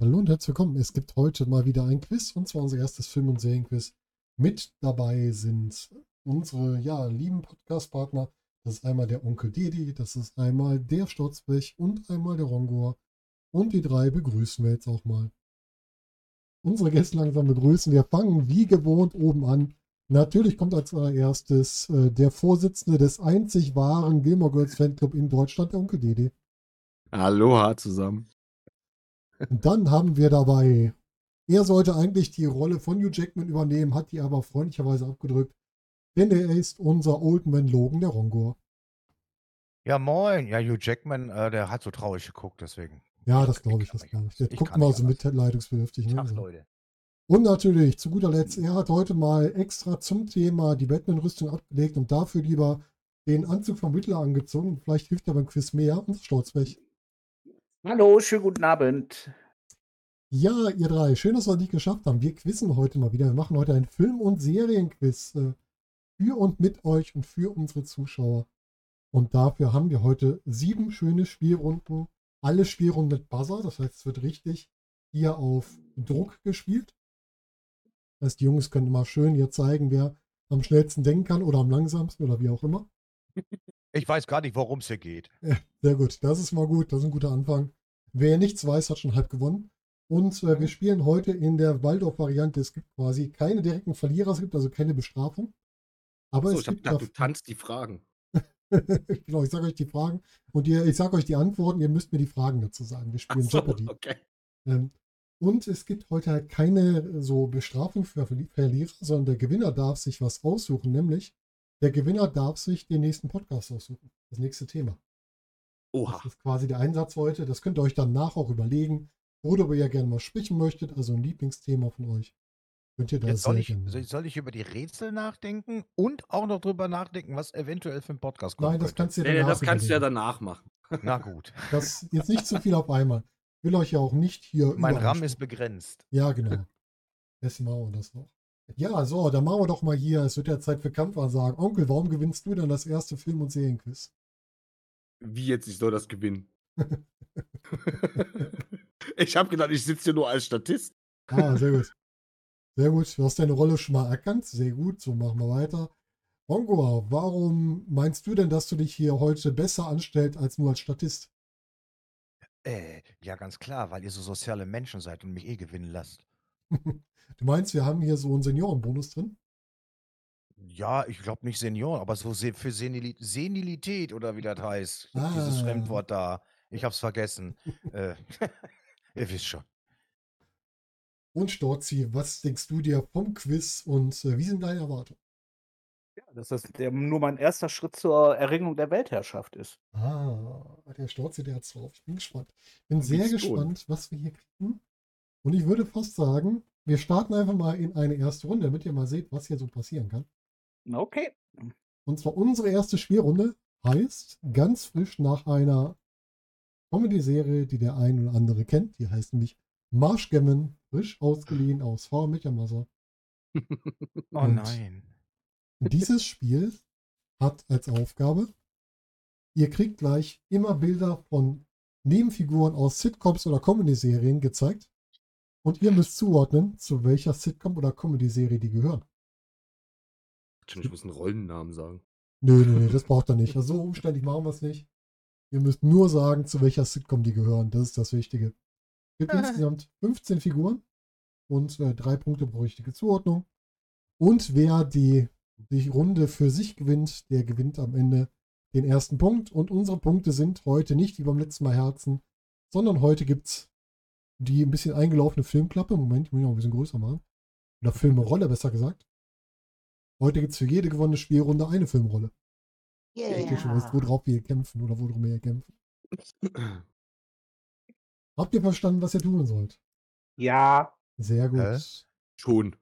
Hallo und herzlich willkommen. Es gibt heute mal wieder ein Quiz und zwar unser erstes Film- und Serienquiz. Mit dabei sind unsere ja, lieben Podcast-Partner. Das ist einmal der Onkel Dedi, das ist einmal der Sturzblech und einmal der Rongor. Und die drei begrüßen wir jetzt auch mal. Unsere Gäste langsam begrüßen. Wir fangen wie gewohnt oben an. Natürlich kommt als allererstes äh, der Vorsitzende des einzig wahren Gilmore Girls Fanclub in Deutschland, der Onkel Dedi. Aloha zusammen. Und dann haben wir dabei, er sollte eigentlich die Rolle von Hugh Jackman übernehmen, hat die aber freundlicherweise abgedrückt, denn er ist unser Oldman Logan der Rongor. Ja, moin. Ja, Hugh Jackman, äh, der hat so traurig geguckt, deswegen. Äh, Ja, das glaube ich, das glaube ich. Der Ich guckt kann mal nicht so anders. mitleidungsbedürftig. Ne? Tag, Also. Leute. Und natürlich, zu guter Letzt, er hat heute mal extra zum Thema die Batman-Rüstung abgelegt und dafür lieber den Anzug vom Mittler angezogen. Vielleicht hilft er beim Quiz mehr und Sturzblech. Hallo, schönen guten Abend. Ja, ihr drei, schön, dass wir die geschafft haben. Wir quizzen heute mal wieder. Wir machen heute ein Film- und Serienquiz äh, für und mit euch und für unsere Zuschauer. Und dafür haben wir heute sieben schöne Spielrunden. Alle Spielrunden mit Buzzer, das heißt, es wird richtig hier auf Druck gespielt. Das heißt, die Jungs können immer schön hier zeigen, wer am schnellsten denken kann oder am langsamsten oder wie auch immer. Ich weiß gar nicht, worum es hier geht. Sehr gut, das ist mal gut, das ist ein guter Anfang. Wer nichts weiß, hat schon halb gewonnen. Und Mhm. äh, wir spielen heute in der Waldorf-Variante. Es gibt quasi keine direkten Verlierer, es gibt also keine Bestrafung. Aber So, es ich hab gibt gedacht, du tanzt die Fragen. genau, ich sage euch die Fragen und ihr, ich sage euch die Antworten, ihr müsst mir die Fragen dazu sagen. Wir Ach spielen so, Jeopardy. okay. Ähm, und es gibt heute halt keine äh, so Bestrafung für Verli- Verlierer, sondern der Gewinner darf sich was aussuchen, nämlich der Gewinner darf sich den nächsten Podcast aussuchen. Das nächste Thema. Oha. Das ist quasi der Einsatz heute. Das könnt ihr euch danach auch überlegen, worüber ihr gerne mal sprechen möchtet. Also ein Lieblingsthema von euch. Könnt ihr da Jetzt sehr soll ich, gerne. soll soll ich über die Rätsel nachdenken und auch noch drüber nachdenken, was eventuell für einen Podcast kommt. Nein, das kannst du Nee, nee, danach das kannst du ja überlegen. danach machen. Na gut. Das jetzt nicht zu viel auf einmal. Ich will euch ja auch nicht hier. Mein RAM überraschen. ist begrenzt. Ja, genau. Dessen machen wir das noch. Ja, so, dann machen wir doch mal hier. Es wird ja Zeit für Kampfansagen. Onkel, warum gewinnst du denn das erste Film- und Serienquiz? Wie jetzt, ich soll das gewinnen. ich habe gedacht, ich sitze hier nur als Statist. Ah, sehr gut. Sehr gut. Du hast deine Rolle schon mal erkannt. Sehr gut. So machen wir weiter. Bongo, warum meinst du denn, dass du dich hier heute besser anstellt als nur als Statist? Äh, ja, ganz klar, weil ihr so soziale Menschen seid und mich eh gewinnen lasst. Du meinst, wir haben hier so einen Seniorenbonus drin? Ja, ich glaube nicht Senioren, aber so se- für Senili Senilität oder wie das heißt. Dieses Ah. Fremdwort da. Ich hab's vergessen. äh, ihr wisst schon. Und Storzi, was denkst du dir vom Quiz und äh, wie sind deine Erwartungen? Ja, dass das der, nur mein erster Schritt zur Erringung der Weltherrschaft ist. Ah, der Storzi, der hat's drauf. Ich bin gespannt. Ich bin Wie sehr ist Ton? gespannt, was wir hier kriegen. Und ich würde fast sagen, wir starten einfach mal in eine erste Runde, damit ihr mal seht, was hier so passieren kann. Na, Okay. Und zwar unsere erste Spielrunde heißt ganz frisch nach einer Comedy-Serie, die der ein oder andere kennt. Die heißt nämlich Marschgemmen, frisch ausgeliehen aus V. Mittermasser. Oh Und- nein. Dieses Spiel hat als Aufgabe, ihr kriegt gleich immer Bilder von Nebenfiguren aus Sitcoms oder Comedy-Serien gezeigt und ihr müsst zuordnen, zu welcher Sitcom oder Comedy-Serie die gehören. Ich muss einen Rollennamen sagen. Nö, nö, nö, das braucht er nicht. Also so umständlich machen wir es nicht. Ihr müsst nur sagen, zu welcher Sitcom die gehören. Das ist das Wichtige. Es gibt insgesamt 15 Figuren und äh, drei Punkte pro richtige Zuordnung. Und wer die, die Runde für sich gewinnt, der gewinnt am Ende den ersten Punkt. Und unsere Punkte sind heute nicht wie beim letzten Mal Herzen, sondern heute gibt es die ein bisschen eingelaufene Filmklappe. Moment, ich muss ich noch ein bisschen größer machen. Oder Filmrolle, besser gesagt. Heute gibt es für jede gewonnene Spielrunde eine Filmrolle. Ich yeah. schon wisst, worauf wir hier kämpfen oder worum wir hier kämpfen. Habt ihr verstanden, was ihr tun sollt? Ja. Sehr gut. Hä? Schon.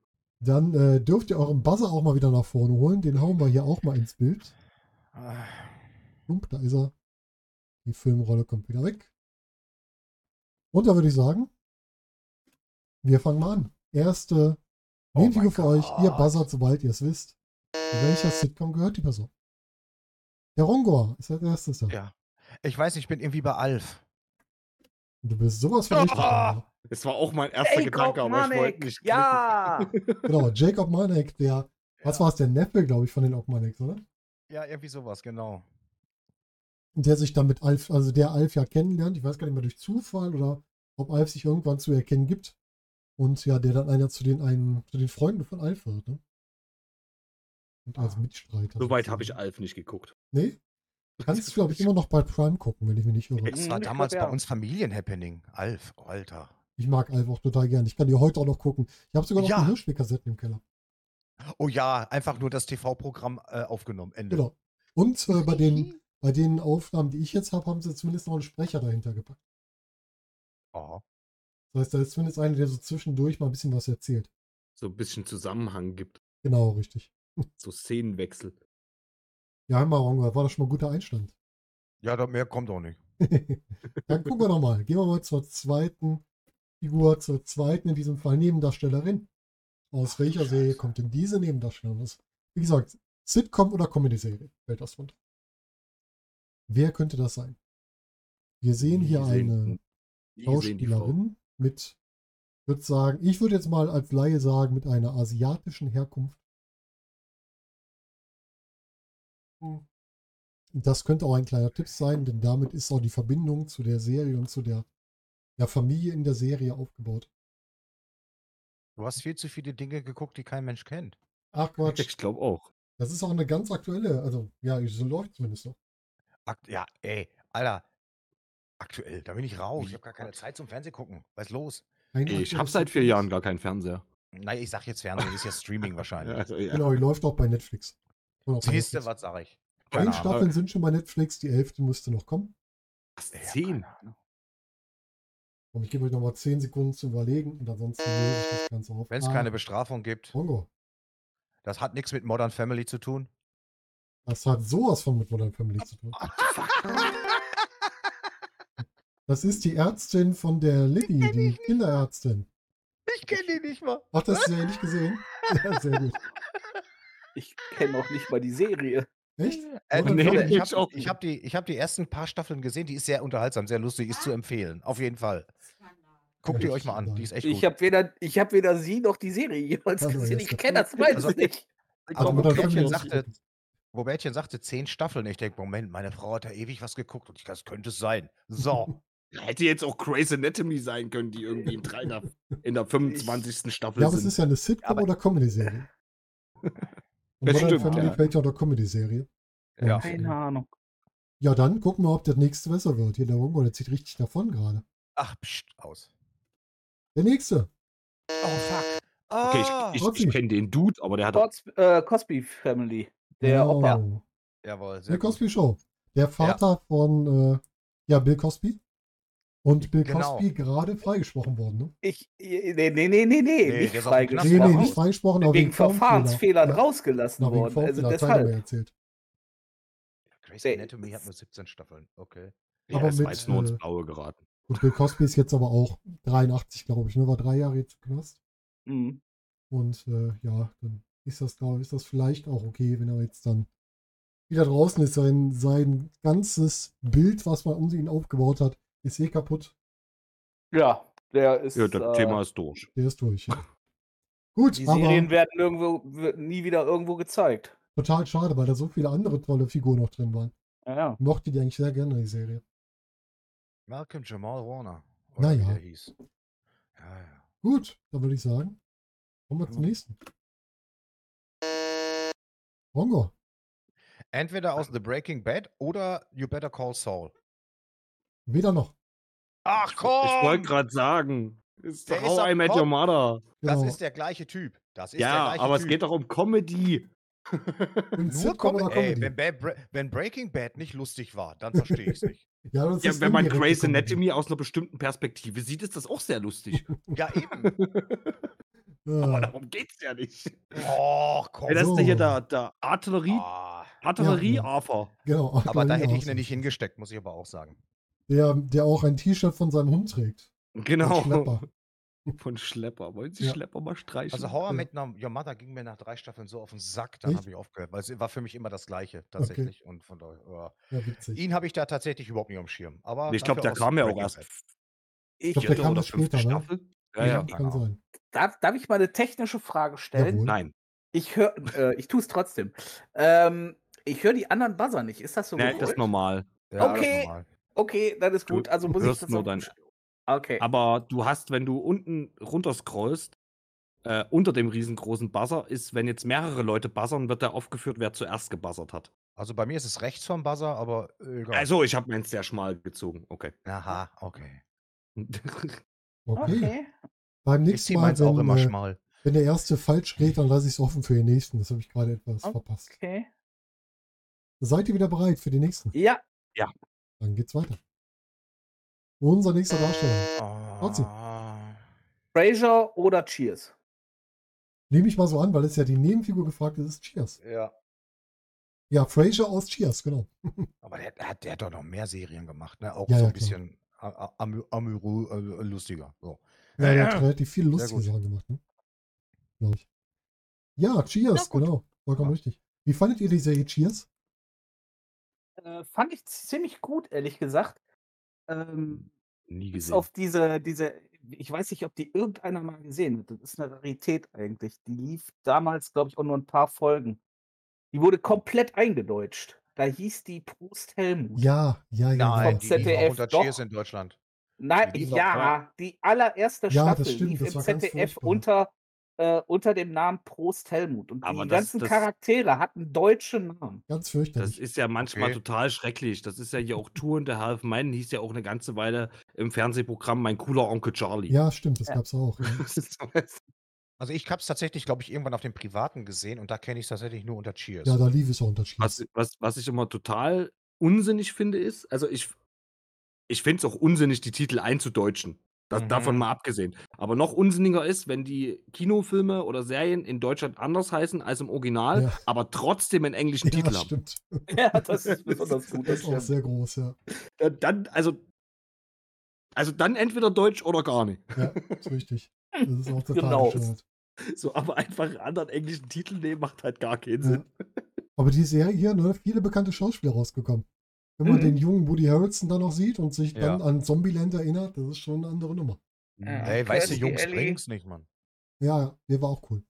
Dann äh, dürft ihr euren Buzzer auch mal wieder nach vorne holen. Den hauen wir hier auch mal ins Bild. Ah. Plump, da ist er. Die Filmrolle kommt wieder weg. Und da würde ich sagen, Wir fangen mal an. Erste Nebenfigur Oh mein für euch. Ihr Gott. buzzert, sobald ihr es wisst. Zu welcher Sitcom gehört die Person? Der Rongor ist als erstes da. Ja. Ich weiß nicht, ich bin irgendwie bei Alf. Und du bist sowas von richtig. Ja. Rongor. Das war auch mein erster Gedanke, aber ich wollte nicht. Ja! Genau, Jacob Manek, der, was war es, der Neffe, glaube ich, von den Ogmaneks, oder? Ja, irgendwie sowas, genau. Und der sich dann mit Alf, also der Alf ja kennenlernt, ich weiß gar nicht mehr durch Zufall oder ob Alf sich irgendwann zu erkennen gibt. Und ja, der dann einer zu den einen, zu den Freunden von Alf wird, ne? Und als Ah. Mitstreiter. Soweit sozusagen. habe ich Alf nicht geguckt. Nee? Kannst du, glaube ich, immer noch bei Prime gucken, wenn ich mich nicht irre. Mhm, Das war ich glaub, damals ja. bei uns Familienhappening. Alf, oh, Alter. Ich mag Alf auch total gern. Ich kann die heute auch noch gucken. Ich habe sogar noch Ja. die Hirschspielkassetten im Keller. Oh ja, einfach nur das TV-Programm äh, aufgenommen. Ende. Genau. Und äh, bei, den, bei den Aufnahmen, die ich jetzt habe, haben sie zumindest noch einen Sprecher dahinter gepackt. Aha. Das heißt, da ist zumindest einer, der so zwischendurch mal ein bisschen was erzählt. So ein bisschen Zusammenhang gibt. Genau, richtig. So Szenenwechsel. Ja, Herr Rongor, war doch schon mal ein guter Einstand. Ja, da- mehr kommt auch nicht. Dann gucken wir nochmal. Gehen wir mal zur zweiten Figur, zur zweiten in diesem Fall Nebendarstellerin. Aus welcher Serie kommt denn diese Nebendarstellerin? Das, wie gesagt, Sitcom oder Comedy-Serie fällt das runter. Wer könnte das sein? Wir sehen Die hier eine die sehen die Frau. Schauspielerin mit, würde sagen, ich würde jetzt mal als Laie sagen, mit einer asiatischen Herkunft. Und Das könnte auch ein kleiner Tipp sein, denn damit ist auch die Verbindung zu der Serie und zu der, der Familie in der Serie aufgebaut. Du hast viel zu viele Dinge geguckt, die kein Mensch kennt. Ach Quatsch, Ich glaube auch. das ist auch eine ganz aktuelle, also ja, so läuft zumindest noch. Akt ja, ey, Alter. Aktuell, da bin ich raus. Ich Wie habe gar keine Gott. Zeit zum Fernsehen gucken. Was ist los? Ein Ich aktuelles habe seit vier Netflix. Jahren gar keinen Fernseher. Nein, ich sag jetzt Fernsehen, ist ja Streaming wahrscheinlich. Also, ja. Genau, die läuft auch bei Netflix. Und auch bei Siehst du, Netflix. was sag ich? Zehn keine Ahnung. Staffeln sind schon bei Netflix, die elfte musste noch kommen. Was, Ja, zehn? keine Ahnung. Und ich gebe euch nochmal 10 Sekunden zu überlegen und ansonsten löse ich das Ganze auf. Wenn es Ah, keine Bestrafung gibt, Oh. Bongo. das hat nichts mit Modern Family zu tun. Das hat sowas von mit Modern Family zu tun. Das ist die Ärztin von der Lilly, die Kinderärztin. Ich kenne die nicht mal. Ach, das hast du ja nicht gesehen? Ja, sehr gut. Ich kenne auch nicht mal die Serie. Echt? Äh, Modern nee, Family. ich ich auch habe ich hab die, ich hab die ersten paar Staffeln gesehen, die ist sehr unterhaltsam, sehr lustig, ist zu empfehlen. Auf jeden Fall. Guckt ihr euch mal an, die ist echt Ich gut. habe weder, ich hab weder sie noch die Serie jemals Also, gesehen. jetzt- Ich kenne das beides Also- nicht. Also Wo Modern Bärtchen Family ist sagte, gut. wo Bärtchen sagte, zehn Staffeln. Ich denke, Moment, meine Frau hat da ewig was geguckt und ich, das könnte es sein. So. Hätte jetzt auch Grey's Anatomy sein können, die irgendwie im Trainer in der 25. Staffel Ja, aber es sind. ist ja eine Sitcom Aber- oder Comedy-Serie. Und Das Modern stimmt, Family ja. fällt ja unter Comedy-Serie. ja. Keine Ahnung. Ja, dann gucken wir, ob das nächste besser wird. Hier, der Bongo, der zieht richtig davon gerade. Ach, pst, aus. Der nächste. Oh, fuck. Okay, Ah, ich, ich, Trotzdem. ich kenne den Dude, aber der hat auch Cos äh, Cosby Family. Der Genau. Opa. jawohl, Bill sehr gut. Cosby Show. Der Vater von äh, ja, Bill Cosby. Und Bill Genau. Cosby gerade freigesprochen worden. Ne? Ich, nee, nee, nee, nee, nee, Nee, nicht der ist auf dem Knast Nee, nee, raus. nicht freigesprochen. freigesprochen, aber Wegen Verfahrensfehlern ja, rausgelassen na, wegen worden. Also Formfehler, also hat er mir deshalb. erzählt. Grey's Ey, Anatomy hat das- nur 17 Staffeln. Okay. ja, aber es mit, war jetzt nur äh, ins Blaue geraten. Und Bill Cosby ist jetzt aber auch 83, glaube ich, ne? war drei Jahre jetzt im Knast. Mhm. Und äh, ja, dann ist das, glaube ich, ist das vielleicht auch okay, wenn er jetzt dann wieder draußen ist. Sein, sein ganzes Bild, was man um ihn aufgebaut hat, ist eh kaputt. Ja, der ist. Ja, das äh, Thema ist durch. Der ist durch. Ja. Gut, Die aber. Serien werden irgendwo, wird nie wieder irgendwo gezeigt. Total schade, weil da so viele andere tolle Figuren noch drin waren. Ja, ja. Ich mochte die eigentlich sehr gerne, die Serie. Malcolm Jamal Warner. Na wie ja. der hieß. Ja, ja. Gut, dann würde ich sagen, kommen wir zum Ja. nächsten. Bongo. Entweder aus The Breaking Bad oder You Better Call Saul. Weder noch. Ach komm! Ich wollte gerade sagen, ist Der der ist How am I Met Kopf. Your Mother. Genau. Das ist der gleiche Typ. Das ist der Ja, gleiche aber typ. es geht um doch um Comedy. Im nur Sitcom Comedy. oder Ey, Comedy? wenn, Bad, Bre- wenn Breaking Bad nicht lustig war, dann verstehe ich es nicht. ja, das ja, ist wenn man indirekte Grey's Comedy. Anatomy aus einer bestimmten Perspektive sieht, ist das auch sehr lustig. Ja, eben. Aber Ja. darum geht's ja nicht. Och, komm. Ey, das ist so. ja hier der, der Artillerie, Ah, Ja. Artillerie-Arthur. Genau. aber da Aktuell hätte ja ich ihn auch nicht so. hingesteckt, muss ich aber auch sagen. Der, der auch ein T-Shirt von seinem Hund trägt. Ein Genau. Schlepper. Von Schlepper. Wollen Sie Ja. Schlepper mal streichen? Also How I Ja. Met Now- Your Mother ging mir nach drei Staffeln so auf den Sack, dann äh Echt? habe ich aufgehört, weil es war für mich immer das Gleiche tatsächlich. Und von daher, ja. Ja, witzig. ihn habe ich da tatsächlich überhaupt nicht am Schirm. Aber Nee, ich glaube, dafür der aus kam ja auch Breaking erst. Bad. Ich glaub, der kam erst später, ne? Ja, ja. kann Genau. sein. Darf, darf ich mal eine technische Frage stellen? Jawohl. Nein. Ich höre, äh, ich tue es trotzdem. Ähm, ich höre die anderen Buzzer nicht. Ist das so? Nee, das ist gewollt? normal. Ja, das ist Okay. normal. Okay, dann ist Du gut. Also muss ich hörst das nur auch- dein- Okay. Aber du hast, wenn du unten runter scrollst, äh, unter dem riesengroßen Buzzer ist, wenn jetzt mehrere Leute buzzern, wird da aufgeführt, wer zuerst gebuzzert hat. Also bei mir ist es rechts vom Buzzer, aber äh, egal. Also, ich habe meins sehr schmal gezogen. Okay. Aha, okay. Okay. okay. Beim Ich nächsten ziehe Mal, meins auch wenn, immer äh, schmal. wenn der erste falsch geht, dann lasse ich es offen für den nächsten. Das habe ich gerade etwas Okay. verpasst. Okay. Seid ihr wieder bereit für den nächsten? Ja. Dann geht's weiter. Unser nächster Darsteller. Trotzdem. Ah. Fraser oder Cheers? Nehme ich mal so an, weil es ja die Nebenfigur gefragt ist, ist Cheers. Ja. Ja, Fraser aus Cheers, genau. Aber der, der, hat, der hat doch noch mehr Serien gemacht, ne? Auch Ja, so ja, klar. ein bisschen a- a- amü- amüru, äh, lustiger. So. Ja, der Ja. hat relativ viele lustige gut. Sachen gemacht, ne? Glaube ich. Ja, Cheers, Na gut. genau. Vollkommen Ja. richtig. Wie fandet ihr die Serie Cheers? Äh, fand ich ziemlich gut, ehrlich gesagt. Ähm, Nie bis gesehen. auf diese, diese, ich weiß nicht, ob die irgendeiner mal gesehen hat. Das ist eine Rarität eigentlich. Die lief damals, glaube ich, auch nur ein paar Folgen. Die wurde komplett eingedeutscht. Da hieß die Prost Helmut. Ja, ja, ja. ja. Nein, die lief auch ZDF unter doch. Cheers in Deutschland. Nein, Die lief auch ja, die allererste Ja, das Staffel stimmt, lief das im war ganz ZDF furchtbar. unter, äh, unter dem Namen Prost Helmut. Und Aber die das- ganzen das- Charaktere hatten deutsche Namen. Ganz Das fürchterlich. ist ja manchmal Okay. total schrecklich. Das ist ja hier auch Tour und der Half Mine hieß ja auch eine ganze Weile im Fernsehprogramm Mein cooler Onkel Charlie. Ja, stimmt, das Ja. gab's auch. ja. Das ist alles- Also ich habe es tatsächlich, glaube ich, irgendwann auf dem Privaten gesehen und da kenne ich es tatsächlich nur unter Cheers. Ja, da lief es auch unter Cheers. was, was, was ich immer total unsinnig finde, ist, also ich, ich finde es auch unsinnig, die Titel einzudeutschen. Da, Mhm. Davon mal abgesehen. Aber noch unsinniger ist, wenn die Kinofilme oder Serien in Deutschland anders heißen als im Original, Ja. aber trotzdem einen englischen Ja, Titel haben. stimmt. Ja, das ist besonders gut. Das Das ist auch stimmt. Oh, sehr groß, ja. Da- Dann, also, also dann entweder Deutsch oder gar nicht. Ja, ist richtig. Das ist auch total Genau. bescheuert. So, aber einfach einen anderen englischen Titel nehmen, macht halt gar keinen Ja. Sinn. Aber die Serie hier, ne, viele bekannte Schauspieler rausgekommen. Wenn man Mhm. den jungen Woody Harrelson dann noch sieht und sich Ja. dann an Zombieland erinnert, das ist schon eine andere Nummer. Ja, Hm. Ey, weißt du, Kirstie Jungs Alley. bringt's nicht, Mann. Ja, ja, der war auch cool.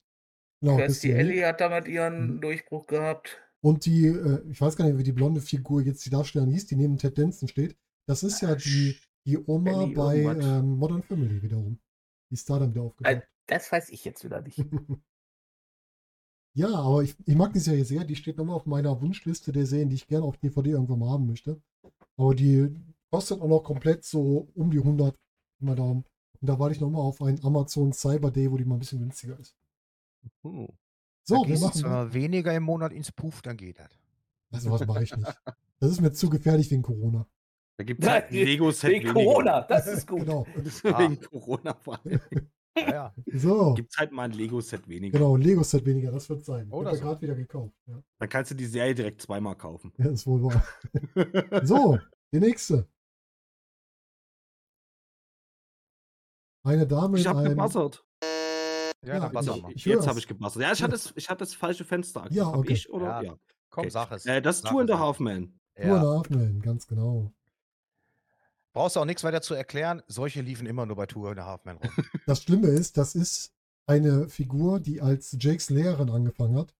Genau, Christy Alley. hat damals ihren Mhm. Durchbruch gehabt. Und die, äh, ich weiß gar nicht, wie die blonde Figur jetzt die Darstellerin hieß, die neben Ted Danson steht. Das ist ja die, die Oma Ellie bei irgendwas. ähm, Modern Family wiederum. Die ist da dann wieder aufgetaucht. Das weiß ich jetzt wieder nicht. ja, aber ich, ich mag die Serie sehr. Die steht nochmal auf meiner Wunschliste der Serien, die ich gerne auf DVD irgendwann mal haben möchte. Aber die kostet auch noch komplett so um die 100 immer Daumen. Und da warte ich nochmal auf einen Amazon Cyber Day, wo die mal ein bisschen günstiger ist. So, da wir gehst du machen weiter. zwar weniger im Monat ins Puff, dann geht das. Also was mache ich nicht. Das ist mir zu gefährlich wegen Corona. Da gibt es halt ein Lego-Set. Wegen weniger. Corona, das ist gut. Genau. Wegen Corona vor allem. Ja, ja. So, Gibt es halt mal ein Lego-Set weniger. genau, Lego-Set weniger, das wird sein. Oder Oder so. gerade wieder gekauft. Ja. Dann kannst du die Serie direkt zweimal kaufen. ja, ist wohl wahr. So, die nächste. Eine Dame ich in habe einem. gebuzzert. ja, Ja, dann pass ich- auf mal. ich Jetzt hör's. habe ich gebuzzert. Ja, ich hatte, das, ich hatte das falsche Fenster. aktiv. Ja, Hab okay. ich oder? Ja, Ja. Komm, okay. sag es. Äh, das ist Sag Two and es halt. a einfach. Half Man. Nur Ja. Nachmelden, ganz genau. Brauchst du auch nichts weiter zu erklären. Solche liefen immer nur bei Tour and a Half Men rum. Das Schlimme ist, das ist eine Figur, die als Jakes Lehrerin angefangen hat.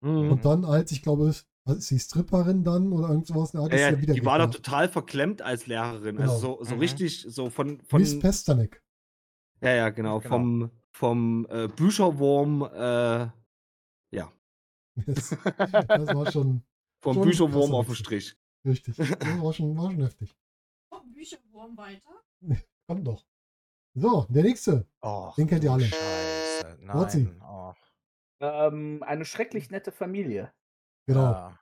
Mhm. Mhm. Und dann als, ich glaube, was ist die Stripperin dann oder irgend sowas? in der Art, Ja, ist ja, sie ja Äh, die war da wiedergekehrt. total verklemmt als Lehrerin. Also so, so Mhm. richtig, so von, von Miss Pestanek. ja, ja, genau, Genau. vom, vom äh, Bücherwurm, äh, Das, das war schon vom Schon Bücherwurm krasser auf dem Witz. Strich. richtig. Das war schon, war schon heftig. Vom Bücherwurm weiter. Komm doch. So, der nächste. Och, Den kennt du ihr alle. Scheiße. Nazi. Nein. Och, Ähm, eine schrecklich nette Familie. Genau. ja.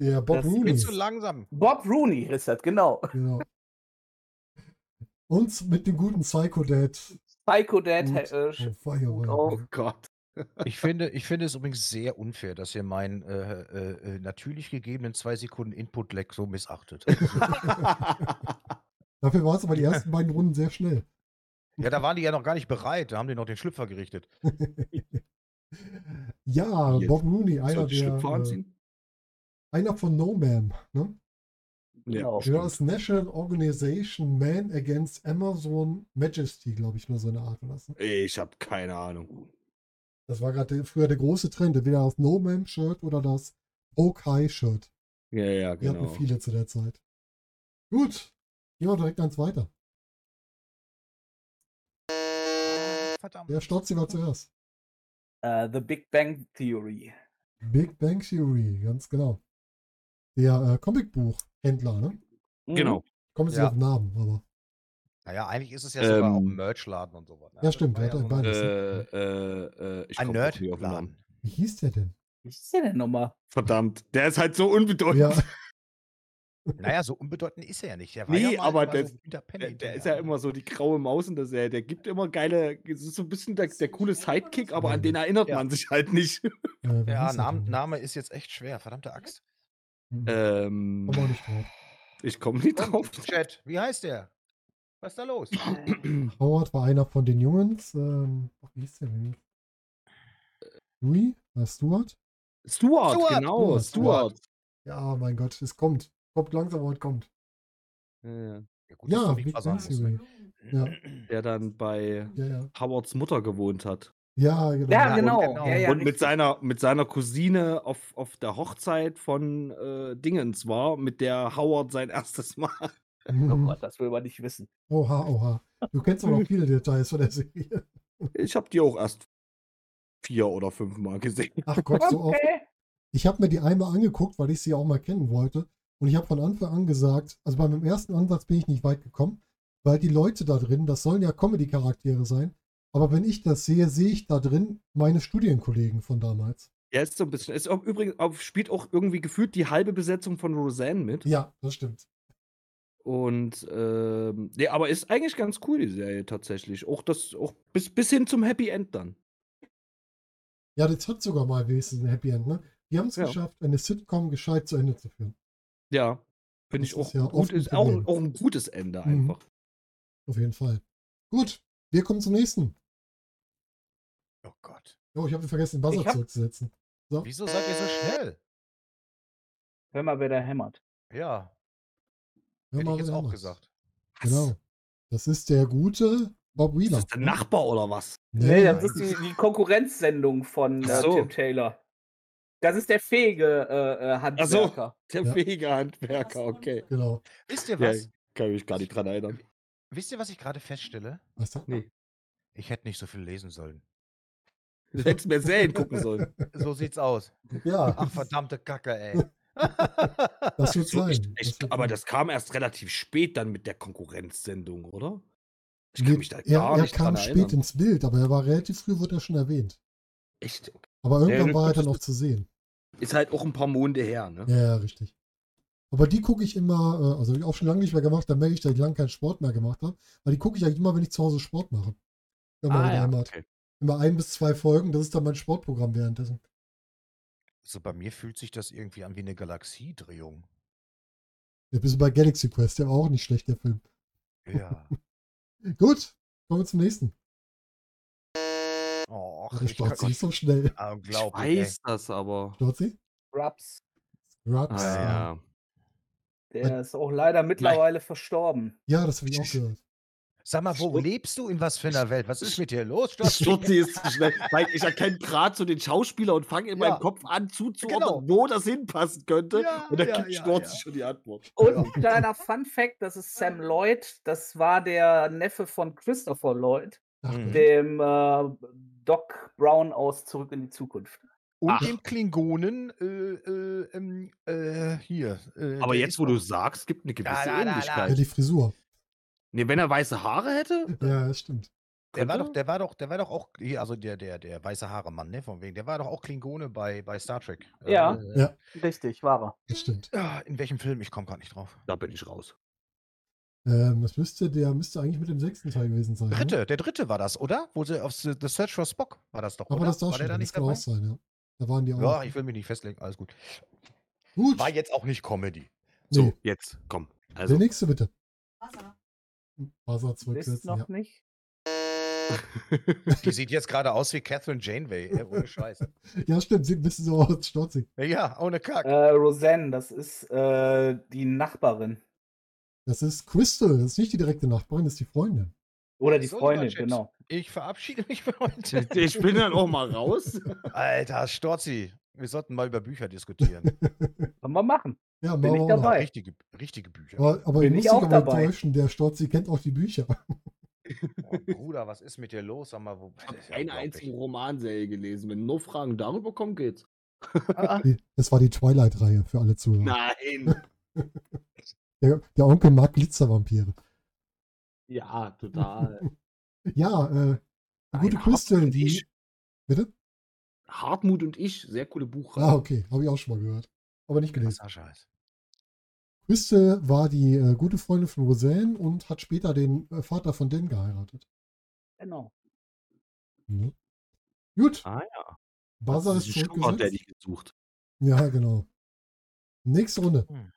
Der Bob Das Rooney. Bin ah. zu langsam. Bob Rooney ist das, genau. Genau. Und mit dem guten Psycho Dad. Psycho Dad. Gut. Äh, Oh, sch- Feuerwehr. Oh Gott. Ich finde, ich finde es übrigens sehr unfair, dass ihr meinen äh, äh, äh, natürlich gegebenen zwei Sekunden Input-Lag so missachtet. Dafür war es aber die ersten beiden Runden sehr schnell. Ja, da waren die ja noch gar nicht bereit. Da haben die noch den Schlüpfer gerichtet. ja, Jetzt. Bob Rooney, einer Soll ich der. Schlüpfer Äh, anziehen? einer von No Man, ne? Genau. Ja, das National Organization Man Against Amazon Majesty, glaube ich, nur so eine Art oder so. Ich habe keine Ahnung. Das war gerade der- früher der große Trend, entweder das No Man Shirt oder das Oak High Shirt. Ja, ja, Wir genau. hatten viele zu der Zeit. Gut, gehen wir direkt ans Weiter. Verdammt. Wer Stotzi war zuerst? Äh, The Big Bang Theory. Big Bang Theory, ganz genau. Der äh, Comicbuchhändler, ne? Mhm. Genau. Kommen Sie Ja. auf den Namen, aber Naja, eigentlich ist es ja sogar auch ein Ähm, Merchladen und sowas. ne? Ja, stimmt, Das der war hat so ein beides. Äh, äh, äh, ich ein komm doch nie auf den Namen. Nerdladen. wie hieß der denn? Wie ist der denn nochmal? Verdammt, der ist halt so unbedeutend. Ja, Naja, so unbedeutend ist er ja nicht. Der war Nee, ja mal, aber war das- so der, Der, Äh, der ist ja immer so die graue Maus in der Serie. Der gibt immer geile, es ist so ein bisschen der, der coole Sidekick, aber an den erinnert Ja. man sich halt nicht. äh, wie Ja, hieß der Name, denn? Name ist jetzt echt schwer. Verdammte Axt. Hm, Kommen Ähm, wir auch nicht drauf. ich komme nicht drauf. Chat, wie heißt der? Was ist da los? Äh, Howard war einer von den Jungs. Ähm, ach, wie hieß der denn? Louis? War Stuart? Stuart, Stuart, genau, Stuart. Stuart. Ja, mein Gott, es kommt. Kommt langsam, aber es kommt. Ja, ja. Ja, gut, dass Ja, du Big nicht versagt Bang musst. Theory. Ja. Der dann bei Ja, ja. Howards Mutter gewohnt hat. Ja, genau. Ja, Ja, genau. genau. Ja, ja, und mit richtig. seiner, mit seiner Cousine auf, auf der Hochzeit von äh, Dingens war, mit der Howard sein erstes Mal. Oh Mhm. Gott, das will man nicht wissen. Oha, oha. Du kennst aber noch viele Details von der Serie. Ich habe die auch erst vier oder fünf Mal gesehen. Ach Gott, so oft. Ich habe mir die einmal angeguckt, weil ich sie auch mal kennen wollte. Und ich habe von Anfang an gesagt, also bei meinem ersten Ansatz bin ich nicht weit gekommen, weil die Leute da drin, das sollen ja Comedy-Charaktere sein. Aber wenn ich das sehe, sehe ich da drin meine Studienkollegen von damals. Er ist so ein bisschen. Ist auch, übrigens auch, spielt auch irgendwie gefühlt die halbe Besetzung von Roseanne mit. Ja, das stimmt. Und ähm, nee, aber ist eigentlich ganz cool, die Serie tatsächlich. Auch das, auch bis, bis hin zum Happy End dann. Ja, das hat sogar mal wenigstens ein Happy End, ne? Die haben es Ja. geschafft, eine Sitcom gescheit zu Ende zu führen. Ja. Finde ich Das auch, ist ja oft gut, ein ist auch, Problem. auch ein gutes Ende Mhm. einfach. Auf jeden Fall. Gut, wir kommen zum nächsten. Oh Gott. Oh, ich habe vergessen, den Buzzer Ich hab- zurückzusetzen. Wieso seid ihr so schnell? Hör mal, wer da hämmert. Ja, Hör hätte mal, ich jetzt wer auch anders. gesagt. Genau. Das ist der gute Bob Ist Wheeler. das der Nachbar oder was? Nee, Ja, das ist die, die Konkurrenzsendung von äh, Ach so. Tim Taylor. Das ist der fähige äh, äh, Ach so. Handwerker. Der Ja. fähige Handwerker, okay. Genau. Wisst ihr Ja, was? kann mich gar nicht dran erinnern. Wisst ihr, was ich gerade feststelle? Was sagt Nee. man? Ich hätte nicht so viel lesen sollen. Du hättest mir Serien gucken sollen. So sieht's aus. Ja, Ach, verdammte Kacke, ey. das wird So, sein. ich, ich, das wird aber sein. das kam erst relativ spät dann mit der Konkurrenzsendung, oder? Ich Nee, kann mich da er, gar er nicht kam dran spät erinnern. ins Bild, aber er war relativ früh, wurde er schon erwähnt. Echt? Aber irgendwann Ja, war er das- dann auch zu sehen. Ist halt auch ein paar Monde her, ne? Ja, ja, richtig. Aber die gucke ich immer, äh, also hab ich auch schon lange nicht mehr gemacht, da merke ich, dass ich lange keinen Sport mehr gemacht habe. Weil die gucke ich eigentlich immer, wenn ich zu Hause Sport mache. Wenn man in der Heimat. Ah okay. Immer ein bis zwei Folgen, das ist dann mein Sportprogramm währenddessen. So, bei mir fühlt sich das irgendwie an wie eine Galaxiedrehung. Ja, bist du bei Galaxy Quest, der war auch nicht schlecht, der Film. Ja. Gut, kommen wir zum nächsten. Och, Ach, ich kann Storzi ist so schnell. Ah, Ich unglaublich, ey. weiß das aber. Storzi? Raps. Raps. Ah, ja. Der ist auch leider mittlerweile verstorben. Ja, das habe ich auch gehört. Sag mal, wo Stur- lebst du? In was für einer Welt? Was ist mit dir los? Das Storzi? Sturzi ist zu schnell. Weil ich erkenne gerade so den Schauspieler und fange in Ja. meinem Kopf an zuzuordnen, Genau. wo das hinpassen könnte. Ja, und dann ja, gibt ja, Sturzi ja. schon die Antwort. Und ein kleiner Fun Fact, das ist Sam Lloyd. Das war der Neffe von Christopher Lloyd, Hm. Ach, Mhm. dem äh, Doc Brown aus Zurück in die Zukunft. Und Ach. dem Klingonen, äh, äh, ähm, äh, hier. Äh, Aber der jetzt, ist wo du doch- sagst, gibt eine gewisse da, da, da. Ähnlichkeit. ja, die Frisur. Nee, wenn er weiße Haare hätte, Ja, das stimmt. Der war Könnte? doch, der war doch, der war doch auch, hier, also der, der, der weiße Haare Mann, ne, von wegen, der war doch auch Klingone bei, bei Star Trek. Ja. Äh, Ja. Richtig, war er. Das stimmt. ah, In welchem Film? Ich komme gar nicht drauf. da bin ich raus. Ähm, das müsste, der müsste eigentlich mit dem sechsten Teil gewesen sein. Ne? Dritte, der dritte war das, oder? Wo sie auf The The Search for Spock war das doch, Aber oder? das darf war der schon, da das nicht kann auch dabei? sein, ja. Da waren die auch. Ja, ich will mich nicht festlegen, alles gut. Gut, War jetzt auch nicht Comedy. nee. So, jetzt, komm. der Also, nächste bitte. Wasser. Buzzer Wisst zurücksetzen, noch ja. nicht? Die sieht jetzt gerade aus wie Catherine Janeway. ey, Ohne Scheiße. Ja, stimmt, sieht ein bisschen so aus, sturzig. Ja, ohne Kack. Äh, Roseanne, das ist äh, die Nachbarin. Das ist Crystal, das ist nicht die direkte Nachbarin, das ist die Freundin. Oder die So, lieber Freundin, James. genau. Ich verabschiede mich für heute. Ich bin dann auch mal raus. Alter, Storzi, wir sollten mal über Bücher diskutieren. Können wir machen. Ja, Bin ich machen wir dabei. mal. Richtige, richtige Bücher. Aber, aber Bin ich muss dich ich auch aber dabei. enttäuschen, der Storzi kennt auch die Bücher. Boah, Bruder, was ist mit dir los? Sag mal, wo. Ich Das habe ist ja eine unglaublich. einzige Romanserie gelesen. Wenn nur Fragen darüber kommen, geht's. Die- Das war die Twilight-Reihe für alle Zuhörer. Nein. Der, der Onkel mag Glitzervampire. Ja, total. Ja, äh, die Nein, gute Hartmut Crystal, und die. ich. Bitte? Hartmut und ich, sehr coole Buchreihe. Ah, okay, habe ich auch schon mal gehört. Aber nicht gelesen. Krasser Scheiß. Crystal war die äh, gute Freundin von Roseanne und hat später den äh, Vater von Dan geheiratet. Genau. Ne? Gut, Ah ja. Buzzer ist Diesen Sugar Daddy zurückgesetzt. gesucht. Ja, genau. Nächste Runde. Hm.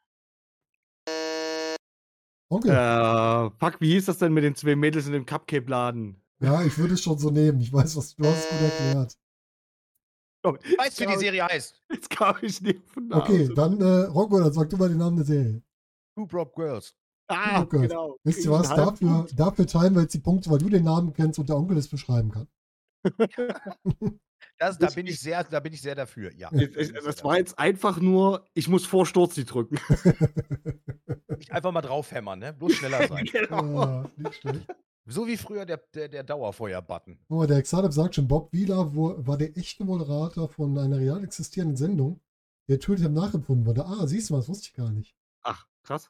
Onkel. Äh, fuck, wie hieß das denn mit den zwei Mädels in dem Cupcake-Laden? Ja, ich würde es schon so nehmen. Ich weiß, was du hast es gut erklärt. Weißt du, Genau. wie die Serie heißt? Jetzt kam ich nicht von da Okay, aus. dann äh, Rocco, dann sag du mal den Namen der Serie. Two Broke Girls. Ah, Oh Gott. genau. Wisst ihr Krieg ich was? einen halben Dafür, Punkt? dafür teilen wir jetzt die Punkte, weil du den Namen kennst und der Onkel es beschreiben kann. Das, da, Ich- bin ich sehr, da bin ich sehr dafür. Ja. Es- es- es- Das war jetzt einfach nur, ich muss vor Sturzi drücken. Nicht einfach mal draufhämmern, ne? Bloß schneller sein. genau. Ja, Äh, nicht schlecht. so wie früher der, der, der Dauerfeuer-Button. Oh, der Xalab sagt schon, Bob Wieler wo- war der echte Moderator von einer real existierenden Sendung, der Tultem nachempfunden wurde. Ah, siehst du mal, das wusste ich gar nicht. Ach, krass.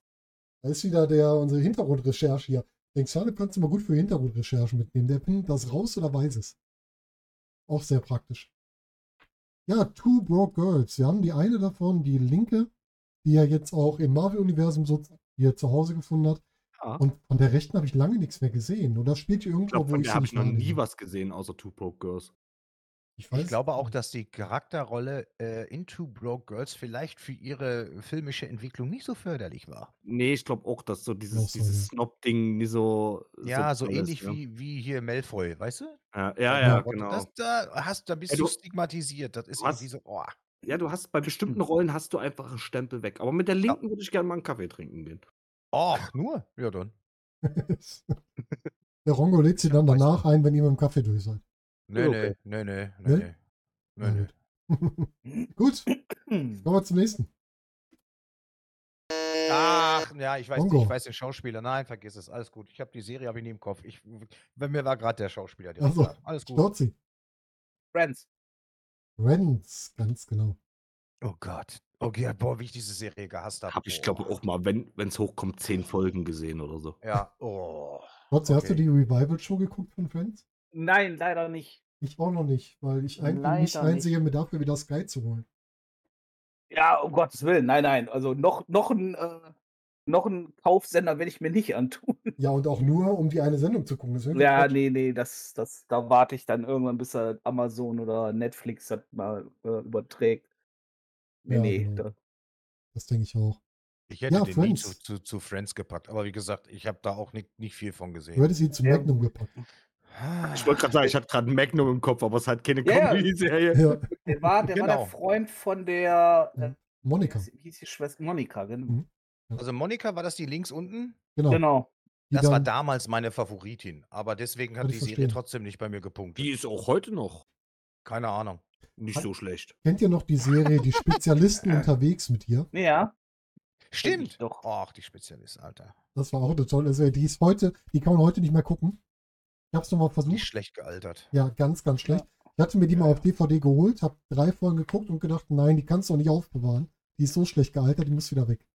Da ist wieder der, unsere Hintergrundrecherche hier. Den Xalab kannst du mal gut für Hintergrundrecherchen mitnehmen. Der findet das raus oder weiß es. Auch sehr praktisch. Ja, Two Broke Girls. Wir haben die eine davon, die linke, die ja jetzt auch im Marvel-Universum so ihr zu Hause gefunden hat. Ja. Und von der rechten habe ich lange nichts mehr gesehen. Oder spielt ihr Ich irgendwo, glaube, wo von ich der sie habe nicht ich noch nie wahrnehme? was gesehen, außer Two Broke Girls. Ich, Ich weiß glaube auch, nicht. dass die Charakterrolle äh, in Two Broke Girls vielleicht für ihre filmische Entwicklung nicht so förderlich war. Nee, ich glaube auch, dass so dieses, Auch so, dieses Snob-Ding nicht so. Ja, so toll ist, ähnlich ja. wie, wie hier Malfoy, weißt du? Ja, ja, Ja, ja, Und genau. Das, da, hast, da bist Ja, du du- stigmatisiert. Das ist du hast- irgendwie so, oh. Ja, du hast bei bestimmten Rollen hast du einfach einen Stempel weg. Aber mit der linken würde ich gerne mal einen Kaffee trinken gehen. Ach, nur? Ja, dann. Der Rongo lädt sie Ja, dann weiß danach ein, wenn ihr mit dem Kaffee durch seid. Nö, nö, okay. nö, nö, nö, Nö? nö. Nö, Na nö. Gut, Hm. kommen wir zum nächsten. Ach, ja, ich weiß, nicht, Bongo. ich weiß den Schauspieler. Nein, vergiss es. Alles gut. Ich habe die Serie habe ich nie im Kopf. Ich, bei mir war gerade der Schauspieler direkt Ach so. da. Alles gut. Storzi. Friends. Renz, ganz genau. Oh Gott. Okay, boah, wie ich diese Serie gehasst habe. Habe ich, glaube auch mal, wenn es hochkommt, zehn Folgen gesehen oder so. Ja, oh. Trotzdem, hast du Okay. die Revival-Show geguckt von Friends? Nein, leider nicht. Ich auch noch nicht, weil ich eigentlich nicht Leider nicht. einsehe, mir dafür wieder Sky zu holen. Ja, um Gottes Willen. Nein, nein. Also noch, noch ein. Äh, noch einen Kaufsender will ich mir nicht antun. Ja, und auch nur, um die eine Sendung zu gucken. Das ist irgendwie Ja, Quatsch. nee, nee, das, das, da warte ich dann irgendwann, bis er Amazon oder Netflix das mal äh, überträgt. Nee, Ja, nee. genau. Da, Das denke ich auch. Ich hätte Ja, den nie zu, Friends. zu, zu Friends gepackt. Aber wie gesagt, ich habe da auch nicht, nicht viel von Du gesehen. hättest ihn zu Ja. Magnum gepackt. Ich wollte gerade sagen, ich hatte gerade Magnum im Kopf, aber es hat keine Ja, ja. Comedy-Serie. Ja, der war, der, war Genau. der Freund von der. Ja. Äh, Mhm. Monika. Wie hieß die Schwester? Monika, genau. Mhm. Also Monika, war das die links unten? Genau. Genau. die Das war dann- damals meine Favoritin. Aber deswegen Kann hat ich die Serie verstehen. trotzdem nicht bei mir gepunktet. Die ist auch heute noch Keine Ahnung. nicht so schlecht. Kennt ihr noch die Serie Die Spezialisten unterwegs mit ihr? Ne, Ja. ich Stimmt. doch. Ach, die Spezialist, Alter. Das war auch eine tolle Serie. Die ist heute, die kann man heute nicht mehr gucken. Ich habe es nochmal Nicht versucht. schlecht gealtert. Ja, ganz, ganz schlecht. Ich hatte mir die Ja, mal ja. auf DVD geholt, habe drei Folgen geguckt und gedacht, nein, die kannst du auch nicht aufbewahren. Die ist so schlecht gealtert, die muss wieder weg.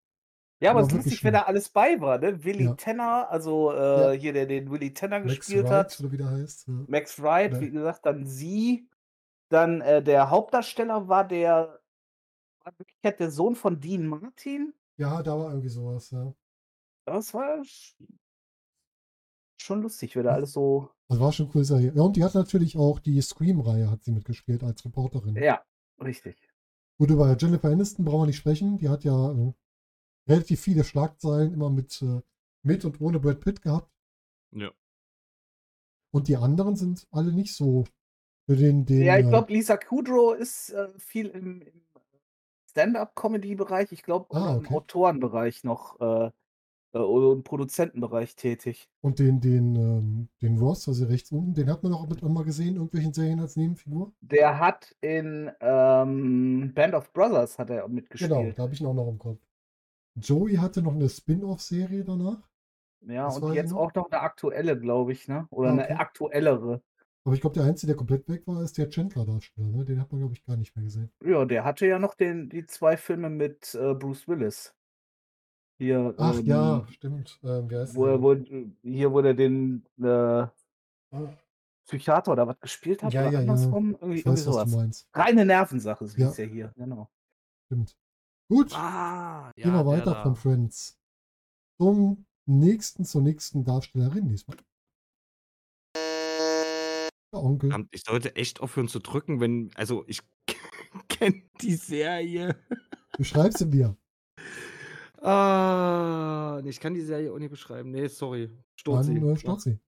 Ja, aber Aber es ist wirklich lustig, wenn schlimm. da alles bei war, ne? Willy Ja. Tanner, also äh, Ja. hier, der den Willy Tanner Max gespielt Wright, hat. oder wie der heißt. Ja. Max Wright, Ja. wie gesagt, dann sie. Dann äh, der Hauptdarsteller war der, war in Wirklichkeit der Sohn von Dean Martin. Ja, da war irgendwie sowas, ja. Das war sch- schon lustig, Hm. wenn da alles so. Das war schon cool Serie. Ja, und die hat natürlich auch die Scream-Reihe hat sie mitgespielt als Reporterin. Ja, richtig. Gut, über Jennifer Aniston brauchen wir nicht sprechen. Die hat ja äh, relativ viele Schlagzeilen immer mit, äh, mit und ohne Brad Pitt gehabt. Ja. Und die anderen sind alle nicht so. Für den, den Ja, ich äh, glaube, Lisa Kudrow ist äh, viel im, im Stand-up-Comedy-Bereich, ich glaube, Ah, im okay. Autorenbereich noch äh, äh, oder im Produzentenbereich tätig. und den, den, ähm, den Ross, also rechts unten, den hat man auch mit immer gesehen, in irgendwelchen Serien als Nebenfigur. Der hat in ähm, Band of Brothers hat er Genau, mitgespielt. da habe ich ihn auch noch im Kopf. Joey hatte noch eine Spin-off-Serie danach, ja, das und weiß ich jetzt noch. auch noch eine aktuelle, glaube ich, ne? Oder Ah, okay. eine aktuellere. aber ich glaube, der Einzige, der komplett weg war, ist der Chandler-Darsteller. Ne? Den hat man, glaube ich, gar nicht mehr gesehen. Ja, der hatte ja noch den, die zwei Filme mit äh, Bruce Willis. Hier, Ach ähm, ja, stimmt. Ähm, wer ist wo er, denn? wo, hier, wo er den äh, Ah, Psychiater oder was gespielt hat, Ja, oder ja, ja. andersrum, irgendwie, Ich irgendwie weiß, was sowas. du meinst. Reine Nervensache, so Ja. hieß ja hier, genau. Stimmt. Gut, Ah, ja. gehen wir der weiter da. von Friends. Zum nächsten, zur nächsten Darstellerin diesmal. Der Onkel. Verdammt, Ich sollte echt aufhören zu drücken, wenn. Also, ich kenne die Serie. Beschreib sie mir. Ah, nee, ich kann die Serie auch nicht beschreiben. Nee, sorry. Sturzi. Dann äh, start sie.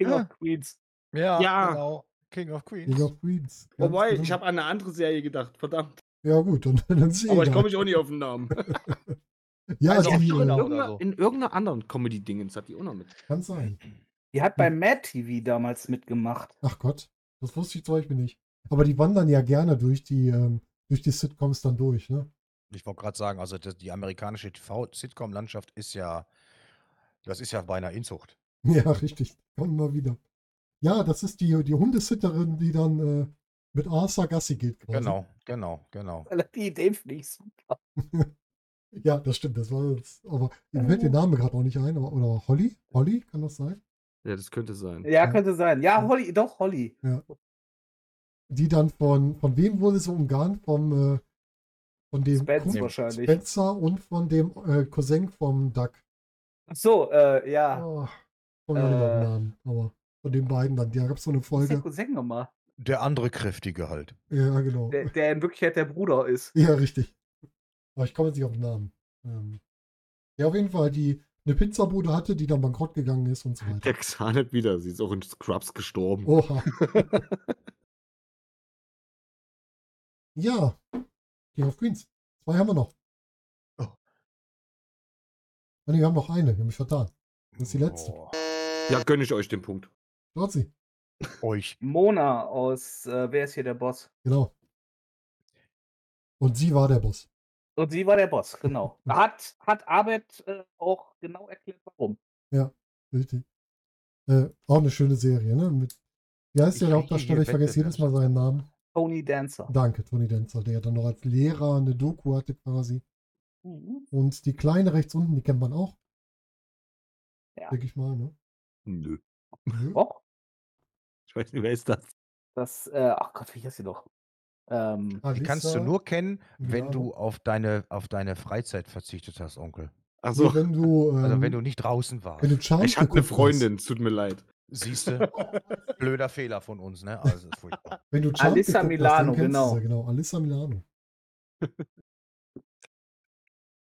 King Ja. Ah. of Queens. Ja, Ja. genau. King of League Queens. of Queens. Ja. Ganz Wobei, genau. ich habe an eine andere Serie gedacht. Verdammt. Ja, gut, dann, dann sehe halt. Aber ich komme ich auch nicht auf den Namen. Ja, Also die, auf äh, Irland. Genau, oder Irgendeiner- so. In irgendeiner anderen Comedy-Dingens hat die auch noch mit. kann sein. Die hat bei Hm. Mad TV damals mitgemacht. Ach Gott, das wusste ich zum Beispiel nicht. Aber die wandern ja gerne durch die, ähm, durch die Sitcoms dann durch, ne? Ich wollte gerade sagen, also das, die amerikanische TV-Sitcom-Landschaft ist ja, das ist ja beinahe Inzucht. Ja, richtig. Kommen wir wieder. Ja, das ist die, die Hundesitterin, die dann äh, mit Arthur Gassi geht. quasi. Genau, genau, genau. Die Idee finde ich super. Ja, das stimmt. Das war jetzt, aber mir Ja. fällt der Name gerade auch nicht ein. Aber, oder Holly? Holly, kann das sein? Ja, das könnte sein. Ja, Ja. könnte sein. Ja, Holly, doch, Holly. Die dann von, von wem wurde sie umgarnt? Vom, äh, von dem Spence Kumpel wahrscheinlich. Spencer und von dem äh, Cousin vom Duck. Ach So, äh, ja. Oh, komm ich auch nicht auf den Äh. Namen. Aber von den beiden dann. Da gab es so eine Was ist der Folge. Cousin nochmal? Oh. Der andere kräftige halt. Ja, genau. Der, der in Wirklichkeit der Bruder ist. Ja, richtig. Aber ich komme jetzt nicht auf den Namen. Ähm, ja, auf jeden Fall, die eine Pizzabude hatte, die dann bankrott gegangen ist und so weiter. Der Xanet wieder. Sie ist auch in Scrubs gestorben. Oha. ja, King of Queens. Zwei haben wir noch. Oh. Ah, nee, wir haben noch eine. Ich habe mich vertan. Das ist die letzte. Boah. Ja, gönne ich euch den Punkt. Dort sie. Euch. Mona aus äh, Wer ist hier der Boss? Genau. Und sie war der Boss. Und sie war der Boss, genau. Hat, hat Arbeit äh, auch genau erklärt, warum. Richtig. Äh, auch eine schöne Serie, ne? Mit, wie heißt Ich der rieche Hauptdarsteller? hier Ich vergesse Wette, jedes Mal seinen Namen. Tony Dancer. Danke, Tony Denzel, der dann noch als Lehrer eine Doku hatte quasi. Mhm. Und die kleine rechts unten, die kennt man auch. Ja. Denke ich mal, ne? Nö. Och, Ich weiß nicht, wer ist das? das, äh, ach Gott, wie heißt sie doch? Ähm, Alissa, Die kannst du nur kennen, wenn Milano. du auf deine, auf deine Freizeit verzichtet hast, Onkel. nee, Achso, wenn du, ähm, Also wenn du nicht draußen warst. wenn du Charmed ich hatte eine geguckt hast, Freundin. Tut mir leid. Siehst du, blöder Fehler von uns, ne? Also ist furchtbar. wenn du Charmed Alissa geguckt Milano, hast, dann kennst du genau. sie, genau. Alissa Milano.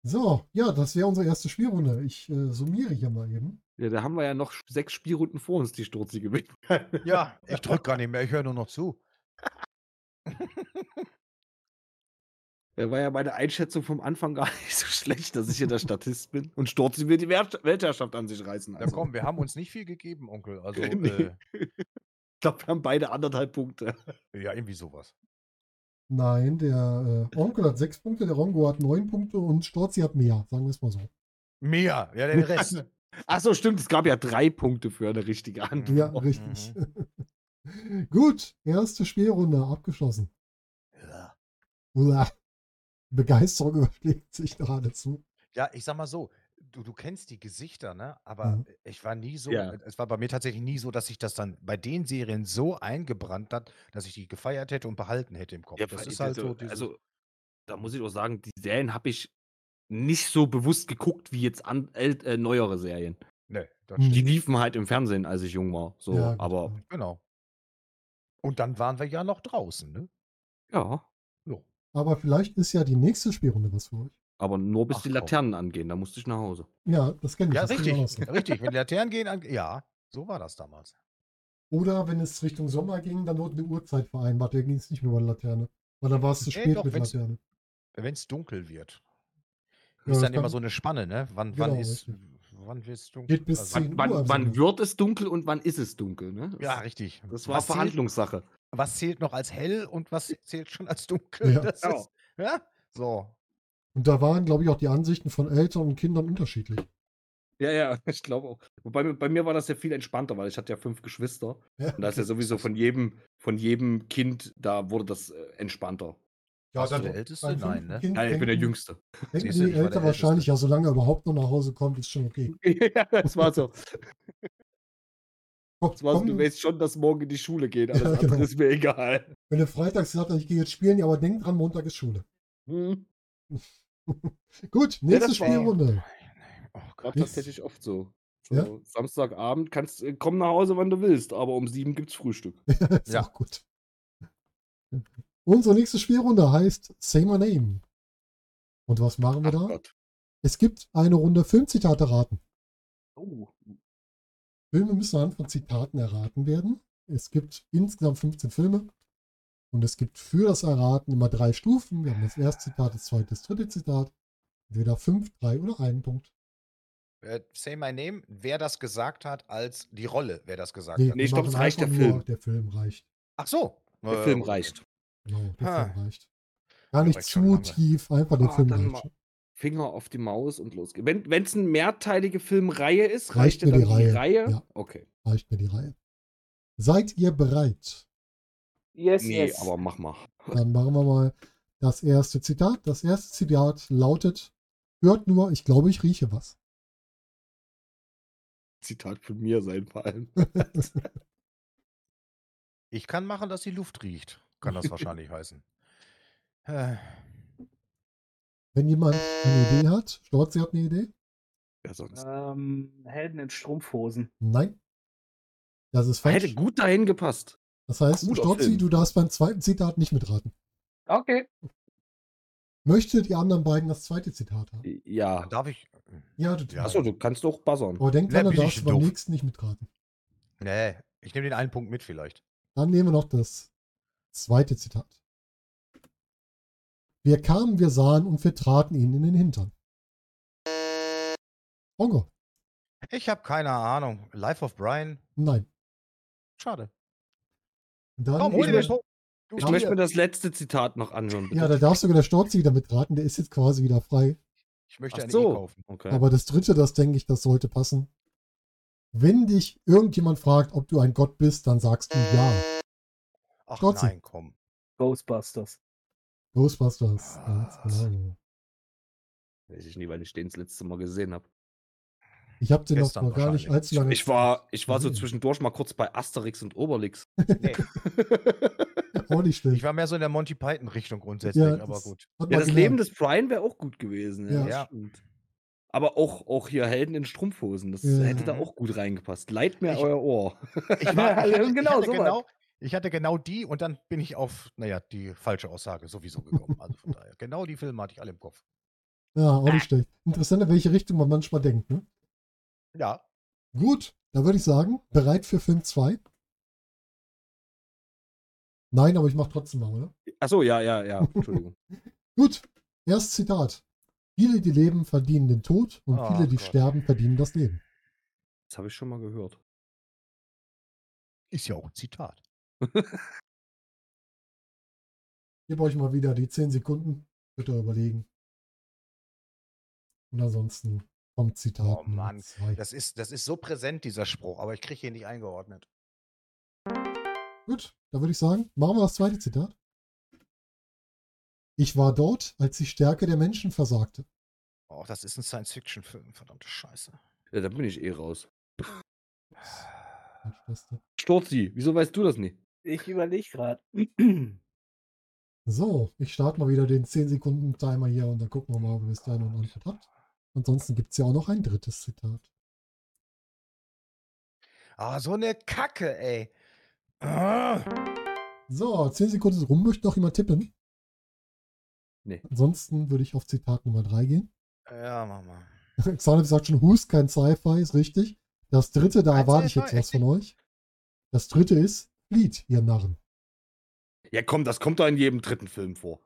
so, ja, das wäre unsere erste Spielrunde. Ich äh, summiere hier mal eben. Ja, da haben wir ja noch sechs Spielrunden vor uns, die Sturzi gewinnt. Ja, ich drück gar nicht mehr, ich höre nur noch zu. Da war ja meine Einschätzung vom Anfang gar nicht so schlecht, dass ich hier der Statist bin. Und Sturzi will die Wert- Weltherrschaft an sich reißen. Na Also, komm, wir haben uns nicht viel gegeben, Onkel. Also Nee. äh, ich glaube, wir haben beide anderthalb Punkte. ja, irgendwie sowas. Nein, der äh, Onkel hat sechs Punkte, der Rongo hat neun Punkte und Storzi hat mehr, sagen wir es mal so. Mehr, ja, den Rest. Achso, stimmt, es gab ja drei Punkte für eine richtige Antwort. Mhm. Ja, richtig. Gut, erste Spielrunde abgeschlossen. Ja. Uah. Begeisterung überschlägt sich geradezu. Ja, ich sag mal so, du, du kennst die Gesichter, ne? Aber Mhm. äh, ich war nie so, Ja. äh, es war bei mir tatsächlich nie so, dass sich das dann bei den Serien so eingebrannt hat, dass ich die gefeiert hätte und behalten hätte im Kopf. Ja, das weil- ist halt so. dieses- also, da muss ich auch sagen, die Serien habe ich nicht so bewusst geguckt wie jetzt an, ält- äh, neuere Serien. ne, das Mhm. Die stimmt, liefen halt im Fernsehen, als ich jung war. So, Ja, gut, aber ja. genau. Und dann waren wir ja noch draußen, ne? ja, Jo. Aber vielleicht ist ja die nächste Spielrunde was für euch. aber nur bis Ach, die komm. Laternen angehen, da musste ich nach Hause. Ja, Hm, das kenne ich. Ja, das kenn ich richtig. auch noch so. Richtig, wenn die Laternen gehen, an, ja, so war das damals. Oder wenn es Richtung Sommer ging, dann wurde eine Uhrzeit vereinbart. Da ging es nicht mehr über die Laterne. Weil dann war es zu Nee, spät doch, mit wenn's- Laterne. Wenn es dunkel wird. Ja, ist das dann immer kann- so eine Spanne, ne? Wann, Genau, wann ist. richtig. Wann wird es dunkel? Geht bis Also- 10 Wann, Uhr. wann, am wann Sonntag. wird es dunkel und wann ist es dunkel? Ne? Das- Ja, richtig. Das war was zählt, Verhandlungssache. was zählt noch als hell und was zählt schon als dunkel? Ja. Das Genau. ist, ja? So. Und da waren, glaube ich, auch die Ansichten von Eltern und Kindern unterschiedlich. Ja, ja, ich glaube auch. Wobei mir- bei mir war das ja viel entspannter, weil ich hatte ja fünf Geschwister. Ja, Und da ist ja sowieso von jedem, von jedem Kind, da wurde das äh, entspannter. mhm. Warst du der Älteste? beim Nein, fünften ne? Kind Ja, ich bin der denken- Jüngste. Denken Siehst die du, ich war der Eltern wahrscheinlich, Älteste. ja, solange er überhaupt noch nach Hause kommt, ist schon okay. ja, das war so. Komm, Das war so komm, du weißt schon, dass morgen in die Schule geht. Alles Ja, andere genau. ist mir egal. wenn du freitags gesagt hast, ich gehe jetzt spielen, ja, aber denk dran, Montag ist Schule. Hm, Gut, Ja, das nächste war- Spielrunde. Oh war Gott. Ist- tatsächlich oft so. so Ja? Samstagabend kannst äh, komm nach Hause, wann du willst, aber um sieben gibt's Frühstück. ist Ja. auch gut. Unsere nächste Spielrunde heißt Say My Name. Und was machen wir Ach da? Gott. Es gibt eine Runde Filmzitate raten. Oh, Filme müssen anhand von Zitaten erraten werden. Es gibt insgesamt 15 Filme. Und es gibt für das Erraten immer drei Stufen. Wir haben das erste Zitat, das zweite, das dritte Zitat. Entweder fünf, drei oder einen Punkt. Äh, say my name, wer das gesagt hat, als die Rolle, wer das gesagt Nee, hat. Nee, ich wir glaub, es machen reicht einfach der nur- Film. Der Film reicht. Ach so. Der Äh, Film okay. reicht. Genau, der Ha. Film reicht. Gar Der nicht reicht zu schon lange. tief, einfach der Ah, Film dann reicht. mal Finger auf die Maus und los geht's. Wenn es eine mehrteilige Filmreihe ist, Reicht reicht, dir mir dann die die Reihe, Reihe? ja. Okay. Reicht mir die Reihe. Seid ihr bereit? yes, Nee, yes. aber mach mal. Dann machen wir mal das erste Zitat. Das erste Zitat lautet: Hört nur, ich glaube, ich rieche was. Zitat von mir sein vor allem. Ich kann machen, dass die Luft riecht. Kann das wahrscheinlich heißen. Äh, Wenn jemand eine Idee hat, Storzi hat eine Idee? Wer sonst? Ähm, Helden in Strumpfhosen. Nein. Das ist Hätte falsch. gut dahin gepasst. Das heißt, guter Storzi, Film. du darfst beim zweiten Zitat nicht mitraten. Okay. Möchte die anderen beiden das zweite Zitat haben? Ja. darf ich. äh, Ja, du Ja. Achso, du kannst doch buzzern. Aber denk Na, dran, du bin ich darfst beim doof. nächsten nicht mitraten. Nee, ich nehme den einen Punkt mit vielleicht. Dann nehmen wir noch das zweite Zitat. Wir kamen, wir sahen und wir traten ihnen in den Hintern. Bongo. Ich habe keine Ahnung. Life of Brian. Nein. Schade. Dann Komm, hol dir den Punkt. Du Ich Ja. möchte mir das letzte Zitat noch anhören. ja, da darf sogar der Storzi wieder mitraten. Der ist jetzt quasi wieder frei. Ich möchte Ach einen so. E kaufen. Okay. Aber das dritte, das denke ich, das sollte passen. Wenn dich irgendjemand fragt, ob du ein Gott bist, dann sagst du ja. Ach Trotzdem. nein, komm. Ghostbusters. Ghostbusters. Ah, Ganz Was? genau. Weiß ich nie, weil ich den das letzte Mal gesehen habe. Ich habe den noch Gestern vor gar nicht wahrscheinlich. allzu lange. Ich war, ich war so Mhm. zwischendurch mal kurz bei Asterix und Obelix. Nee, Auch nicht schlimm. ich war mehr so in der Monty Python-Richtung grundsätzlich, Ja, aber das- gut. Hat man Ja, das gelernt. Leben des Brian wäre auch gut gewesen. Ja. Ja. das Ja. stimmt. Aber auch, auch hier Helden in Strumpfhosen, das Ja. hätte da auch gut reingepasst. Leiht mir Ich- euer Ohr. Ich, war, ich, Ja, hatte, genau, ich, hatte sowas. genau, ich hatte genau die und dann bin ich auf, naja, die falsche Aussage sowieso gekommen. Also von daher, genau die Filme hatte ich alle im Kopf. Ja, Ah. auch nicht schlecht. Interessant, in welche Richtung man manchmal denkt. Ne? Ja, Gut, da würde ich sagen, bereit für Film 2? Nein, aber ich mache trotzdem mal, oder? Achso, ja, ja, ja. Entschuldigung. Gut, erst Zitat. Viele, die leben, verdienen den Tod und Oh viele, die Gott. sterben, verdienen das Leben. Das habe ich schon mal gehört. ist ja auch ein Zitat. Gebt euch mal wieder die 10 Sekunden. Bitte überlegen. Und ansonsten kommt Zitat Oh Nummer Mann, zwei. Das ist, das ist so präsent, dieser Spruch, aber ich kriege ihn nicht eingeordnet. Gut, da würde ich sagen, machen wir das zweite Zitat. Ich war dort, als die Stärke der Menschen versagte. Oh, das ist ein Science-Fiction-Film, verdammte Scheiße. Ja, da bin ich eh raus. Meine Schwester. Sturzi, wieso weißt du das nicht? Ich Äh, überlege gerade. So, ich starte mal wieder den 10-Sekunden-Timer hier und dann gucken wir mal, ob ihr bis dahin noch eine Antwort habt. Ansonsten gibt es ja auch noch ein drittes Zitat. Ah, so eine Kacke, ey. Ah. So, 10 Sekunden sind rum. Möchte noch jemand tippen? Nee. Ansonsten würde ich auf Zitat Nummer 3 gehen. Ja, Mama. Xanab sagt schon, Hus, kein Sci-Fi, ist richtig. Das dritte, da Kein erwarte ich Sci-Fi, jetzt was von euch. Das dritte ist, flieht, ihr Narren. Ja, komm, das kommt doch in jedem dritten Film vor.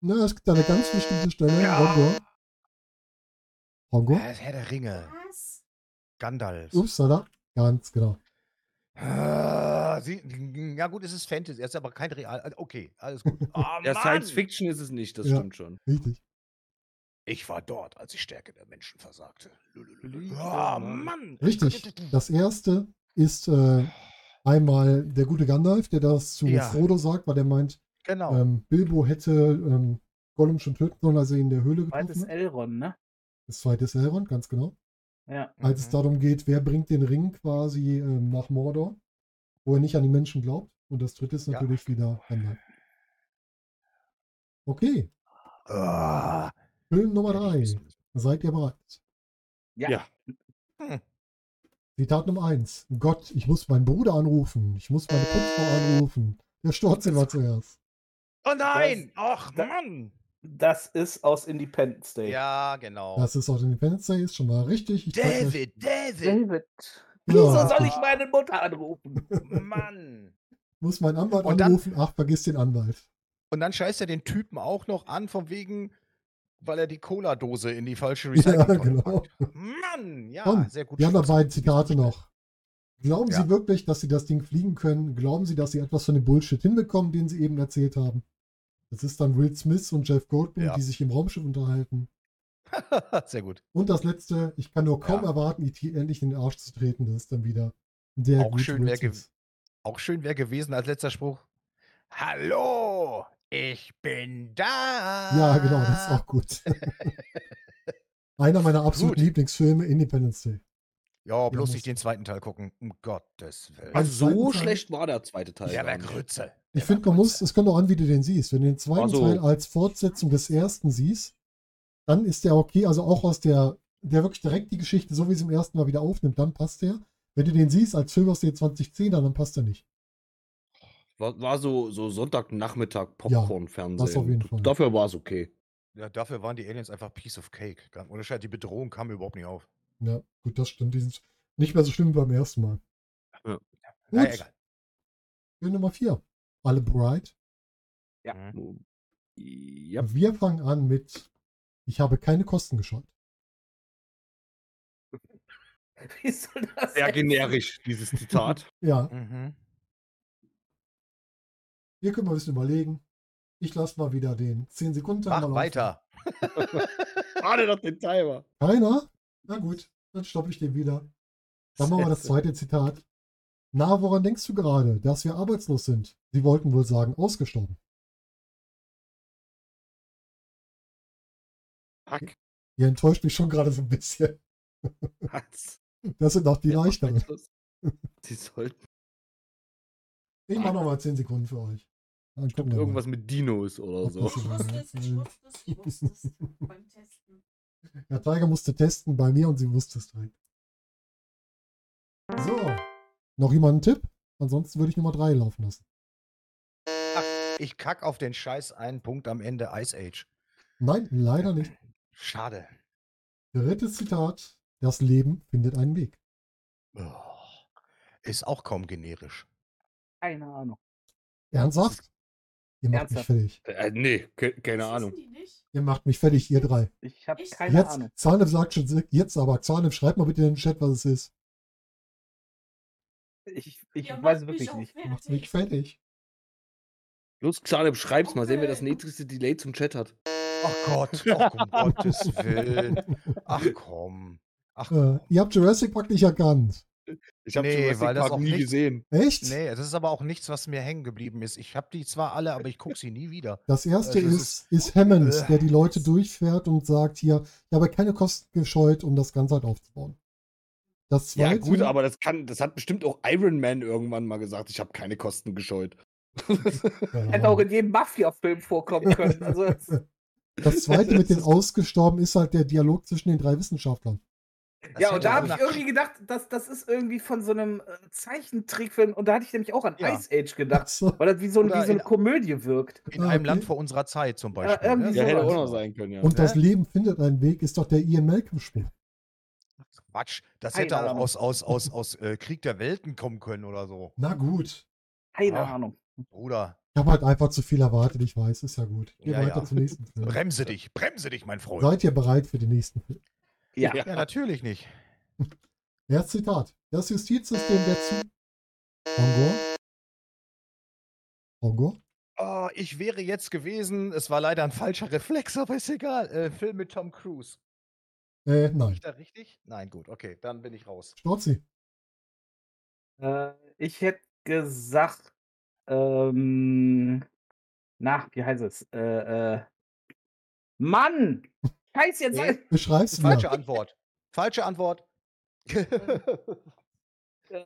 Na, es gibt da eine ganz bestimmte Stelle, Rongo. Rongo? Äh, Herr der Ringe. Was? Gandalf. Uppsala. Ganz genau. Ah, Sie, ja gut, es ist Fantasy, es ist aber kein Real. also, Okay, alles gut. Ah, Ja, Mann! Science Fiction ist es nicht, das Ja. stimmt schon. Richtig. Ich war dort, als die Stärke der Menschen versagte. Lulululu. Lieber Ah, Mann. Mann! Richtig. Das erste ist äh, einmal der gute Gandalf, der das zu Ja. Frodo sagt, weil der meint, Genau. ähm, Bilbo hätte ähm, Gollum schon töten sollen, als er ihn in der Höhle Beides getroffen hat. Elrond, ne? Das zweite ist Elrond, ganz genau. Ja. Als es Mhm. darum geht, wer bringt den Ring quasi ähm, nach Mordor, wo er nicht an die Menschen glaubt. Und das dritte ist Ja. natürlich wieder Gandalf. Okay, Ah. Film Nummer Hätte ich 3. wissen müssen. Seid ihr bereit? Ja. Ja. Hm. Zitat Nummer 1. Gott, ich muss meinen Bruder anrufen. Ich muss meine Putzfrau anrufen. Der Sturzin war zuerst. Oh nein! Ach, da- Mann! Das ist aus Independence Day. Ja, genau. Das ist auch Independence Day, ist schon mal richtig. Ich zeig euch- Genau. David, David! David. Ja, Wieso soll richtig. ich meine Mutter anrufen? Mann! muss meinen Anwalt Und dann- anrufen. Ach, vergiss den Anwalt. Und dann scheißt er den Typen auch noch an, von wegen, weil er die Cola-Dose in die falsche Ja, Recycling genau. Mann, ja, Komm, sehr gut. Die anderen Schluss. beiden Zitate noch. Glauben Ja. Sie wirklich, dass Sie das Ding fliegen können? Glauben Sie, dass Sie etwas von dem Bullshit hinbekommen, den Sie eben erzählt haben? Das ist dann Will Smith und Jeff Goldblum, Ja. die sich im Raumschiff unterhalten. sehr gut. Und das letzte, ich kann nur kaum Ja. erwarten, IT endlich in den Arsch zu treten. Das ist dann wieder der Auch gute schön, Will wer ge- Smith. Auch schön wäre gewesen als letzter Spruch. Hallo, ich bin da. Ja, genau, das ist auch gut. Einer meiner absoluten Gut. Lieblingsfilme, Independence Day. Ja, bloß muss- nicht den zweiten Teil gucken. Um Gottes Willen. Also- Also so zweiten Teil- schlecht war der zweite Teil. ja, gar der nicht. Grütze. Ich Der finde, man muss, es kommt auch an, wie du den siehst. Wenn du den zweiten Also- Teil als Fortsetzung des ersten siehst, dann ist der okay. Also auch aus der, der wirklich direkt die Geschichte, so wie sie im ersten Mal wieder aufnimmt, dann passt der. Wenn du den siehst als Film aus den 2010 dann passt er nicht. War, war so, so Sonntagnachmittag das auf jeden Popcorn-Fernsehen. Fall. Dafür war es okay. Ja, dafür waren die Aliens einfach Piece of Cake. Ganz Ohne Scheiß, die Bedrohung kam mir überhaupt nicht auf. Ja, gut, das stimmt. Die sind nicht mehr so schlimm wie beim ersten Mal. Ja. Na, Gut. egal. Film Nummer 4. Alle bereit? Ja. Mhm. Ja, Wir fangen an mit Ich habe keine Kosten gescheut. Wie soll das sehr jetzt- generisch, dieses Zitat. Ja, Mhm. Hier können wir ein bisschen überlegen. Ich lasse mal wieder den 10 Sekunden Mach weiter. Gerade noch den Timer. Keiner? Na gut, dann stoppe ich den wieder. Dann machen wir das zweite Zitat. Na, woran denkst du gerade, dass wir arbeitslos sind? Sie wollten wohl sagen, ausgestorben. Fuck. Ihr enttäuscht mich schon gerade so ein bisschen. Hat's. Das sind auch die Ja, mach leichteren. weiter. Sie sollten Ich mache nochmal 10 Sekunden für euch. Dann gucken wir mal, irgendwas mit Dinos oder ob so. das Ich wusste es, ich überhaupt- wusste es, ich wusste es beim Testen. Ja, Tiger musste testen bei mir und sie wusste es direkt. So. Noch jemand einen Tipp? Ansonsten würde ich Nummer 3 laufen lassen. Ich kack auf den Scheiß einen Punkt am Ende Ice Age. Nein, leider nicht. Schade. Drittes Zitat. Das Leben findet einen Weg. Oh. Ist auch kaum generisch. Keine Ahnung. Ernsthaft? Ihr macht Ernsthaft? mich fertig. Äh, nee, ke keine Das wissen Ahnung. Die nicht? Ihr macht mich fertig, ihr drei. Ich habe Ich- keine Jetzt, Ahnung. Zahnef sagt schon, jetzt aber. Zahnef, schreibt mal bitte in den Chat, was es ist. Ich, ich Ihr macht weiß mich wirklich auch nicht. Ihr macht fertig. mich fertig. Los, Xaleb, schreib's mal, sehen wir, das Okay. niedrigste Delay zum Chat hat. Ach Gott, ach, um Gottes Willen. Ach komm. Ach Äh, komm. ihr habt Jurassic Park nicht erkannt. Ich habe Nee, Jurassic weil das Park auch nie nichts- gesehen. Echt? Nee, das ist aber auch nichts, was mir hängen geblieben ist. Ich habe die zwar alle, aber ich gucke sie nie wieder. Das erste Äh, das ist, ist Hammond, Äh. der die Leute durchfährt und sagt hier, ich habe keine Kosten gescheut, um das Ganze halt aufzubauen. Das Ja, zweite, gut, aber das kann, das hat bestimmt auch Iron Man irgendwann mal gesagt, ich habe keine Kosten gescheut. Keine Hätte auch Ahnung. in jedem Mafia-Film vorkommen können. Also, es- genau. das zweite mit Das den ist- Ausgestorben ist halt der Dialog zwischen den drei Wissenschaftlern. Das ja, hätte und da auch habe ich nach- irgendwie gedacht, das, das ist irgendwie von so einem äh, Zeichentrickfilm. Und da hatte ich nämlich auch an Ja. Ice Age gedacht, So, weil das wie so, ein, Oder wie so eine in- Komödie wirkt. In Ah, einem okay. Land vor unserer Zeit zum Ja, Beispiel. irgendwie Ja, sowas. hätte auch noch sein können, ja. und das ne? Leben findet einen Weg ist doch der Ian Malcolm-Spruch. Quatsch. Das Keine hätte auch Ahnung. aus, aus, aus, aus äh, Krieg der Welten kommen können oder so. Na gut. Keine Ja. Ahnung. Bruder, Ich habe halt einfach zu viel erwartet, ich weiß, ist ja gut. Geh Ja, weiter ja. zum nächsten Film. bremse dich, bremse dich, mein Freund. Seid ihr bereit für den nächsten Film? Ja. Ja, natürlich nicht. Erstes Zitat. Das Justizsystem der Zu... Hongo? Hongo? Ah, ich wäre jetzt gewesen, es war leider ein falscher Reflex, aber ist egal. Äh, Film mit Tom Cruise. Äh, Bin nein. ich da richtig? Nein, gut, okay, dann bin ich raus. Storzi. Äh, ich hätte gesagt, ähm, na, wie heißt es? Äh, äh, Mann! Scheiß jetzt Nee. ein- Beschreib's mir. Falsche Antwort. Falsche Antwort. Hm.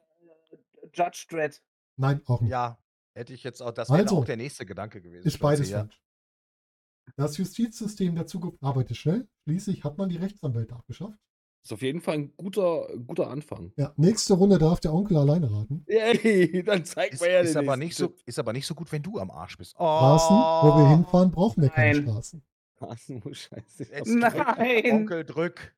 Judge Dredd. Nein, auch nicht. ja, hätte ich jetzt auch, das wäre Also, auch der nächste Gedanke gewesen. Ist Stolze, beides ja. falsch. Das Justizsystem der Zukunft arbeitet schnell. Schließlich hat man die Rechtsanwälte abgeschafft. Ist auf jeden Fall ein guter, guter Anfang. Ja, nächste Runde darf der Onkel alleine raten. Yay, dann zeig Ist, mir ja ist, den aber nächsten nicht so, ist aber nicht so gut, wenn du am Arsch bist. Oh, Straßen, wo wir hinfahren, brauchen wir keine nein. Straßen. Film. Oh, scheiße. Jetzt Nein. Drück, Nein. Onkel, drück.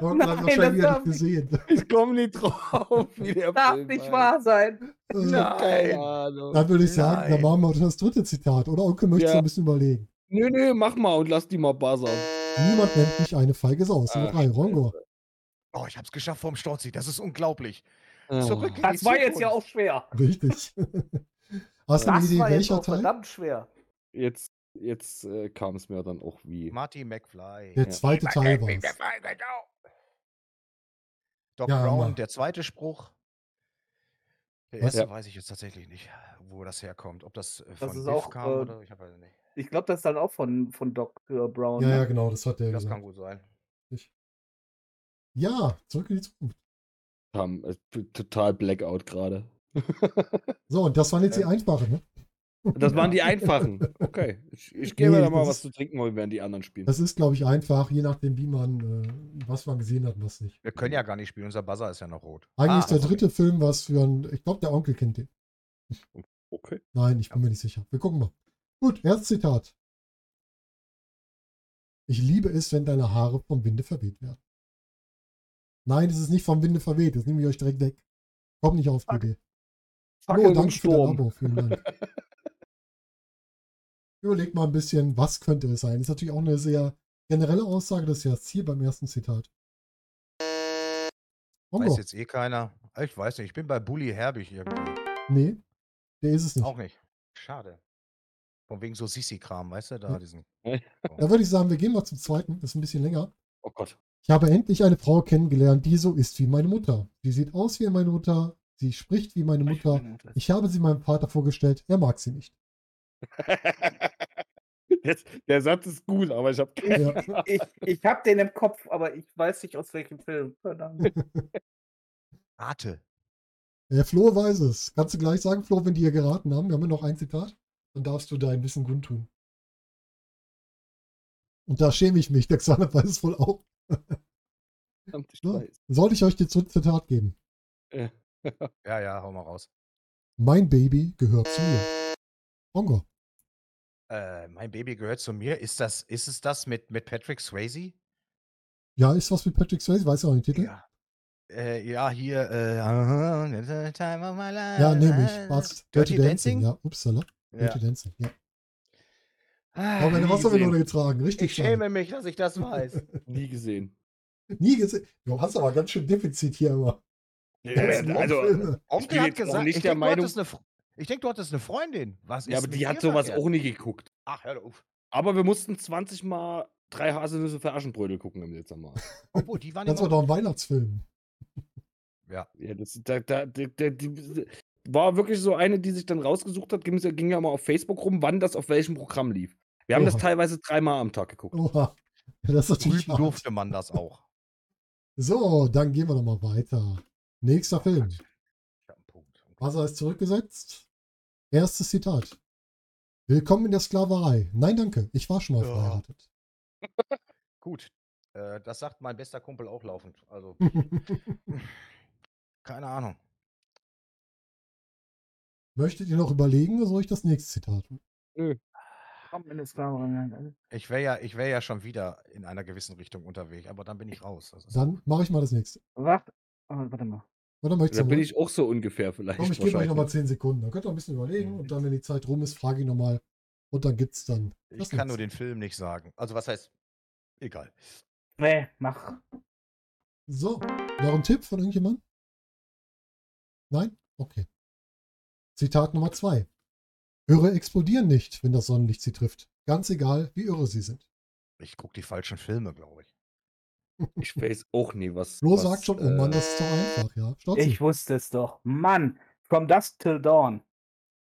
Onkel hat Nein, wahrscheinlich das ja nicht gesehen. Ich komme nicht drauf, wie der Darf Film nicht heißt. wahr sein. Äh, Keine Ahnung. Dann würde ich sagen, dann Nein. machen wir das dritte Zitat. Oder Onkel möchte Ja. ein bisschen überlegen. Nö, nö, mach mal und lass die mal buzzern. Niemand nennt mich eine feige Sau. Es sind Ah, drei. Rongo. Oh, ich hab's geschafft vom Storzi. Das ist unglaublich. Ah. Zurück Ah. in Das die war jetzt ja auch Zukunft. schwer. Richtig. Hast du eine Das Idee, war jetzt welcher auch Teil? verdammt schwer. Jetzt, jetzt äh, kam es mir dann auch wie. Marty McFly. Der zweite Teil war es. Doc Ja, Brown, mach. der zweite Spruch. Der Was? erste Ja. weiß ich jetzt tatsächlich nicht, wo das herkommt. Ob das äh, von ist Biff auch, kam äh, oder ich hab also nicht. Ich glaube, das ist dann auch von, von Doc äh, Brown. Ja, ne? ja, genau, das hat der Das kann gesagt. gut sein. Ja, zurück in die Zukunft. Kam, äh, t- total Blackout gerade. So, und das waren jetzt die Ähm, einfachen, ne? Das waren die einfachen. Okay. Ich, ich gehe mir Nee, da mal das was ist- zu trinken holen, während die anderen spielen. Das ist, glaube ich, einfach, je nachdem, wie man, äh, was man gesehen hat und was nicht. Wir können ja gar nicht spielen, unser Buzzer ist ja noch rot. äh, Eigentlich Ah, ist der sorry. dritte Film, was für ein. Ich glaube, der Onkel kennt den. Okay. Nein, ich bin mir nicht sicher. Wir gucken mal. Gut, erstes Zitat. Ich liebe es, wenn deine Haare vom Winde verweht werden. Nein, es ist nicht vom Winde verweht. Das nehme ich euch direkt weg. Kommt nicht auf die Idee. Fackeln also im danke für dein Sturm. Abo. Vielen Dank. Überlegt mal ein bisschen, was könnte es sein? Ist natürlich auch eine sehr generelle Aussage. Das ist ja das Ziel beim ersten Zitat. Weiß Hongo. jetzt eh keiner. Ah, Ich weiß nicht, ich bin bei Bully Herbig irgendwie. Nee, der ist es nicht. Auch nicht. Schade. Von wegen so Sissi-Kram, weißt du, da Ja. diesen. Da würde ich sagen, wir gehen mal zum zweiten. Das ist ein bisschen länger. Oh Gott. Ich habe endlich eine Frau kennengelernt, die so ist wie meine Mutter. Sie sieht aus wie meine Mutter, sie spricht wie meine Mutter. Ich habe sie meinem Vater vorgestellt, er mag sie nicht. Jetzt, der Satz ist gut, aber ich habe keine Ja. Ahnung. Ich, ich habe den im Kopf, aber ich weiß nicht aus welchem Film. Verdammt. Arte. Äh, Flo weiß es. Kannst du gleich sagen, Flo, wenn die hier geraten haben? Wir haben ja noch ein Zitat. Dann darfst du dein Wissen kundtun. Und da schäme ich mich. Der Xander weiß es wohl auch. Verdammt, ich Ja. weiß. Sollte ich euch jetzt so ein Zitat geben? Ja, ja, hau mal raus. Mein Baby gehört zu mir. Bongo. Äh, mein Baby gehört zu mir. Ist das, ist es das mit, mit Patrick Swayze? Ja, ist was mit Patrick Swayze? Weiß er auch den Titel? Ja, Ja. Äh, ja, hier, äh, uh, time of my life. nämlich. Was? Dirty Dancing? Ja, upsala. Dirty Ja. Dancing, ja. Ah, Aber eine nie Wassermelone gesehen. getragen, richtig ich schön. schäme mich, dass ich das weiß. Nie gesehen. Nie gesehen. Du hast aber ganz schön Defizit hier immer. Ganz viele also, Filme. bin Onkel hat jetzt auch gesagt, nicht ich der denk, du hattest Meinung- eine Fr- ich denke, du hattest eine Freundin. Was ist ja, aber mit die hat dir sowas verkehrt? auch nie geguckt. Ach, hör doch auf. Aber wir mussten 20 Mal drei Haselnüsse für Aschenbrödel gucken im letzten Mal. Obwohl, die waren Das war immer- doch ein Weihnachtsfilm. Ja, das, da, da, da, da, die, war wirklich so eine, die sich dann rausgesucht hat, ging, ging ja immer auf Facebook rum, wann das auf welchem Programm lief. Wir haben das Oha. teilweise dreimal am Tag geguckt. Oha. Das ist natürlich Rüben hart. durfte man das auch. So, dann gehen wir doch mal weiter. Nächster Film. Gott. Ich hab einen Punkt. Wasser ist zurückgesetzt. Erstes Zitat. Willkommen in der Sklaverei. Nein, danke. Ich war schon mal Ja. verheiratet. Gut. Äh, das sagt mein bester Kumpel auch laufend. Also, keine Ahnung. Möchtet ihr noch überlegen oder soll ich das nächste Zitat? Komm in das Kamera. Ich wäre ja, ich wär ja schon wieder in einer gewissen Richtung unterwegs, aber dann bin ich raus. Das ist- Dann mache ich mal das nächste. Warte, oh, warte mal. Oder möchtest Da du bin mal- ich auch so ungefähr vielleicht. Komm, ich gebe euch wahrscheinlich. Mhm. nochmal 10 Sekunden. Dann könnt ihr ein bisschen überlegen und dann, wenn die Zeit rum ist, frage ich nochmal. Und dann gibt's dann. ich das kann nur nächste. den Film nicht sagen. Also was heißt, egal. Nee, mach. So, noch ein Tipp von irgendjemandem? Nein? Okay. Zitat Nummer 2. Irre explodieren nicht, wenn das Sonnenlicht sie trifft. Ganz egal, wie irre sie sind. Ich gucke die falschen Filme, glaube ich. Ich weiß auch nie, was. Flo was, sagt schon, oh äh, Mann, das ist doch einfach, ja. Stotzi, Ich wusste es doch. Mann, from dusk till dawn.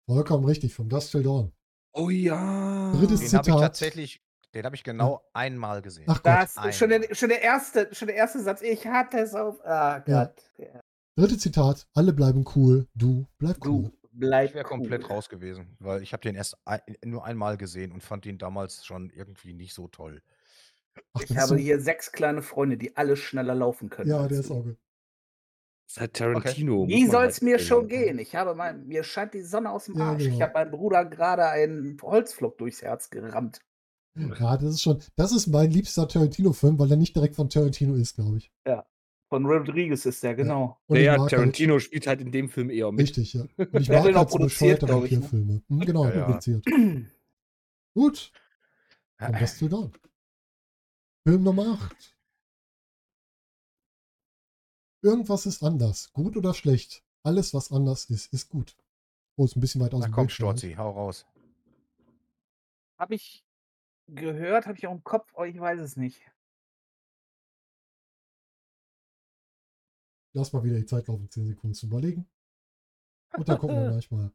vollkommen richtig, vom Dust Till Dawn. Oh ja. Drittes Den habe ich Zitat. tatsächlich, den habe ich genau einmal gesehen. Hm. Ach Gott. Das ist schon der, schon, der erste, schon der erste Satz. Ich hatte es auf. Ah, Ja. Gott. Ja. Dritte Zitat, alle bleiben cool, du bleib cool. Du bleib Ich wäre komplett raus gewesen, weil ich habe den erst ein, nur einmal gesehen und fand ihn damals schon irgendwie nicht so toll. Ach, Ich das ist habe so- hier sechs kleine Freunde, die alle schneller laufen können. ja, als der du. ist auch gut. Das ist halt Tarantino. muss Wie man soll's halt mir sehen. schon gehen? Ich habe mein, mir scheint die Sonne aus dem Ja, Arsch. Ich genau. habe meinem Bruder gerade einen Holzflock durchs Herz gerammt. Ja, das ist schon, das ist mein liebster Tarantino-Film, weil er nicht direkt von Tarantino ist, glaube ich. Von Rodriguez ist der, genau. Und ich Naja, mag Tarantino spielt halt in dem Film eher Halt, mit. richtig, ja. Und ich Der mag hat ihn halt auch so produziert, bescheuerte glaub ich, ne? Vampirfilme. Hm, genau, Ja, ja. produziert. Gut, Äh. dann das du da. Film Nummer 8. Irgendwas ist anders, gut oder schlecht. Alles, was anders ist, ist gut. Oh, ist ein bisschen weit aus Na dem komm, Bild, ne? Storzi, hau raus. Habe ich gehört, habe ich auch im Kopf, aber ich weiß es nicht. Lass mal wieder die Zeit laufen, 10 Sekunden zu überlegen. Und dann gucken wir gleich mal,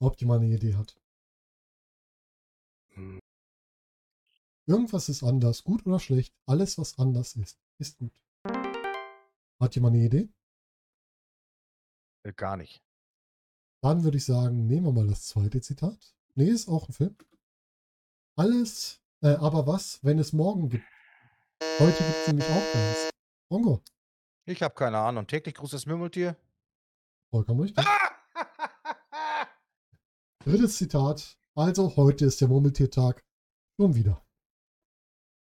ob jemand eine Idee hat. Hm. Irgendwas ist anders, gut oder schlecht. Alles, was anders ist, ist gut. Hat jemand eine Idee? Äh, Gar nicht. Dann würde ich sagen, nehmen wir mal das zweite Zitat. Nee, ist auch ein Film. Alles, äh, aber was, wenn es morgen gibt? Heute gibt es nämlich auch keins. Bongo, Ich habe keine Ahnung. Täglich grüßt das Mümmeltier. vollkommen richtig. Drittes Zitat. Also, heute ist der Murmeltiertag. Schon wieder.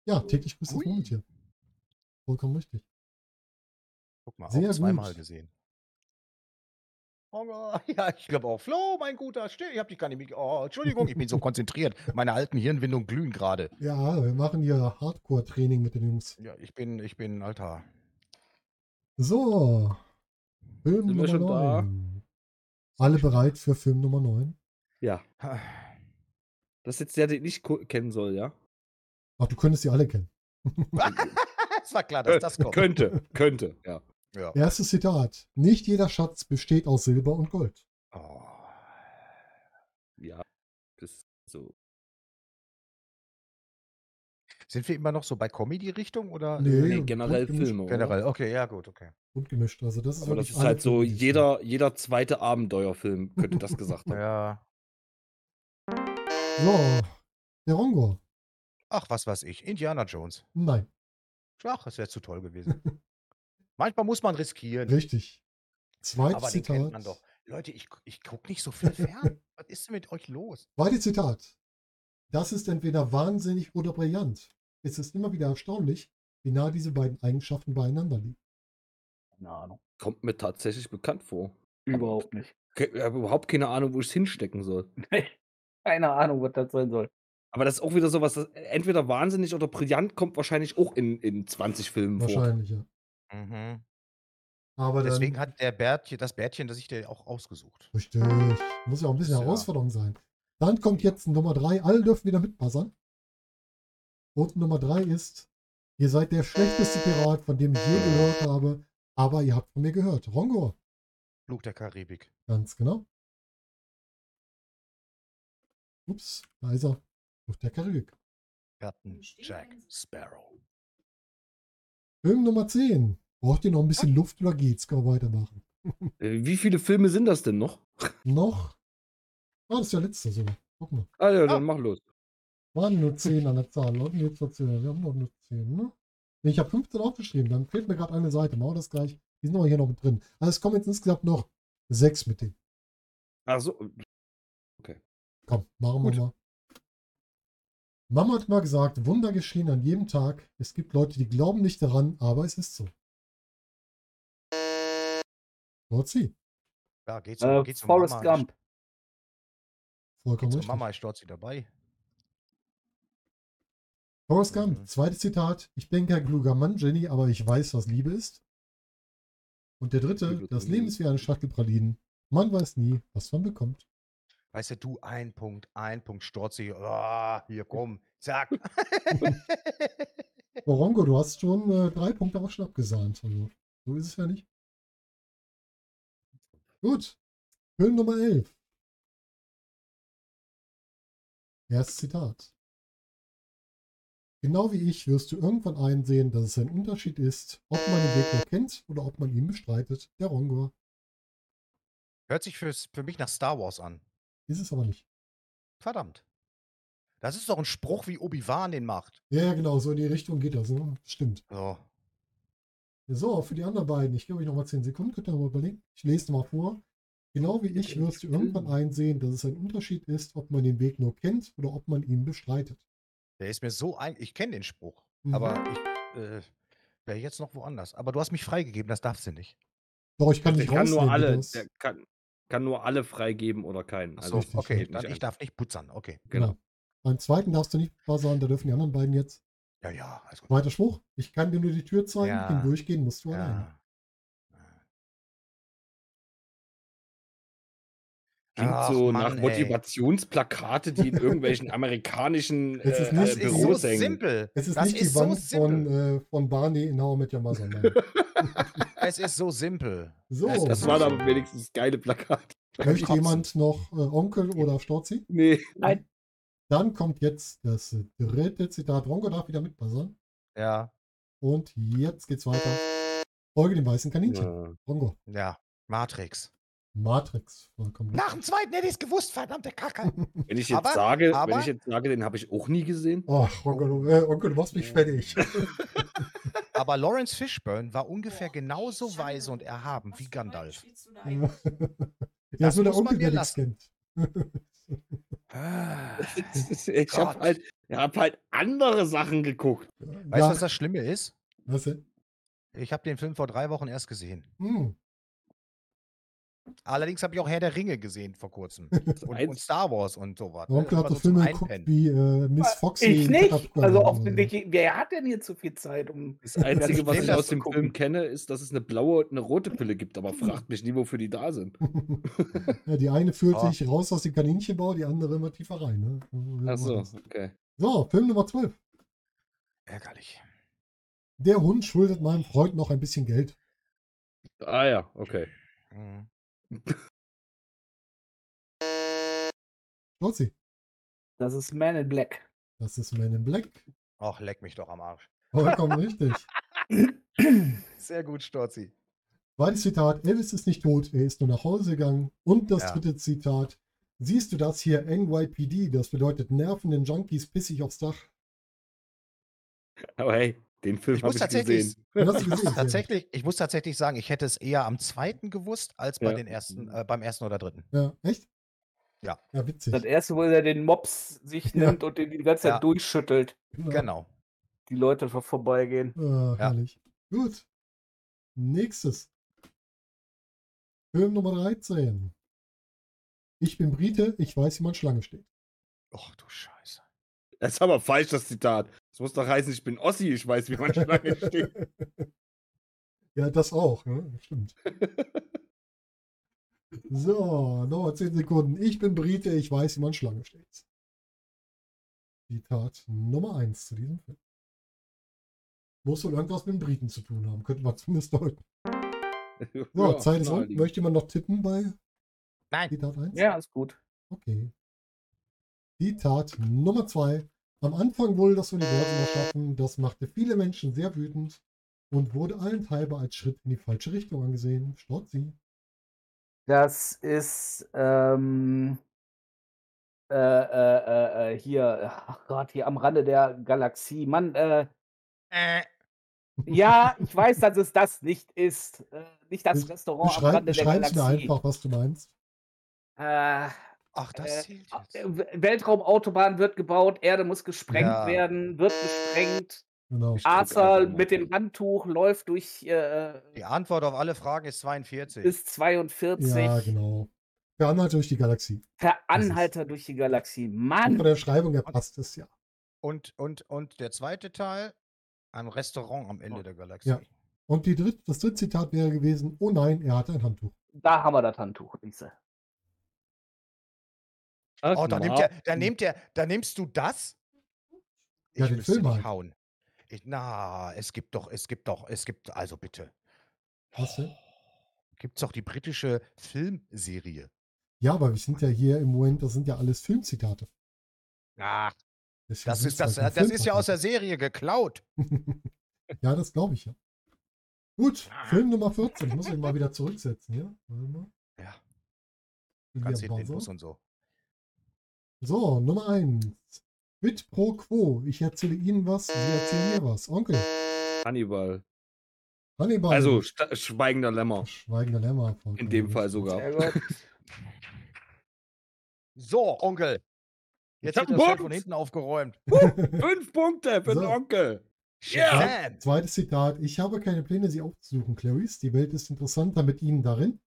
Ja, täglich grüßt das Ui. Murmeltier. Vollkommen richtig. Guck mal, Sehr auch zweimal gut. gesehen. Oh, ja, ich glaube auch. Flo, mein guter, still. Ich habe dich gar nicht mit. Oh, Entschuldigung, ich bin so konzentriert. Meine alten Hirnwindungen glühen gerade. Ja, wir machen hier Hardcore-Training mit den Jungs. Ja, ich bin, ich bin, Alter. So. Film Sind wir Nummer schon da? 9. Alle bereit für Film Nummer 9? Ja. Das ist jetzt der, den ich nicht ko- kennen soll, ja? Ach, du könntest die alle kennen. Es war klar, dass das Oh. kommt. Könnte, könnte, ja. Ja. Erstes Zitat. Nicht jeder Schatz besteht aus Silber und Gold. Oh. Ja. Das ist so. Sind wir immer noch so bei Comedy-Richtung oder? Nee, äh, Nee, und Ne, generell bunt gemischt- Filme. Oder? Generell, okay, ja, gut, okay. Bunt gemischt. Also, das ist Aber das wirklich ist alle halt so, Filme, die es jeder, jeder zweite Abenteuerfilm könnte das gesagt Hm. haben. Ja. gibt. So. Der Rongo. Ach, was weiß ich. Indiana Jones. Nein. Ach, das wäre zu toll gewesen. Manchmal muss man riskieren. Richtig. Zweites aber den Zitat. kennt man doch. Leute, ich, gu- ich gucke nicht so viel fern. was ist denn mit euch los? Zweite Zitat. Das ist entweder wahnsinnig oder brillant. Es ist immer wieder erstaunlich, wie nah diese beiden Eigenschaften beieinander liegen. Keine Ahnung. Kommt mir tatsächlich bekannt vor. Überhaupt nicht. Ich habe überhaupt keine Ahnung, wo ich es hinstecken soll. Keine Ahnung, was das sein soll. Aber das ist auch wieder sowas, das entweder wahnsinnig oder brillant kommt wahrscheinlich auch in, in 20 Filmen vor. Wahrscheinlich, ja. Mhm. Aber Deswegen dann, hat der Bärtchen, das Bärtchen, das ich dir auch ausgesucht. richtig. Muss ja auch ein bisschen Ja. Herausforderung sein. Dann kommt jetzt Nummer drei. Alle dürfen wieder mitpassern. Und Nummer drei ist, ihr seid der schlechteste Pirat, von dem ich je gehört habe, aber ihr habt von mir gehört. Rongo. Flug der Karibik. Ganz genau. Ups, da ist er. Auf der Karibik. Captain Stehen Jack bleiben. Sparrow. Film Nummer 10. Braucht ihr noch ein bisschen Luft oder geht's? Können wir weitermachen. Äh, Wie viele Filme sind das denn noch? Noch. Ah, das ist der letzte sogar. Guck mal. Ah ja, dann mach los. Waren nur 10 an der Zahl. Und jetzt noch 10. Wir haben noch nur 10, ne? Nee, ich habe 15 aufgeschrieben. Dann fehlt mir gerade eine Seite. Machen wir das gleich. Die sind aber hier noch mit drin. Also es kommen jetzt insgesamt noch 6 mit denen. Ach so, Komm, machen wir Gut. mal. Mama hat mal gesagt, Wunder geschehen an jedem Tag. Es gibt Leute, die glauben nicht daran, aber es ist so. Gott sie. Da geht's um, Äh, um geht's Forrest Mama. Gump. Vollkommen Geht's um richtig. Mama, ich dort sie dabei. Forrest Gump, Mhm. zweites Zitat. Ich bin kein kluger Mann, Jenny, aber ich weiß, was Liebe ist. Und der dritte, Liebe das zum Leben ist wie eine Schachtel Pralinen. Man weiß nie, was man bekommt. Weißt du, du, ein Punkt, ein Punkt, Storzi. Ah, hier, komm, zack. Borongo, Oh, du hast schon äh, drei Punkte auch schon abgesahnt. Also, so ist es ja nicht. Gut. Film Nummer 11. Erstes Zitat. Genau wie ich wirst du irgendwann einsehen, dass es ein Unterschied ist, ob man den Weg nur kennt oder ob man ihn bestreitet. Der Rongor Hört sich für's, für mich nach Star Wars an. ist es aber nicht. Verdammt. Das ist doch ein Spruch, wie Obi-Wan den macht. Ja, ja, genau, so in die Richtung geht das. Ne? Stimmt. So. So, für die anderen beiden. Ich gebe euch nochmal 10 Sekunden, könnt ihr mal überlegen. Ich lese mal vor. Genau wie ich wirst du irgendwann einsehen, dass es ein Unterschied ist, ob man den Weg nur kennt oder ob man ihn bestreitet. Der ist mir so ein. Ich kenne den Spruch, Mhm. aber ich äh, wäre jetzt noch woanders. Aber du hast mich freigegeben, das darfst du nicht. Doch, ich kann Der nicht Also kann nur rausnehmen, wie alle, das- der kann, kann nur alle freigeben oder keinen. Also Achso, richtig, okay, geht nicht dann ich ein. darf nicht putzern. Okay. genau. Genau. Beim zweiten darfst du nicht wahr sein, da dürfen die anderen beiden jetzt. Ja, ja, alles gut. Weiter Spruch. Ich kann dir nur die Tür zeigen, Ja. hindurchgehen musst du alleine. Ja. Klingt Ach, so Mann, nach äh, ey. Motivationsplakate, die in irgendwelchen amerikanischen Es ist äh, nicht- äh, es ist so Büros hängen. simpel. Es ist das nicht ist die Wand so von, simpel. äh, von Barney in How I Met Your Mother. Nein. äh Es ist so simpel. So, Es ist Das so war simpel. aber wenigstens das geile Plakat. möchte Kotzen. jemand noch äh, Onkel oder Storzi? Nee. Dann kommt jetzt das dritte Zitat. Rongo darf wieder mitpassen. Ja, Und jetzt geht's weiter. Folge dem weißen Kaninchen. Rongo. ja. Matrix. Matrix. Vollkommen richtig. Nach dem zweiten hätte ich es gewusst, verdammte Kacke. Wenn ich jetzt Aber- sage, wenn aber- ich jetzt sage, den habe ich auch nie gesehen. Ach, Rongo, du, äh, Onkel, du machst mich fertig. Aber Lawrence Fishburne war ungefähr Boah, genauso Schande. weise und erhaben Was wie für einen Gandalf. spielst du da ja, eigentlich? das so der muss man Onkel, der mir nichts kennt. Ah. ich habe Gott. halt, ich hab halt andere Sachen geguckt. Weißt du, was das Schlimme ist? was denn? Ich habe den Film vor drei Wochen erst gesehen. Hm, Allerdings habe ich auch Herr der Ringe gesehen vor kurzem. Und, Eins- und Star Wars und sowas. ne? Onkel Immer hat so zum Filme geguckt Einpennen. wie äh, Miss Foxy. ich in nicht. Katapult. Also offensichtlich, wer hat denn hier zu viel Zeit, um Das Einzige, was Problem, ich das aus zu dem gucken. Film kenne, ist, dass es eine blaue und eine rote Pille gibt. Hm. Aber fragt mich nie, wofür die da sind. ja, die eine führt Ah. sich raus aus dem Kaninchenbau, die andere immer tiefer rein. Ne? So Ach so, macht das. okay. So, Film Nummer 12. Ärgerlich. Der Hund schuldet meinem Freund noch ein bisschen Geld. Ah ja, okay. Mhm. Storzi. Das ist Man in Black. Das ist Man in Black. Ach, leck mich doch am Arsch. Vollkommen richtig. Sehr gut, Storzi. Zweites Zitat, Elvis ist nicht tot, er ist nur nach Hause gegangen. Und das Ja. dritte Zitat, siehst du das hier, NYPD, das bedeutet nervenden Junkies pissig aufs Dach. Aber hey, den Film Ich habe muss ich tatsächlich gesehen. Den hast du Ich muss, gesehen, Sven? tatsächlich, ich muss tatsächlich sagen, ich hätte es eher am zweiten gewusst, als bei Ja. den ersten, äh, beim ersten oder dritten. Ja, echt? Ja. Ja, witzig. Das erste, wo er den Mops sich Ja. nimmt und den die ganze Zeit Ja. durchschüttelt, Genau. die Leute vor- vorbeigehen. Ah, herrlich. Gut. Nächstes. Film Nummer 13. Ich bin Brite, ich weiß, wie man Schlange steht. Och du Scheiße. Das ist aber falsch, das Zitat. Das muss doch heißen, ich bin Ossi, ich weiß, wie man Schlange steht. Ja, das auch, ne? stimmt. So, noch 10 Sekunden. Ich bin Brite, ich weiß, wie man Schlange steht. Zitat Nummer 1 zu diesem Film. Muss wohl irgendwas mit den Briten zu tun haben, könnte man zumindest deuten. So, Ja, Zeit ist um. naheliegend. Möchte man noch tippen bei Nein. Zitat 1? Ja, ist gut. Okay. Zitat Nummer 2. Am Anfang wurde das Universum erschaffen, das machte viele Menschen sehr wütend und wurde allenthalber als Schritt in die falsche Richtung angesehen. Stört sie. Das ist ähm, äh, äh, äh, äh, hier, ach Gott, hier am Rande der Galaxie. Mann, äh, Äh, ja, ich weiß, dass es das nicht ist. Äh, nicht das Besch- Restaurant am Beschreib, Rande der beschreib's mir Galaxie. einfach, was du meinst. Äh, Ach, das Äh, zählt Ah, jetzt. äh, Weltraumautobahn wird gebaut, Erde muss gesprengt Ja. werden, wird gesprengt. Genau. Ich- Azahl einfach mal. mit dem Handtuch läuft durch, äh, Die Antwort auf alle Fragen ist 42. ist 42. Ja, genau. Wir haben halt durch die Galaxie. Per ist- Anhalter durch die Galaxie. Und von Mann! der Schreibung her passt es ja. und, und, und der zweite Teil, ein Restaurant am Ende der Galaxie. Ja. Und die dritt, das dritte Zitat wäre gewesen: Oh nein, er hatte ein Handtuch. Da haben wir das Handtuch, Lisa. Ach, Oh, da nimmt Martin. der, da nimmt der, da nimmst du das? Ja, den Film dich halt. hauen. Ich, na, es gibt doch, es gibt doch, es gibt, also bitte. Was denn? Gibt's doch die britische Filmserie. Ja, aber wir sind ja hier im Moment, das sind ja alles Filmzitate. Ach, Deswegen das sind's ist, das, äh, halt ein das ist ja aus der Filmpodcast. Serie geklaut. ja, das glaube ich ja. Gut, Ah. Film Nummer 14. Ich muss mich mal wieder zurücksetzen, ja? Warte mal. Ja. Will Ganz hier hinten in Pause? den Bus und so. So, Nummer 1. Quid pro quo. Ich erzähle Ihnen was, Sie erzählen mir was. Onkel, Hannibal. Hannibal. Also Sta- schweigender Lämmer. Schweigender Lämmer. Volker. In dem Fall sogar. Sehr gut. So, Onkel. Jetzt hab wird einen das Feld von Punkt. hinten aufgeräumt. Fünf Punkte für den So. Onkel. Shazam! Zweites Zitat. Ich habe keine Pläne, Sie aufzusuchen, Clarice. Die Welt ist interessanter mit Ihnen darin.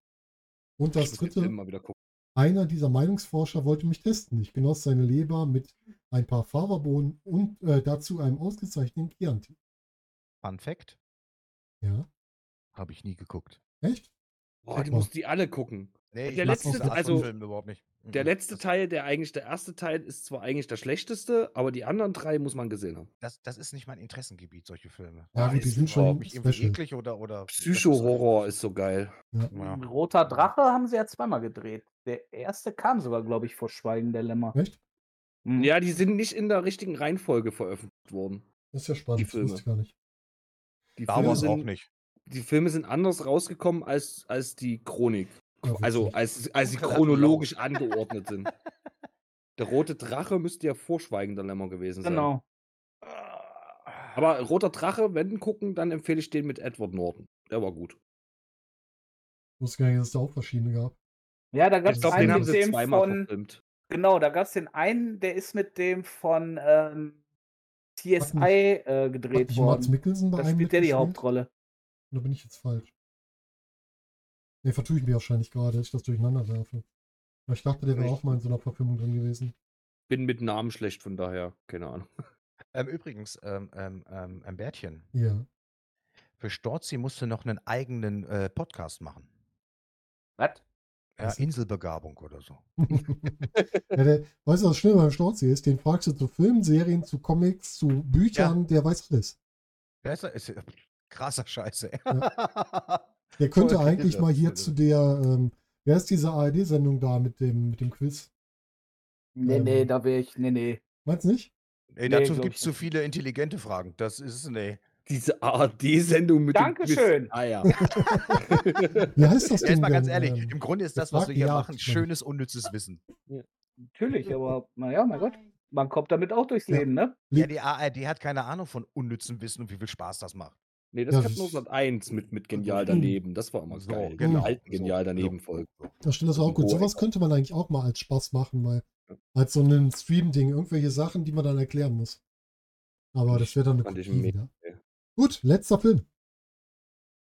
Und das Ich muss den dritte. Film mal wieder gucken. Einer dieser Meinungsforscher wollte mich testen. Ich genoss seine Leber mit ein paar Faberbohnen und äh, dazu einem ausgezeichneten Chianti. Fun Fact, Ja, Äh, habe ich nie geguckt. echt? Boah, Guck du mal. musst die alle gucken. Nee, Der mag diese letzte- Art von also, Filmen überhaupt nicht. Der Mhm. letzte Das- Teil, der eigentlich der erste Teil, ist zwar eigentlich der schlechteste, aber die anderen drei muss man gesehen haben. Das, das ist nicht mein Interessengebiet, solche Filme. Ja, gut, die ist sind schon Ob ich irgendwie special. eklig oder. oder das ist Psycho-Horror ist so geil. einfach- Ja. Roter Drache haben sie ja zweimal gedreht. Der erste kam sogar, glaube ich, vor Schweigen der Lämmer. Echt? Hm. Ja, die sind nicht in der richtigen Reihenfolge veröffentlicht worden. Das ist ja spannend. Die Das wusste Filme. ich gar nicht. Die Star Wars sind, auch nicht. Die Filme sind anders rausgekommen als, als die Chronik. Ja, Also witzig. als, als sie Roter Drache. chronologisch angeordnet sind. Der rote Drache müsste ja vorschweigender Lämmer gewesen sein. Genau. Aber roter Drache, wenn gucken, dann empfehle ich den mit Edward Norton. Der war gut. ich wusste gar nicht, dass es da auch verschiedene gab. Ja, da gab ich es glaube, einen den haben mit sie dem zweimal von. verfilmt. Genau, da gab es den einen, der ist mit dem von ähm, TSI äh, Hat gedreht nicht Mats worden. Mikkelsen bei Da einem spielt der die mitgespielt? Hauptrolle. Oder bin ich jetzt falsch? Ne, vertue ich mich wahrscheinlich gerade, dass ich das durcheinander werfe. Aber Ich dachte, der wäre Echt? auch mal in so einer Verfilmung drin gewesen. Bin mit Namen schlecht, von daher, keine Ahnung. Ähm, übrigens, ähm, ähm, ähm, ähm, Bärtchen, Ja. für Storzi musst du noch einen eigenen äh, Podcast machen. Was? Ja, Was? Inselbegabung oder so. ja der, weißt du, was schlimm beim Storzi ist? Den fragst du zu Filmen, Serien, zu Comics, zu Büchern, der weiß alles. Das ist, ist krasser Scheiße. ey. Der Oh, könnte Voll eigentlich behindert, mal hier Alter. zu der, ähm, wer ist diese ARD-Sendung da mit dem, mit dem Quiz? Nee, Ähm. nee, da wäre ich. Nee, nee. Meinst du nicht? Ey, Nee, dazu glaub gibt es ich zu nicht. viele intelligente Fragen. Das ist, nee. Diese ARD-Sendung mit Dankeschön. dem Quiz. Ah ja. Wie heißt das Ja, denn? jetzt mal ganz denn, ehrlich, ähm, im Grunde ist das das, was mag wir hier gejagt machen, werden. schönes, unnützes Wissen. Natürlich, aber naja, Oh mein Gott. Nein. Man kommt damit auch durchs Ja. Leben, ne? Ja, die ARD hat keine Ahnung von unnützem Wissen und wie viel Spaß das macht. Nee, das Ja, ja, hat das- 1901 mit, mit Genial daneben. Das war immer geil. genau. Die alten Genial daneben Folgen. das stimmt das auch gut. Boah, Sowas Oh, ey. könnte man eigentlich auch mal als Spaß machen, mal als so ein Stream-Ding, irgendwelche Sachen, die man dann erklären muss. Aber das wäre dann eine Fand ich Kopie mega. wieder. Gut, letzter Film.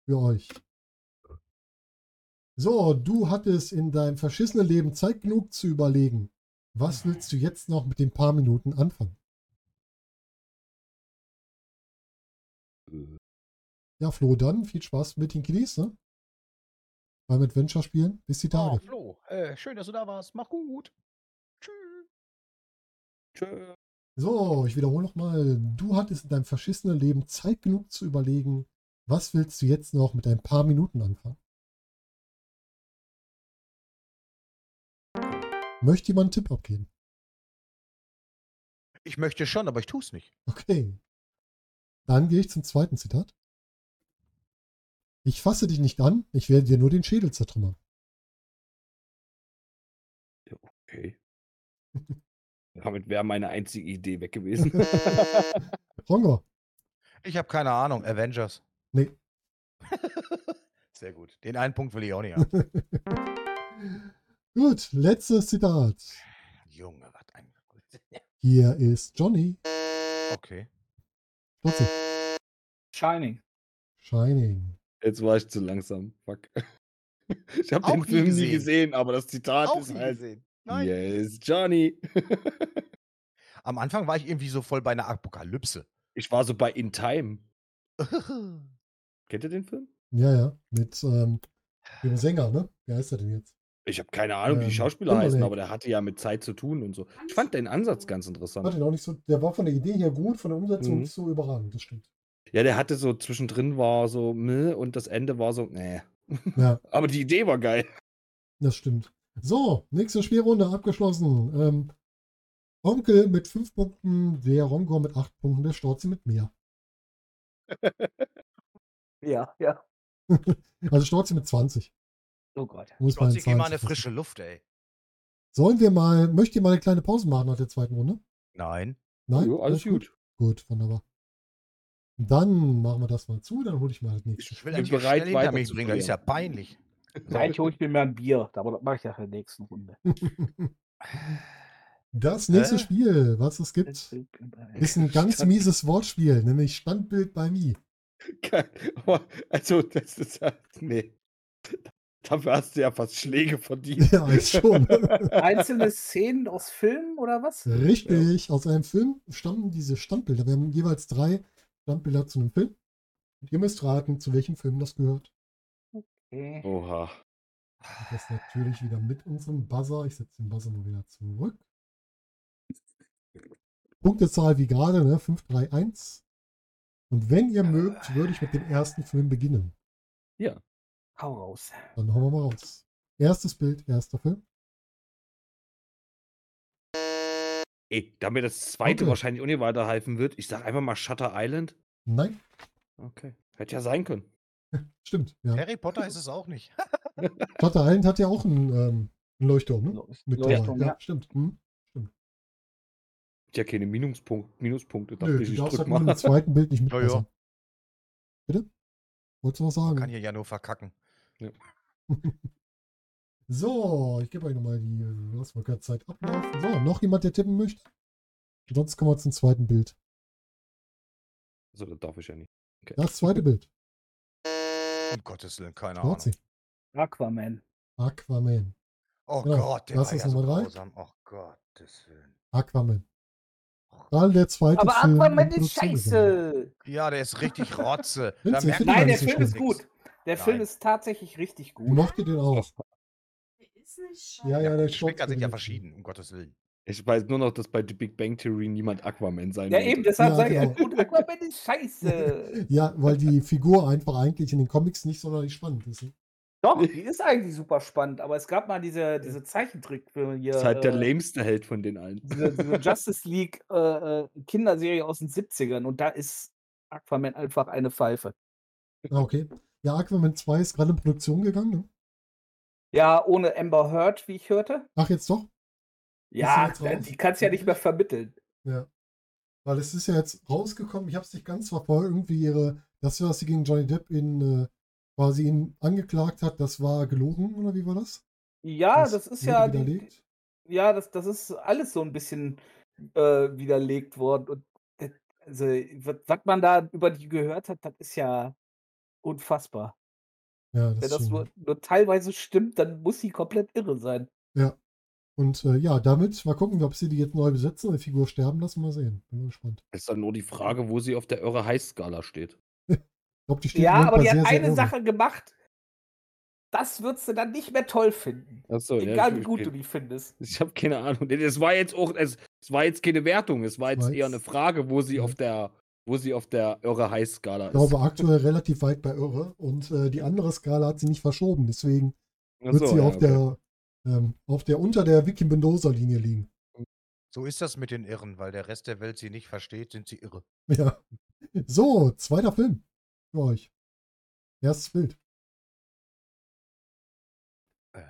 Für euch. So, du hattest in deinem verschissenen Leben Zeit genug zu überlegen. Was willst du jetzt noch mit den paar Minuten anfangen? Ja, Flo, dann viel Spaß mit den Kiddies, ne? Beim Adventure-Spielen. Bis die Oh, Tage. Flo, äh, schön, dass du da warst. Mach gut. Tschüss. Tschö. So, ich wiederhole nochmal. Du hattest in deinem verschissenen Leben Zeit genug zu überlegen, was willst du jetzt noch mit ein paar Minuten anfangen? Möchte jemand einen Tipp abgeben? Ich möchte schon, aber ich tue es nicht. Okay. Dann gehe ich zum zweiten Zitat. Ich fasse dich nicht an, ich werde dir nur den Schädel zertrümmern. Okay. Damit wäre meine einzige Idee weg gewesen. Rongo, Ich habe keine Ahnung. Avengers. Nee. Sehr gut. Den einen Punkt will ich auch nicht haben. Gut, letztes Zitat. Junge, was ein. Hier ist Johnny. Okay. Trotzdem. Shining. Shining. Jetzt war ich zu langsam. Fuck. Ich habe Auch den nie Film nie gesehen. gesehen, aber das Zitat Auch ist nie halt. gesehen. Nein. Yes, Johnny. Am Anfang war ich irgendwie so voll bei einer Apokalypse. Ich war so bei In Time. Kennt ihr den Film? Ja, ja. Mit ähm, dem Sänger, ne? Wie heißt er denn jetzt? Ich habe keine Ahnung, wie Ähm, die Schauspieler heißen, Timberlake. aber der hatte ja mit Zeit zu tun und so. Ich fand den Ansatz ganz War interessant. den auch nicht so, der war von der Idee her gut, von der Umsetzung Mhm. nicht so überragend, das stimmt. Ja, der hatte so zwischendrin war so meh und das Ende war so nee. Ja, Aber die Idee war geil. das stimmt. So, nächste Spielrunde abgeschlossen. Ähm, Onkel mit 5 Punkten, der Rongor mit 8 Punkten, der Storzi mit mehr. Ja, ja. Also Storzi mit 20. Oh Gott. Muss man Trotzdem also geh mal eine 20 frische Luft, ey. Sollen wir mal, möcht ihr mal eine kleine Pause machen nach der zweiten Runde? Nein. Nein? Jo, alles gut. Gut, wunderbar. Dann machen wir das mal zu, dann hole ich halt mal das nächste. Ich will bin eigentlich auch bereit, schnell hinter mich weiter zu bringen. Das ist ja peinlich. Gleich hole ich mir mal ein Bier, aber das mache ich ja in der nächsten Runde. Das nächste Hä? Spiel, was es gibt, ist ein ganz Stand- mieses Wortspiel, nämlich Standbild bei mir. Geil. Aber, Also, das ist halt. Nee. Dafür hast du ja fast Schläge verdient. Ja, ist schon. Einzelne Szenen aus Filmen oder was? Richtig, aus einem Film stammen diese Standbilder. Wir haben jeweils drei Standbilder zu einem Film. Und ihr müsst raten, zu welchem Film das gehört. Okay. Oha. Und Das natürlich wieder mit unserem Buzzer. Ich setze den Buzzer mal wieder zurück. Punktezahl wie gerade, ne? 5, 3, 1. Und wenn ihr mögt, würde ich mit dem ersten Film beginnen. Hau raus. Dann hauen wir mal raus. Erstes Bild, erster Film. Ey, da mir das zweite Okay. wahrscheinlich auch nicht weiterhelfen wird, ich sag einfach mal Shutter Island. Nein, Okay. Hätte ja sein können. stimmt. Ja. Harry Potter ist es auch nicht. Shutter Island hat ja auch einen, ähm, einen Leuchtturm, ne? Mit Leuchtturm, dabei. ja. ja, stimmt. Hm. Hat ja keine Minuspunkt, Minuspunkte. Dachte Nö, ich, du ich darfst drück halt mit mal. dem zweiten Bild nicht Ja, ja. mitpassen. Bitte? Wolltest du was Kann sagen? hier ja nur verkacken. So, ich gebe euch nochmal die äh, lass mal kurz Zeit ablaufen. So, noch jemand, der tippen möchte? Sonst kommen wir zum zweiten Bild. Also, das darf ich ja nicht. Das zweite Bild. Um Gottes Willen, keine Ahnung. Nordsee. Aquaman. Aquaman. Oh Genau, Gott, der das war ja ist so Nummer drei. grausam. Oh Gottes Willen. Aquaman. Dann der zweite Aber Film. Aquaman in ist Produktion gegangen. scheiße. Ja, der ist richtig rotze. Findest da du- findest merkt Nein, man du der so sich Film schlimm. ist nix. gut. Der Film Nein. ist tatsächlich richtig Ich gut. mochte den auch. Der ist nicht scheiße. Ja, ja, Ja, der die Schwarz- Geschmäcker sind ja verschieden, um Gottes Willen. Ich weiß nur noch, dass bei The Big Bang Theory niemand Aquaman sein Ja, wollte. eben, deshalb Ja, sage ich ja, genau. gut, Aquaman ist scheiße. Ja, weil die Figur einfach eigentlich in den Comics nicht sonderlich spannend ist. ne? Doch, die ist eigentlich super spannend, aber es gab mal diese, diese Zeichentrickfilme hier. Das ist halt der äh, lameste Held von den allen. diese, diese Justice League äh, äh, Kinderserie aus den 70ern und da ist Aquaman einfach eine Pfeife. Ah, okay. Ja, Aquaman 2 ist gerade in Produktion gegangen. Ne? Ja, ohne Amber Heard, wie ich hörte. Ach, jetzt doch. Ja, jetzt raus? Hm. die kannst du ja nicht mehr vermitteln. Weil es ist ja jetzt rausgekommen, ich habe es nicht ganz verfolgt, irgendwie ihre, das, was sie gegen Johnny Depp in, äh, quasi ihn angeklagt hat, das war gelogen, oder wie war das? Ja, das, ist wurde ja. Die, Widerlegt. ja, das, das ist alles so ein bisschen äh, widerlegt worden. Und äh, also, was was man da über die gehört hat, das ist ja unfassbar. Ja, das Wenn ist das schon- nur, nur teilweise stimmt, dann muss sie komplett irre sein. Und äh, ja, damit mal gucken, ob sie die jetzt neu besetzen oder die Figur sterben lassen. Mal sehen. Bin mal gespannt. Ist dann nur die Frage, wo sie auf der eure Heißskala steht. Ich glaube, die steht Ja, im Moment aber bei die hat sehr, sehr eine irre. Sache gemacht. Das würdest du dann nicht mehr toll finden. Achso, Egal wie gut du die findest. Ich habe keine Ahnung. Nee, Das war jetzt auch, es, es war jetzt keine Wertung, es war jetzt Weiß. eher eine Frage, wo sie Ja. auf der, wo sie auf der eure Heißskala Ich ist. glaube, aktuell relativ weit bei irre. Und äh, die andere Skala hat sie nicht verschoben. Deswegen wird Achso, sie ja, auf, okay. der, ähm, auf der unter der Wiki-Mendoza-Linie liegen. So ist das mit den Irren, weil der Rest der Welt sie nicht versteht, sind sie irre. Ja. So, zweiter Film für euch. Erstes Bild. Äh.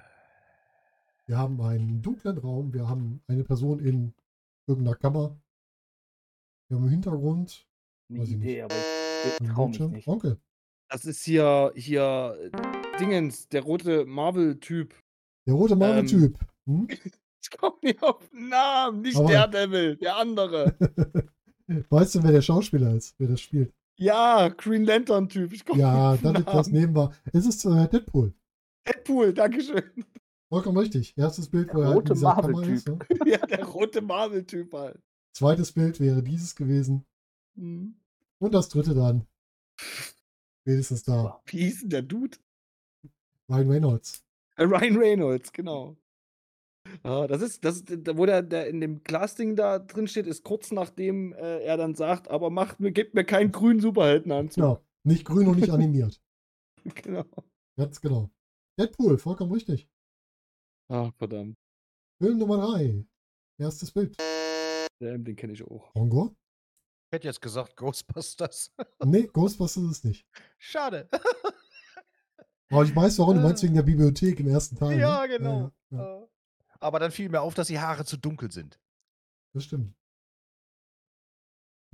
Wir haben einen dunklen Raum, wir haben eine Person in irgendeiner Kammer. Wir haben im Hintergrund Eine Weiß ich Idee, aber ich einen traue mich Bildschirm. nicht. Onkel. Das ist hier, hier äh, Dingens, der rote Marvel-Typ. Der rote Marvel-Typ. Ähm. Hm? Ich komme nicht auf den Namen. Nicht Aber- der Devil, der andere. Hm? Weißt du, wer der Schauspieler ist, wer das spielt? Ja, Green Lantern-Typ. Ich komm Ja, nicht auf dann den liegt was Namen. neben war. Es ist äh, Deadpool. Deadpool, Dankeschön. Vollkommen richtig. Erstes Bild, wo Der er halt rote in dieser Kamera Marvel-Typ. ist. Ne? Ja, der rote Marvel-Typ halt. Zweites Bild wäre dieses gewesen. Hm. Und das dritte dann. Wenigstens da. Wie hieß denn der Dude? Ryan Reynolds. Äh, Ryan Reynolds, genau. Ah, das ist, das, ist- da- wo der, der in dem Glasding da drin steht, ist kurz nachdem äh, er dann sagt, aber macht mir, gebt mir keinen grünen Superheldenanzug. Genau. Nicht grün und nicht animiert. Genau. Ganz genau. Deadpool, vollkommen richtig. Ah, verdammt. Film Nummer 3. Erstes Bild. Damn, den kenne ich auch. Bongo? Ich hätte jetzt gesagt Ghostbusters. Nee, Ghostbusters ist es nicht. Schade. Aber ich weiß warum, du Äh. meinst wegen der Bibliothek im ersten Teil. Ja, ne? genau. Ja, ja, Äh, Aber dann fiel mir auf, dass die Haare zu dunkel sind. das stimmt.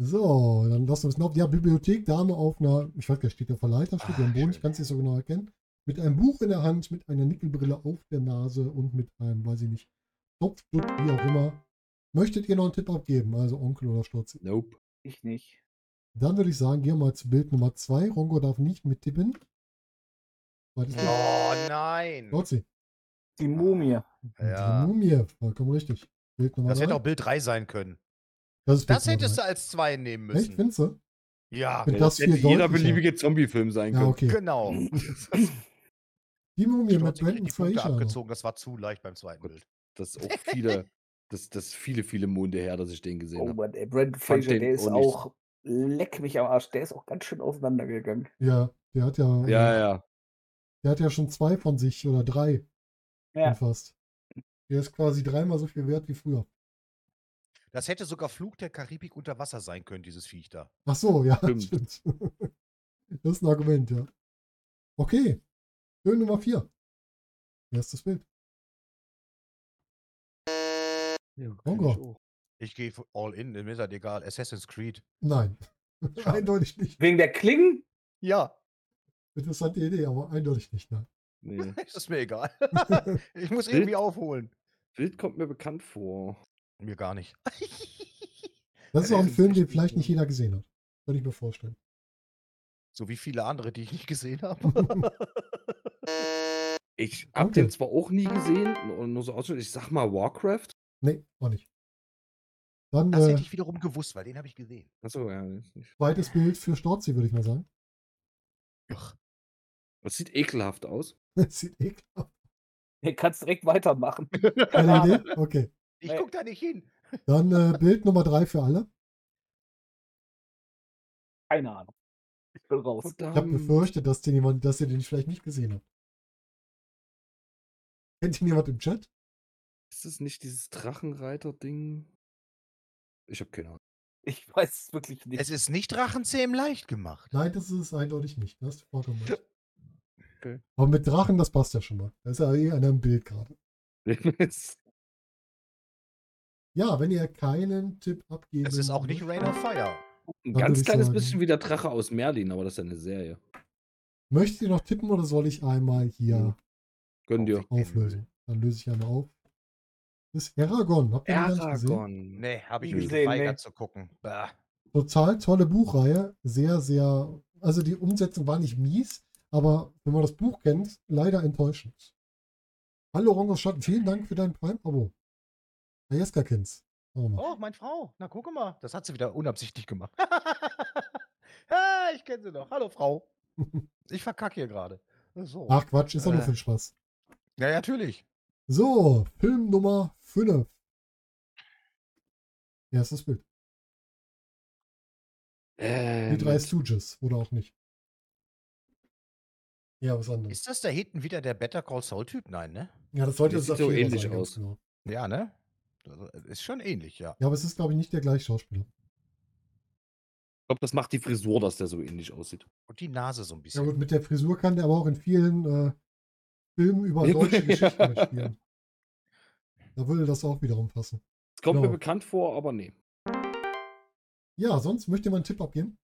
So, dann lassen wir es noch. Ja, Bibliothekdame auf einer, ich weiß gar nicht, steht da auf der Leiter, steht die am Ah, Boden, schön. ich kann es nicht so genau erkennen. Mit einem Buch in der Hand, mit einer Nickelbrille auf der Nase und mit einem, weiß ich nicht, Topfstück, wie auch immer. Möchtet ihr noch einen Tipp abgeben? Also Onkel oder Sturz? Nope. Ich nicht. Dann würde ich sagen, gehen wir mal zu Bild Nummer 2. Rongo darf nicht mittippen. Zweites Bild. Oh nein. Nordsee. Die Mumie. Die Ja. Mumie. Vollkommen richtig. Bild Nummer Das drei. hätte auch Bild 3 sein können. das ist Bild Das Nummer hättest drei. du als 2 nehmen Echt, müssen. findest du? Ja, Wenn das viel jeder deutlicher- beliebige Zombie-Film sein Ja, können. okay. genau. Die Mumie mit Brandon Sturz, ich krieg die Punkte Fraser. noch. abgezogen, das war zu leicht beim zweiten Gut. Bild. Das ist auch viele, das, das ist viele, viele Monde her, dass ich den gesehen Oh habe. Mann, ey, Brandon Fand Fraser, den der ist auch nicht- auch, leck mich am Arsch, der ist auch ganz schön auseinandergegangen. Ja, der hat ja, Ja, ja. der hat ja schon zwei von sich oder drei Ja. umfasst. Der ist quasi dreimal so viel wert wie früher. Das hätte sogar Flug der Karibik unter Wasser sein können, dieses Viech da. Ach so, ja, Stimmt. stimmt. Das ist ein Argument, ja. Okay. Film Nummer 4. Erstes Bild. ja Hunger. Ich gehe all in, mir ist das egal. Assassin's Creed. Nein. Schade. Eindeutig nicht. Wegen der Klingen? Ja, Interessante Idee, aber eindeutig nicht. Nein. nee. ist mir egal. ich muss Bild- irgendwie aufholen. Bild kommt mir bekannt vor. Mir gar nicht. Das ist Ja, auch der ein ist Film, den richtig vielleicht nicht gut. jeder gesehen hat. Würde ich mir vorstellen. So wie viele andere, die ich nicht gesehen habe. Ich habe den Danke. zwar auch nie gesehen, nur- nur so Ausschnitte. Ich sag mal Warcraft. Nee, auch nicht. Dann Das äh, hätte ich wiederum gewusst, weil den habe ich gesehen. Achso, ja. ist nicht- zweites Bild für Storzi, würde ich mal sagen. Das sieht ekelhaft aus. Das sieht ekelhaft. Ihr kannst direkt weitermachen. Keine Idee? E Okay. Ich Ey. gucke da nicht hin. Dann äh, Bild Nummer 3 für alle. Keine Ahnung. Ich bin raus. Ich Ähm. habe Verdammt. befürchtet, dass, den jemand, dass ihr den vielleicht nicht gesehen habt. Kennt ihn jemand im Chat? Ist es nicht dieses Drachenreiter-Ding? Ich habe keine Ahnung. Ich weiß es wirklich nicht. Es ist nicht Drachenzähm leicht gemacht. Nein, das ist es eindeutig nicht. Das ist vollkommen recht. Okay. Aber mit Drachen, das passt ja schon mal. Da ist ja eh einer im Bild gerade. Es- Ja, wenn ihr keinen Tipp abgeben Es ist auch nicht möchtet- Rain of Fire. Ein Dann würd ganz ich kleines sagen- bisschen wie der Drache aus Merlin, aber das ist ja eine Serie. Möchtet ihr noch tippen oder soll ich einmal Hm, hier Gönn dir. Auf jeden Fall. auflösen? Dann löse ich einmal auf. Das ist Eragon. Habt ihr den gar nicht gesehen? Aragon. Nee, habe ich Nie mich gesehen, geweigert nee. zu gucken. Bah. Total tolle Buchreihe. Sehr, sehr. Also die Umsetzung war nicht mies, aber wenn man das Buch kennt, leider enttäuschend. Hallo Rongos Schatten, vielen Dank für dein Prime-Abo. Ajeska kennt's. Auch mal. Oh, meine Frau. Na, guck mal. Das hat sie wieder unabsichtlich gemacht. ah, ich kenne sie noch. Hallo, Frau. Ich verkacke hier gerade. So. Ach Quatsch, ist doch nur Äh. für den Spaß. Ja, natürlich. So, Film Nummer 5. Erstes Bild. Die drei Ähm, Stooges, oder auch nicht. Ja, was anderes. Ist das da hinten wieder der Better Call Saul-Typ? Nein, ne? Ja, das sollte Das es sieht so Akira ähnlich ganz aus. Genau. Ja, ne? Also, Ist schon ähnlich, ja. Ja, aber es ist, glaube ich, nicht der gleiche Schauspieler. ich glaube, das macht die Frisur, dass der so ähnlich aussieht. Und die Nase so ein Ja bisschen. gut, mit der Frisur kann der aber auch in vielen äh, Filmen über Ja. deutsche Geschichten mitspielen. Da würde das auch wiederum passen. Es kommt mir Genau. bekannt vor, aber nee. Ja, sonst möchte man einen Tipp abgeben?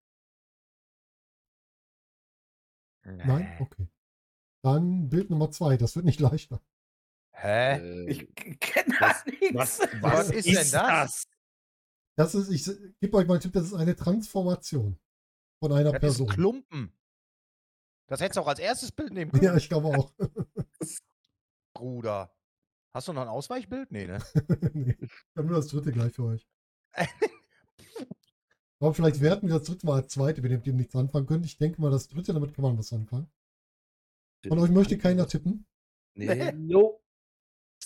Nee. Äh. Nein? Okay. Dann Bild Nummer zwei, das wird nicht leichter. Hä? Äh, Ich kenne was- da nichts. was ist denn das? Das ist, ich gebe euch mal einen Tipp, das ist eine Transformation von einer Das ist ein Person. Klumpen. Das hättest du auch als erstes Bild nehmen können, Ja, ich glaube auch. Bruder. Hast du noch ein Ausweichbild? Nee, ne? nee. Ich habe nur das dritte gleich für euch. Aber vielleicht werten wir das dritte mal als zweite, wenn ihr mit dem nichts anfangen könnt. Ich denke mal, das dritte, damit kann man was anfangen. Von euch möchte keiner tippen. Nee. No.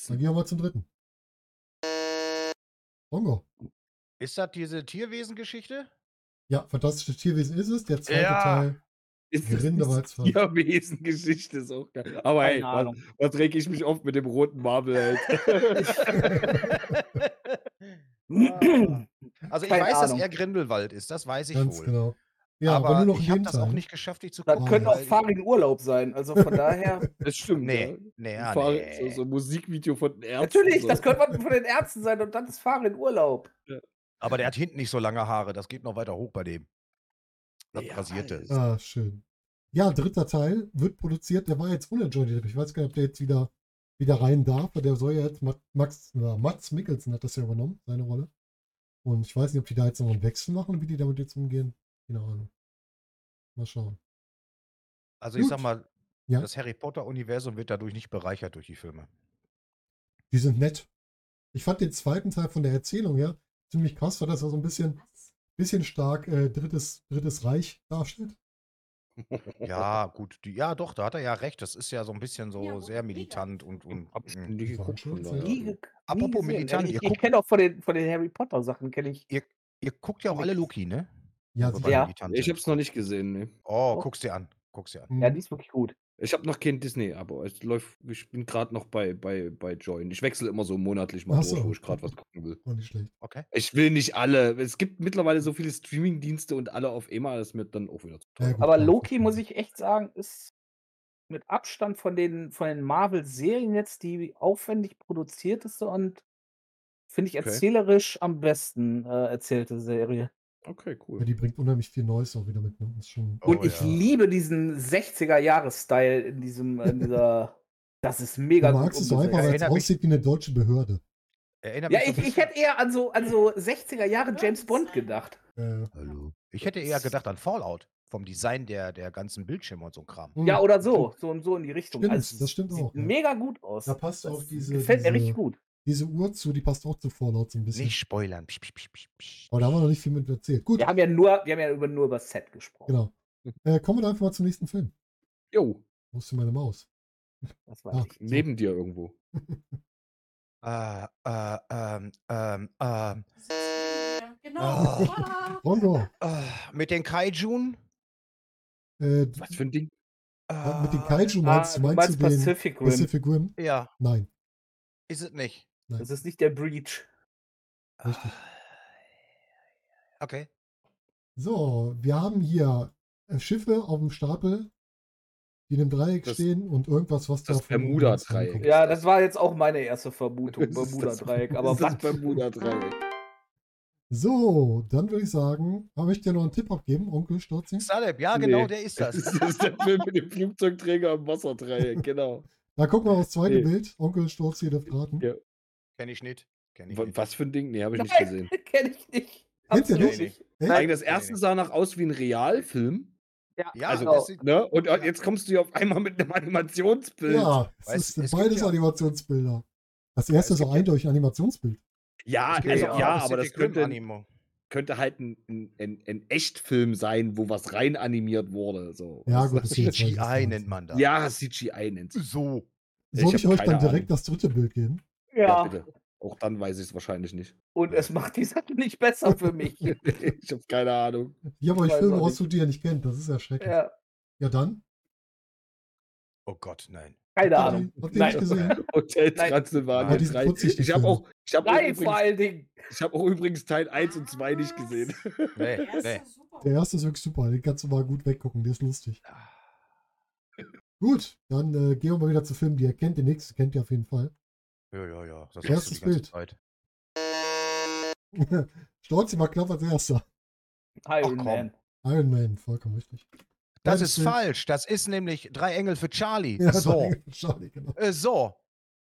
Dann gehen wir mal zum dritten. Bongo. Ist das diese Tierwesen-Geschichte? Ja, fantastische Tierwesen ist es. Der zweite Ja. Teil, Ist das diese Grindelwald. Tierwesen-Geschichte ist auch geil. Aber hey, Keine was, Ahnung. was reg ich mich oft mit dem roten Marvel Ah. Also ich Keine weiß, dass Ahnung. er Grindelwald ist, das weiß ich Ganz wohl. genau. Ja, aber, nur noch ich in habe dem das auch Teil. nicht geschafft, dich zu Das Oh, könnte auch weil- fahrigen Urlaub sein. Also von daher. Das stimmt. Nee, ja. nee, Ein ja, Fahr- nee. So, so ein Musikvideo von den Ärzten. Natürlich, so. das könnte was von den Ärzten sein und dann ist fahren Urlaub. Aber der hat hinten nicht so lange Haare, das geht noch weiter hoch bei dem. Das Ja, rasierte. Alter. Ah, schön. Ja, dritter Teil wird produziert. Der war jetzt unentschuldigt. Ich weiß gar nicht, ob der jetzt wieder, wieder rein darf. aber Der soll ja jetzt, Ma- Max, na, Mats Mikkelsen hat das ja übernommen, seine Rolle. Und ich weiß nicht, ob die da jetzt noch einen Wechsel machen und wie die damit jetzt umgehen. Keine Ahnung. Mal schauen. Also ich sag Gut. mal, Ja. Oh, das Harry Potter-Universum wird dadurch nicht bereichert durch die Filme. Die sind nett. Ich fand den zweiten Teil von der Erzählung her ziemlich krass, weil das ja so ein bisschen, Was? bisschen stark äh, drittes, drittes Reich darstellt. oh, Ja, gut, die, ja doch, da hat er ja recht. Das ist ja so ein bisschen so Ja, oh, und sehr mega. militant und, und mm. Hab ich mh. nie geguckt, Schon von Zeit. daher. Nie, ge- nie Apropos gesehen. militant, ihr Ich, ich guckt- kenne auch von den, von den Harry Potter Sachen, kenne ich. ihr guckt ja auch alle Loki, ne? Ja, Wobei sicher. Ja. militant Ich sind. hab's noch nicht gesehen, nee. Oh, guck's dir an. Guck's dir an. Mhm. Ja, die ist wirklich gut. Ich habe noch kein Disney, aber es läuft, ich bin gerade noch bei, bei, bei Join. Ich wechsle immer so monatlich mal Ach durch, so. wo ich gerade was gucken will. Auch nicht schlecht. Okay. Ich will nicht alle. Es gibt mittlerweile so viele Streaming-Dienste und alle auf einmal, das ist mir dann auch wieder zu Ja, teuer. gut, Aber klar. Loki, muss ich echt sagen, ist mit Abstand von den, von den Marvel-Serien jetzt die aufwendig produzierteste und finde ich Okay. erzählerisch am besten äh, erzählte Serie. Okay, Ja, cool. die bringt unheimlich viel Neues auch wieder mit. Ne? Ist schon Oh, und ich ja. liebe diesen 60er-Jahres-Style in diesem, in dieser. Das ist mega du gut. magst es so einfach, umgesetzt. weil es Erinnert mich- aussieht wie eine deutsche Behörde. Erinnert Ja, mich so ich, ein ich bisschen- hätte eher an so, an so 60er Jahre James Bond gedacht. Äh, Hallo. Ich hätte eher gedacht an Fallout. Vom Design der, der ganzen Bildschirme und so ein Kram. mh, Ja, oder so. So und so in die Richtung. Hm, Stimmt, Also, das stimmt sieht auch, ja. Mega gut aus. Da passt Das auch diese, Gefällt mir richtig diese, gut. diese Uhr zu, die passt auch zu Fallout so ein bisschen. Nicht spoilern. Psch, psch, psch, psch, psch. Aber da haben wir noch nicht viel mit erzählt. Gut, Wir haben ja nur, wir haben ja über, nur über Set gesprochen. genau. Äh, kommen wir einfach mal zum nächsten Film. Jo, Wo ist denn meine Maus? Das weiß Ah, ich. neben dir irgendwo. Äh, äh, ähm, ähm, ähm, Was ist denn hier? Genau. Ah. Ah. Rongo, äh, mit den Kaijun? äh, Was für ein Ding? äh, mit den Äh, Kaiju meinst du, Ah, du meinst du den Pacific Rim. Pacific Rim? Ja, Nein. ist es nicht. Nein. Das ist nicht der Breach. Richtig. Ah, Okay. So, wir haben hier äh, Schiffe auf dem Stapel, die in einem Dreieck Das- stehen und irgendwas, was das da von oben Bermuda-Dreieck. reinkommt. Ja, das war jetzt auch meine erste Vermutung, Ist das- Bermuda-Dreieck. Aber ist das was? Bermuda-Dreieck? So, dann würde ich sagen, aber möchte ich dir noch einen Tipp abgeben, Onkel Stürzi? Saleb, ja, genau, Nee. der ist Das das. ist der Film mit dem Flugzeugträger im Wasserdreieck, genau. Na, guck mal aufs zweite Nee. Bild. Onkel Sturz, ihr dürft raten. Ja. Kenn ich nicht. Kenn ich Wa- nicht. Was für ein Ding? Nee, habe ich nicht Nein. gesehen. Kenne ich nicht. Kennt ihr Absolut nicht? nicht. Nein, das Nee, erste nee. sah nach aus wie ein Realfilm. Ja, also, das genau. ist- Ne? Und äh, jetzt kommst du hier auf einmal mit einem Animationsbild. Ja, es Weißt, sind es gibt beides ja- Animationsbilder. Das erste es ist auch gibt ja- eindeutig ein Animationsbild. ja, es gibt also, ja ja, auch aber das Pacific Rim könnte, Animo. könnte halt ein, ein, ein, ein Echtfilm sein, wo was rein animiert wurde. So. Ja, Das- gut, okay, jetzt weiß ich, was du CGI meinst. nennt man das. ja, CGI nennt sich. So. Ich Soll ich, hab euch dann keine direkt das dritte Bild geben? Ja, bitte. Auch dann weiß ich es wahrscheinlich nicht. und es macht die Sache nicht besser für mich. ich habe keine Ahnung. Ich habe euch Weiß Filme auch nicht. ausgesucht, die ihr nicht kennt. Das ist ja schrecklich. Ja, Ja, dann? Oh Gott, nein. keine Habt ihr Ahnung. den- Habt ihr Nein. nicht gesehen? Hotel Nein. Ja, Transylvanien die sind 3. putzig, die Ich habe Filme. auch, ich hab auch, Nein, vor übrigens- allen Dingen. ich hab auch übrigens Teil 1 und 2 nicht gesehen. Nee, Der erste nee. ist super. Der erste ist wirklich super. Den kannst du mal gut weggucken. Der ist lustig. Gut, dann äh, gehen wir mal wieder zu Filmen, die ihr kennt. Den nächsten kennt ihr auf jeden Fall. Ja, ja, ja. Das Erstes Bild. Zeit. Stolz, mal knapp als erster. Iron komm. Man. Iron Man, vollkommen richtig. Das Beides ist Filme- falsch. Das ist nämlich Drei Engel für Charlie. Ja, so. Schade, genau. Äh, so.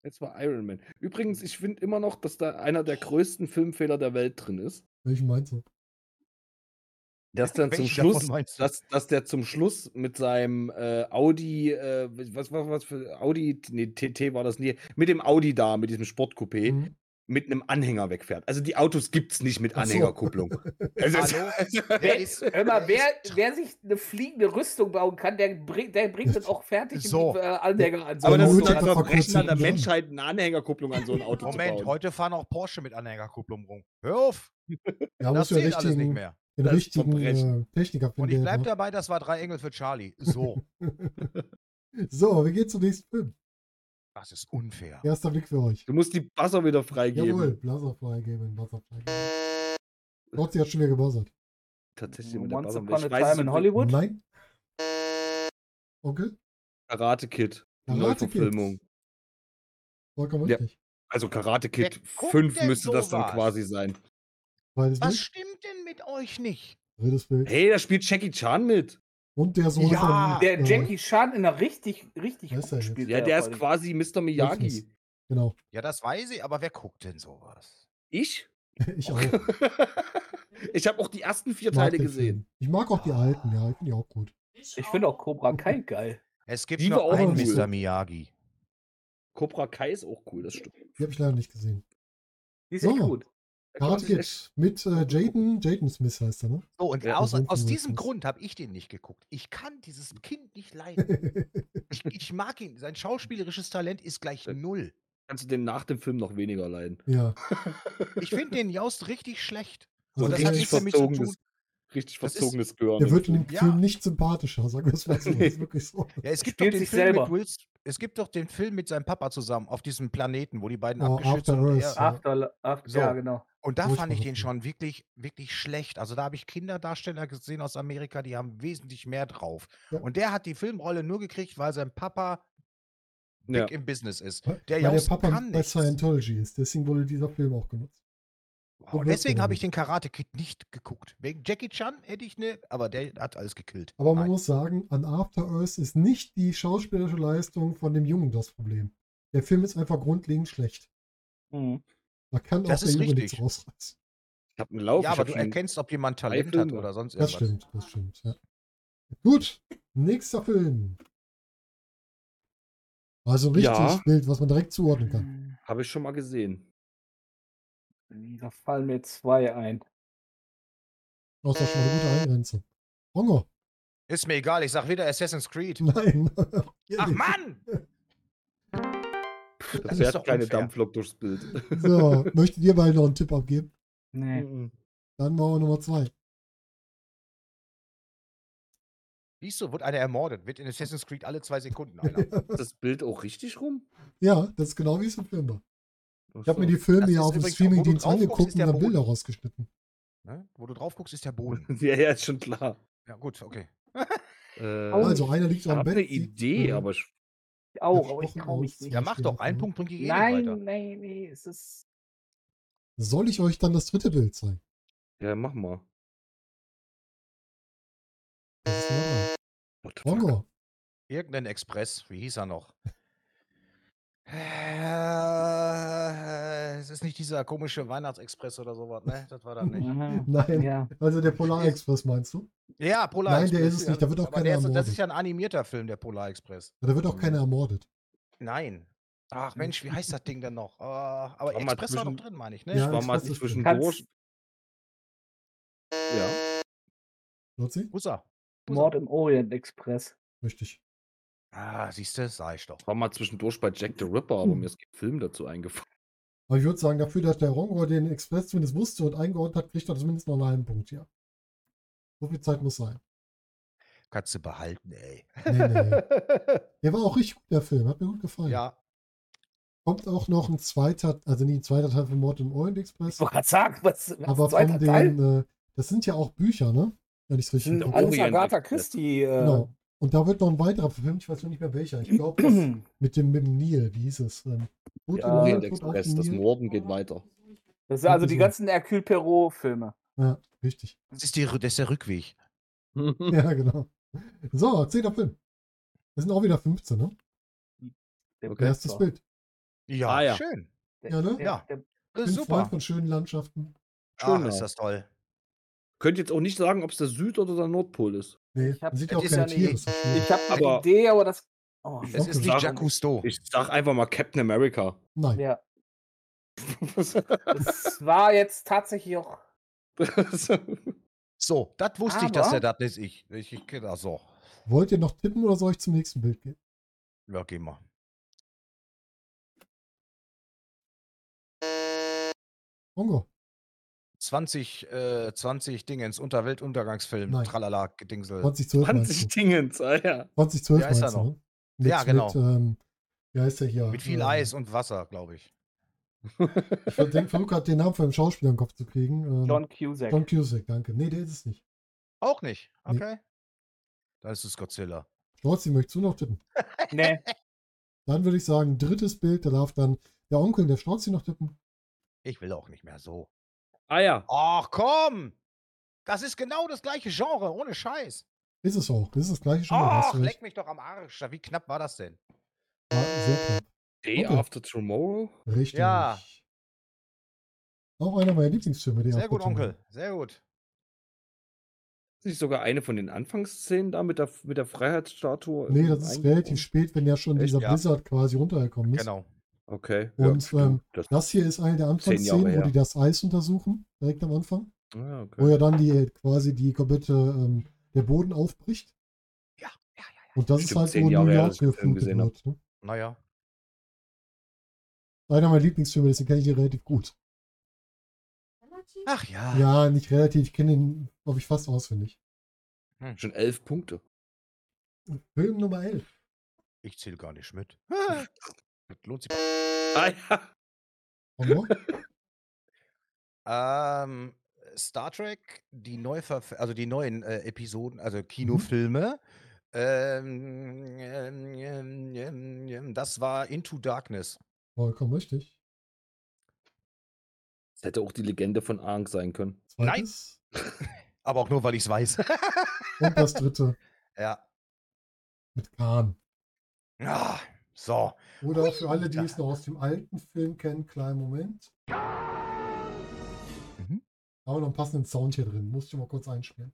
Es war Iron Man. Übrigens, ich finde immer noch, dass da einer der größten Filmfehler der Welt drin ist. Welchen meinst du? Dass dann zum Welchen davon Schluss, meinst du? dass, dass der zum Schluss mit seinem äh, Audi, äh, was, was, was für Audi, nee, TT war das nie, mit dem Audi da, mit diesem Sportcoupé, Hm? mit einem Anhänger wegfährt. Also die Autos gibt's nicht mit Ach so. Anhängerkupplung. Also, Hallo? Wer, Wer ist- hör mal, wer, wer ist- wer sich eine fliegende Rüstung bauen kann, der bringt, der bringt das auch fertig So. mit äh, Anhänger an. aber das Vermutet ist doch ein hat vor Verbrechen kurzem an der Jan. Menschheit, eine Anhängerkupplung an so ein Auto Moment, zu bauen. heute fahren auch Porsche mit Anhängerkupplung rum. Hör auf, Ja, das muss ja zählt alles nicht richtigen, mehr. den Das ist richtigen Verbrechen. äh, Techniker finden. Und ich der bleib macht- dabei, das war drei Engel für Charlie. So, so, wir gehen zum nächsten Film. das ist unfair. Erster Blick für euch. Du musst die Buzzer wieder freigeben. Jawohl, Blaser freigeben, Blaser freigeben. Trotzdem hat schon wieder gebuzzert. Tatsächlich mit der Once Buzzer. upon a Ich weiß time es in Hollywood. Hollywood. Nein. Onkel? Karate Kid. Die Karate Kid. Neuverfilmung. Vollkommen Ja. richtig. Also Karate Wer Kid guckt 5 denn müsste das dann sowas? quasi sein. Zweites Was Bild, stimmt denn mit euch nicht? drittes Bild. Hey, da spielt Jackie Chan mit. Und der Sohn Ja, von... Der äh, Jackie Chan in einer richtig, richtig Wer ist der guten jetzt? Spiel. Ja, der ist quasi Mr. Miyagi. Wilson. Genau, Ja, das weiß ich, aber wer guckt denn sowas? Ich? ich auch. Ich ich habe auch die ersten vier mag Teile den gesehen. Film. Ich mag auch die alten, ja, ich finde die auch gut. Ich finde auch Cobra Mhm. Kai geil. Es gibt Die war nur auch einen cool. Mr. Miyagi. Cobra Kai ist auch cool, das stimmt. Die habe ich leider nicht gesehen. Die ist echt So. gut. Da kann man Karate sich echt- Kid mit äh, Jaden, Jaden Smith heißt er, ne? So, und Ja, aus, das ist aus ein diesem Kompromiss. Grund habe ich den nicht geguckt. Ich kann dieses Kind nicht leiden. Ich, ich mag ihn. Sein schauspielerisches Talent ist gleich Ja. null. Kannst du dem nach dem Film noch weniger leiden. ja. Ich finde den Jaust richtig schlecht. Also Und das der, hat nichts damit zu tun. verzogenes, richtig Das ist- verzogenes Gehirn. ne? der wird in dem Ja. Film nicht sympathischer, sagen wir es mal so. Das ist wirklich so. Ja, es gibt doch Spielt den sich Film selber. mit Will, S- es gibt doch den Film mit seinem Papa zusammen auf diesem Planeten, wo die beiden Oh, abgeschützt After sind. und Earth, er- ja. After, after, So. Ja, genau. Und da fand ich Furchtbarer den Film. schon wirklich, wirklich schlecht. Also da habe ich Kinderdarsteller gesehen aus Amerika, die haben wesentlich mehr drauf. Ja. Und der hat die Filmrolle nur gekriegt, weil sein Papa Ja. dick im Business ist. Weil Der der Jaust Papa kann bei nichts. Scientology ist, deswegen wurde dieser Film auch genutzt. Wow, So Und wird's deswegen ja habe ich nicht. den Karate Kid nicht geguckt. Wegen Jackie Chan hätte ich ne, aber der hat alles gekillt. Aber man Nein. muss sagen, an After Earth ist nicht die schauspielerische Leistung von dem Jungen das Problem. Der Film ist einfach grundlegend schlecht. Mhm. Da kann Das auch der ist Junge nichts richtig. rausreißen. Ich habe einen Lauf. ja, ich aber hab du schon- erkennst, ob jemand drei Talent hat Filme. oder sonst Das irgendwas. stimmt, das stimmt. Ja. Gut, nächster Film. Also ein richtiges Ja. Bild, was man direkt zuordnen Äh. kann. Habe ich schon mal gesehen. Hm, Da fallen mir zwei ein. Das ist doch schon mal eine gute Eingrenzung. Hunger. Ist mir egal, ich sag wieder Assassin's Creed. Nein. Ach Mann! Da ist fährt doch keine unfair. Dampflok durchs Bild. So, möchtet ihr beide noch einen Tipp abgeben? Nee. Mhm. Dann machen wir Nummer zwei. Siehst du, wird einer ermordet, wird in Assassin's Creed alle zwei Sekunden einer. Ist das Bild auch richtig rum? Ja, das ist genau wie es im Film war. Ich habe mir die Das Filme ja ist auf dem übrigens auch, wo du Streamingdienst drauf guckst, angeguckt ist und der dann Boden. Bilder rausgeschnitten. Ne? Wo du drauf guckst, ist der Boden. Ja, ja, ist schon klar. Ja, gut, okay. Äh, Also einer liegt ich am habe Bett. eine sieht, Idee, äh, aber ich, Ich auch, aber ich kann mich Knochen nicht. aus. Ja, mach doch. Einen Punkt bringt die eh nicht Nein, weiter. nein, nee, es ist. Soll ich euch dann das dritte Bild zeigen? ja, mach mal. Das ist Nummer What the drei. fuck? Hunger. Irgendein Express, wie hieß er noch? Äh, Es ist nicht dieser komische Weihnachtsexpress oder sowas, ne? Das war dann nicht. Mhm. Nein. Ja. Also der Polar Express meinst du? Ja, Polar Nein, der Express. ist es nicht, da wird auch aber keiner der ist, Das ermordet. ist ja ein animierter Film, der Polar Express. Ja, Da wird auch keiner ermordet. Nein. Ach Hm. Mensch, wie heißt das Ding denn noch? Äh, aber Sag mal, Express war doch zwischen- drin, meine ich, ne? Ja, Ich war mal Express ist schön. zwischendurch. Kannst- Ja. Lotzi? Muss er. Muss er. Mord im Orient Express. Richtig. Ah, siehst du, sag ich doch. Ich war mal zwischendurch bei Jack the Ripper, Hm. aber mir ist kein Film dazu eingefallen. Aber ich würde sagen, dafür, dass der Rongo den Express zumindest wusste und eingeordnet hat, kriegt er zumindest noch einen halben Punkt, ja. So viel Zeit muss sein. Kannst du behalten, ey. Nee, nee. Der war auch richtig gut, der Film. Hat mir gut gefallen. ja, Kommt auch noch ein zweiter, also nicht ein zweiter Teil von Mord im Orient Express. Ich wollte gerade sagen, was. was aber von zweiter Teil? den, äh, das sind ja auch Bücher, ne? Wenn ich's richtig Sind im Kopf Alles Orient Agatha Express. Christie. Äh, Genau. Und da wird noch ein weiterer verfilmt, ich weiß noch nicht mehr welcher. Ich glaube, das mit dem, mit dem Nil, wie hieß es? Ähm, Tod Ja, im Orient Nil, Tod auf Express, dem das Nil. Norden geht weiter. Das sind also die Irgendwie so. ganzen Hercule Perot-Filme. Ja, richtig. das ist, die, Rü- das ist der Rückweg. Ja, genau. So, 10 Film. Das sind auch wieder 15, ne? Der Okay. Erstes Pizza. Bild. Ja, Ah, ja. schön. Ja, ne? Ja. Der, Bin Das ist Freund super. von schönen Landschaften. Ach, Schönau. Ah, ist das toll. Könnt jetzt auch nicht sagen, ob es der Süd- oder der Nordpol ist. Nee, Ich hab- man sieht ja auch das ist keine ja Tiere. eine- Ist das schön. ich habe eine Aber- Idee, aber das. Oh, Ich Es wollte ist nicht sagen, Jacques Cousteau. Ich sag einfach mal Captain America. Nein, ja. Was? Es war jetzt tatsächlich auch. Das- So, das wusste ich, dass Aber- er das ist. Ich, ich, ich kenn das so. wollt ihr noch tippen oder soll ich zum nächsten Bild gehen? Ja, geh mal. Bongo. 20, äh, 20 Dinge ins Unterweltuntergangsfilm. Nein. Tralala, Gedingsel. 2012 meinst 20 du? Dingens, ah ja. 2012 Äh, Ja, ist er meinst du, noch. ne? Mit, Ja, genau. Mit, ähm, wie heißt der hier? Mit viel Ähm, Eis und Wasser, glaube ich. Ich denke, versucht hat den Namen von einem Schauspieler im Kopf zu kriegen. Ähm, John Cusack. John Cusack, danke. Nee, der ist es nicht. Auch nicht. Nee. Okay. Dann ist es Godzilla. Stolzi, möchtest du noch tippen? nee, Dann würde ich sagen, drittes Bild, da darf dann der Onkel, der Stolzi noch tippen. Ich will auch nicht mehr so. Ah ja. Ach komm! Das ist genau das gleiche Genre, ohne Scheiß. Ist es auch. Das ist das gleiche schon. Ach, hast du recht. leck mich doch am Arsch. Wie knapp war das denn? War sehr knapp. Day Okay. After Tomorrow? Richtig. Ja. Auch einer meiner Lieblingsfilme. Der Sehr gut, Afterton. Onkel. Sehr gut. Ist nicht sogar eine von den Anfangsszenen da mit der, mit der Freiheitsstatue? Nee, das ist eingebaut? relativ spät, wenn ja schon Echt? dieser Ja. Blizzard quasi runtergekommen ist. Genau. Okay. Und, stimmt. ähm, das, Das hier ist eine der Zehn Jahre Anfangsszenen, wo her. die das Eis untersuchen, direkt am Anfang. ah, Wo okay. ja dann die quasi die komplette, ähm, der Boden aufbricht. Ja, ja, ja, ja. Und das Bestimmt ist halt, zehn wo New Jahre her, York dass ich den Film geflutet gesehen hab. wird. Ne? Naja. Einer meiner Lieblingsfilme, deswegen kenne ich den relativ gut. Relativ? Ach ja. Ja, nicht relativ, ich kenne ihn, glaube ich, fast auswendig. Schon elf Punkte. Film Nummer 11. Ich zähle gar nicht mit. das lohnt sich. Ah ja. Bongo? Ähm, Star Trek, die Neuverf also die neuen äh, Episoden, also Mhm. Kinofilme. Ähm, ähm, ähm, ähm, ähm, das war Into Darkness. Vollkommen Oh, richtig. Das hätte auch die Legende von Aang sein können. Nein. Zweites. Aber auch nur, weil ich es weiß. Und das dritte ja. mit Kahn. Ah, so. Oder für alle, die da. es noch aus dem alten Film kennen, kleinen Moment. Mhm. Aber noch einen passenden Sound hier drin. Musste ich mal kurz einspielen.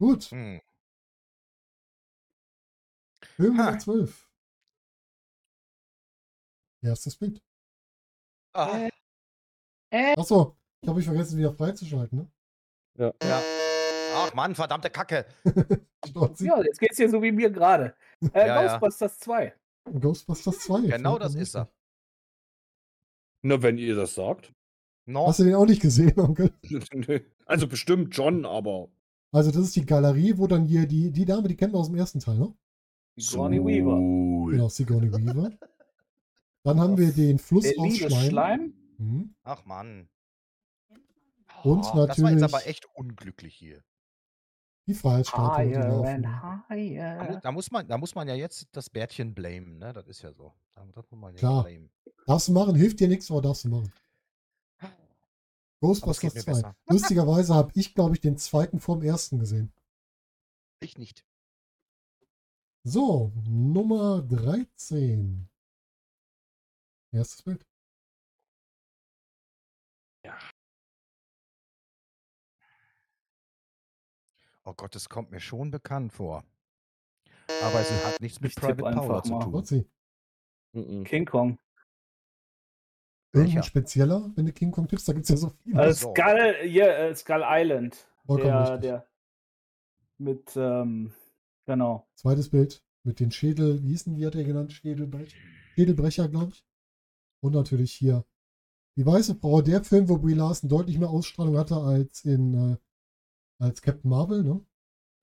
Gut, Hm. Film Nummer Ha. 12. Erstes Bild. Äh. Ah, Achso, ich habe mich vergessen, wieder freizuschalten. Ne? ach Mann, verdammte Kacke. Stolz, ja, jetzt geht's hier so wie mir gerade. Ja, Äh, ja. Ghostbusters 2. Ghostbusters 2. Genau vollkommen das ist er. richtig. Na, wenn ihr das sagt. No. Hast du den auch nicht gesehen, Oh Onkel? Nö. also bestimmt John, aber. Also, das ist die Galerie, wo dann hier die, die Dame, die kennt man aus dem ersten Teil, ne? Sigourney Weaver. Genau, Sigourney Weaver. Dann haben wir den Fluss Der aus liebe Schleim. Schleim. Mhm. Ach Mann. Und Ah, Das war jetzt aber natürlich- echt unglücklich hier. Die Freiheitsstatue. die Higher laufen. and Da, mu- higher. da, muss man, da muss man ja jetzt das Bärtchen blamen, ne? Das ist ja so. Da das muss man ja Klar. blamen. Darfst du machen, hilft dir nichts, aber darfst du machen. Aber es geht Ghostbusters mir 2. besser. Lustigerweise habe ich, glaube ich, den zweiten vorm ersten gesehen. Ich nicht. So, Nummer 13. Erstes Bild. Oh Gott, das kommt mir schon bekannt vor. Aber es hat nichts mit Ich tippe Private Power einfach zu mal. tun. Trotzdem. Mhm. King Kong. Irgendein Welcher? spezieller, wenn du King Kong tippst, da gibt es ja so viele. Äh, so. Skull, hier, äh, Skull Island. Vollkommen Der, richtig. der mit, ähm, genau. Zweites Bild mit den Schädel, wie hießen die, hat er genannt? Schädelbrecher, Schädelbrecher glaube ich. Und natürlich hier die weiße Frau, der Film, wo Brie Larson deutlich mehr Ausstrahlung hatte als in äh, als Captain Marvel, ne?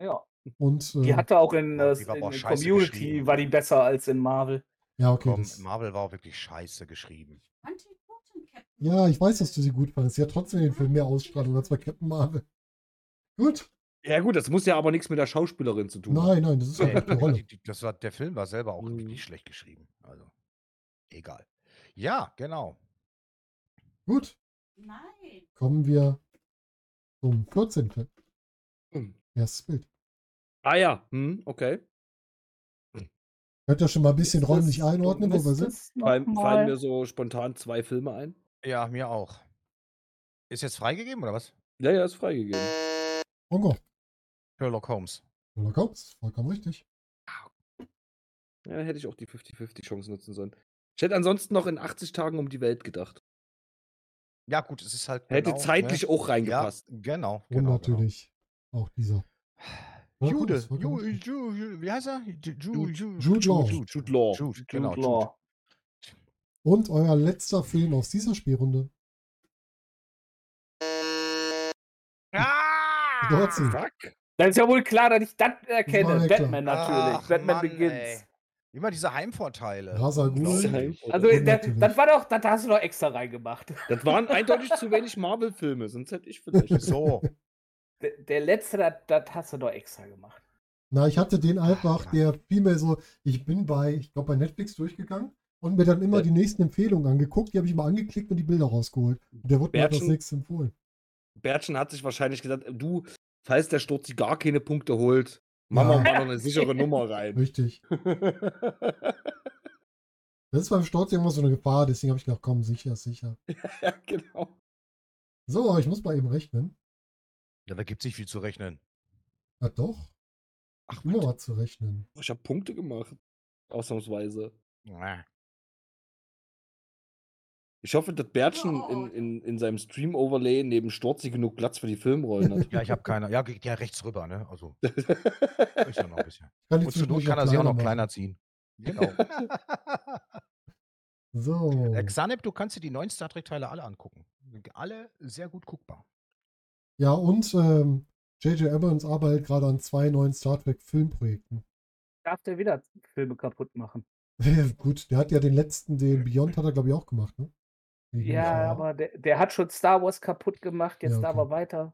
Ja. Und Die äh, hatte auch in, Boah, äh, die war aber in auch in scheiße Community, geschrieben. war die besser als in Marvel. ja, okay. Komm, Das, Marvel war auch wirklich scheiße geschrieben. ja, ich weiß, dass du sie gut fandest. Sie hat trotzdem den Film mehr Ausstrahlung als bei Captain Marvel. Gut. Ja, gut, das muss ja aber nichts mit der Schauspielerin zu tun haben. Nein, nein, das ist Nee, einfach die Rolle. Äh, die- die- das war, der Film war selber auch Mhm. wirklich schlecht geschrieben. Also, egal. Ja, genau. Gut, Nein. kommen wir zum 14. Film. Hm. Erstes Bild. Ah ja, hm, okay. Könnt ihr schon mal ein bisschen Ist räumlich das- einordnen, wo wir müsstest sind? noch Fallen, fallen mal- mir so spontan zwei Filme ein. Ja, mir auch. Ist jetzt freigegeben oder was? Ja, ja, ist freigegeben. Bongo. Sherlock Holmes. Da kommt's. Vollkommen richtig. Ja, hätte ich auch die 50-50-Chance nutzen sollen. Ich hätte ansonsten noch in 80 Tagen um die Welt gedacht. Ja, gut, es ist halt. Hätte genau, ne? zeitlich auch reingepasst. Ja, genau. Und genau, natürlich auch dieser. Genau. Vollkommen- Jude, vollkommen Jude, richtig. Jude, Jude, wie heißt er? Ju- Ju- Jude- Ju- Jude Law. Jude, Jude Law. Jude, Jude genau. Jude. Law. Und euer letzter Film aus dieser Spielrunde. Ah! Dotson. Fuck. Dann ist ja wohl klar, dass ich das erkenne. War mir klar. Batman natürlich. Ach, Batman Mann, Begins. ey. Immer diese Heimvorteile. Rasa Genau. Ghul. Unglaublich. Also, Also, Batman da, natürlich. das war doch, das hast du doch extra reingemacht. das waren eindeutig zu wenig Marvel-Filme, sonst hätte ich vielleicht. So. Der, der letzte, das, das hast du doch extra gemacht. Na, ich hatte den einfach, Mann. der vielmehr so, ich bin bei, ich glaube, bei Netflix durchgegangen und mir dann immer Ja. die nächsten Empfehlungen angeguckt. Die habe ich mal angeklickt und die Bilder rausgeholt. Und der wurde mir halt das Bärchen. nächste empfohlen. Bertchen hat sich wahrscheinlich gesagt, du, falls der Sturzi gar keine Punkte holt, Mama Ja. mal noch eine sichere Nummer rein. Richtig. Das ist beim Sturz irgendwas so eine Gefahr, deswegen habe ich gedacht, komm, sicher, sicher. ja, genau. So, aber ich muss mal eben rechnen. Ja, da gibt es nicht viel zu rechnen. Ja, doch. Ach, immer was zu rechnen. Ich habe Punkte gemacht. Ausnahmsweise. Ich hoffe, dass Bertchen in, in, in seinem Stream-Overlay neben Sturzi genug Platz für die Filmrollen hat. Ja, ich habe keine. Ja, geht ja rechts rüber, ne? Also, ist ja noch ein bisschen. Kann die Und zur Not zwischendurch kann er sie auch noch machen. kleiner ziehen. Genau. So. Äh, Xanep, du kannst dir die neuen Star Trek-Teile alle angucken. Alle sehr gut guckbar. Ja, und ähm, J.J. Abrams arbeitet gerade an zwei neuen Star Trek-Filmprojekten. Darf der wieder Filme kaputt machen? Gut, der hat ja den letzten, den Beyond hat er, glaube ich, auch gemacht, ne? Wenn ich mich nicht Ja, irre. aber der, der hat schon Star Wars kaputt gemacht, jetzt Ja, darf okay. er weiter.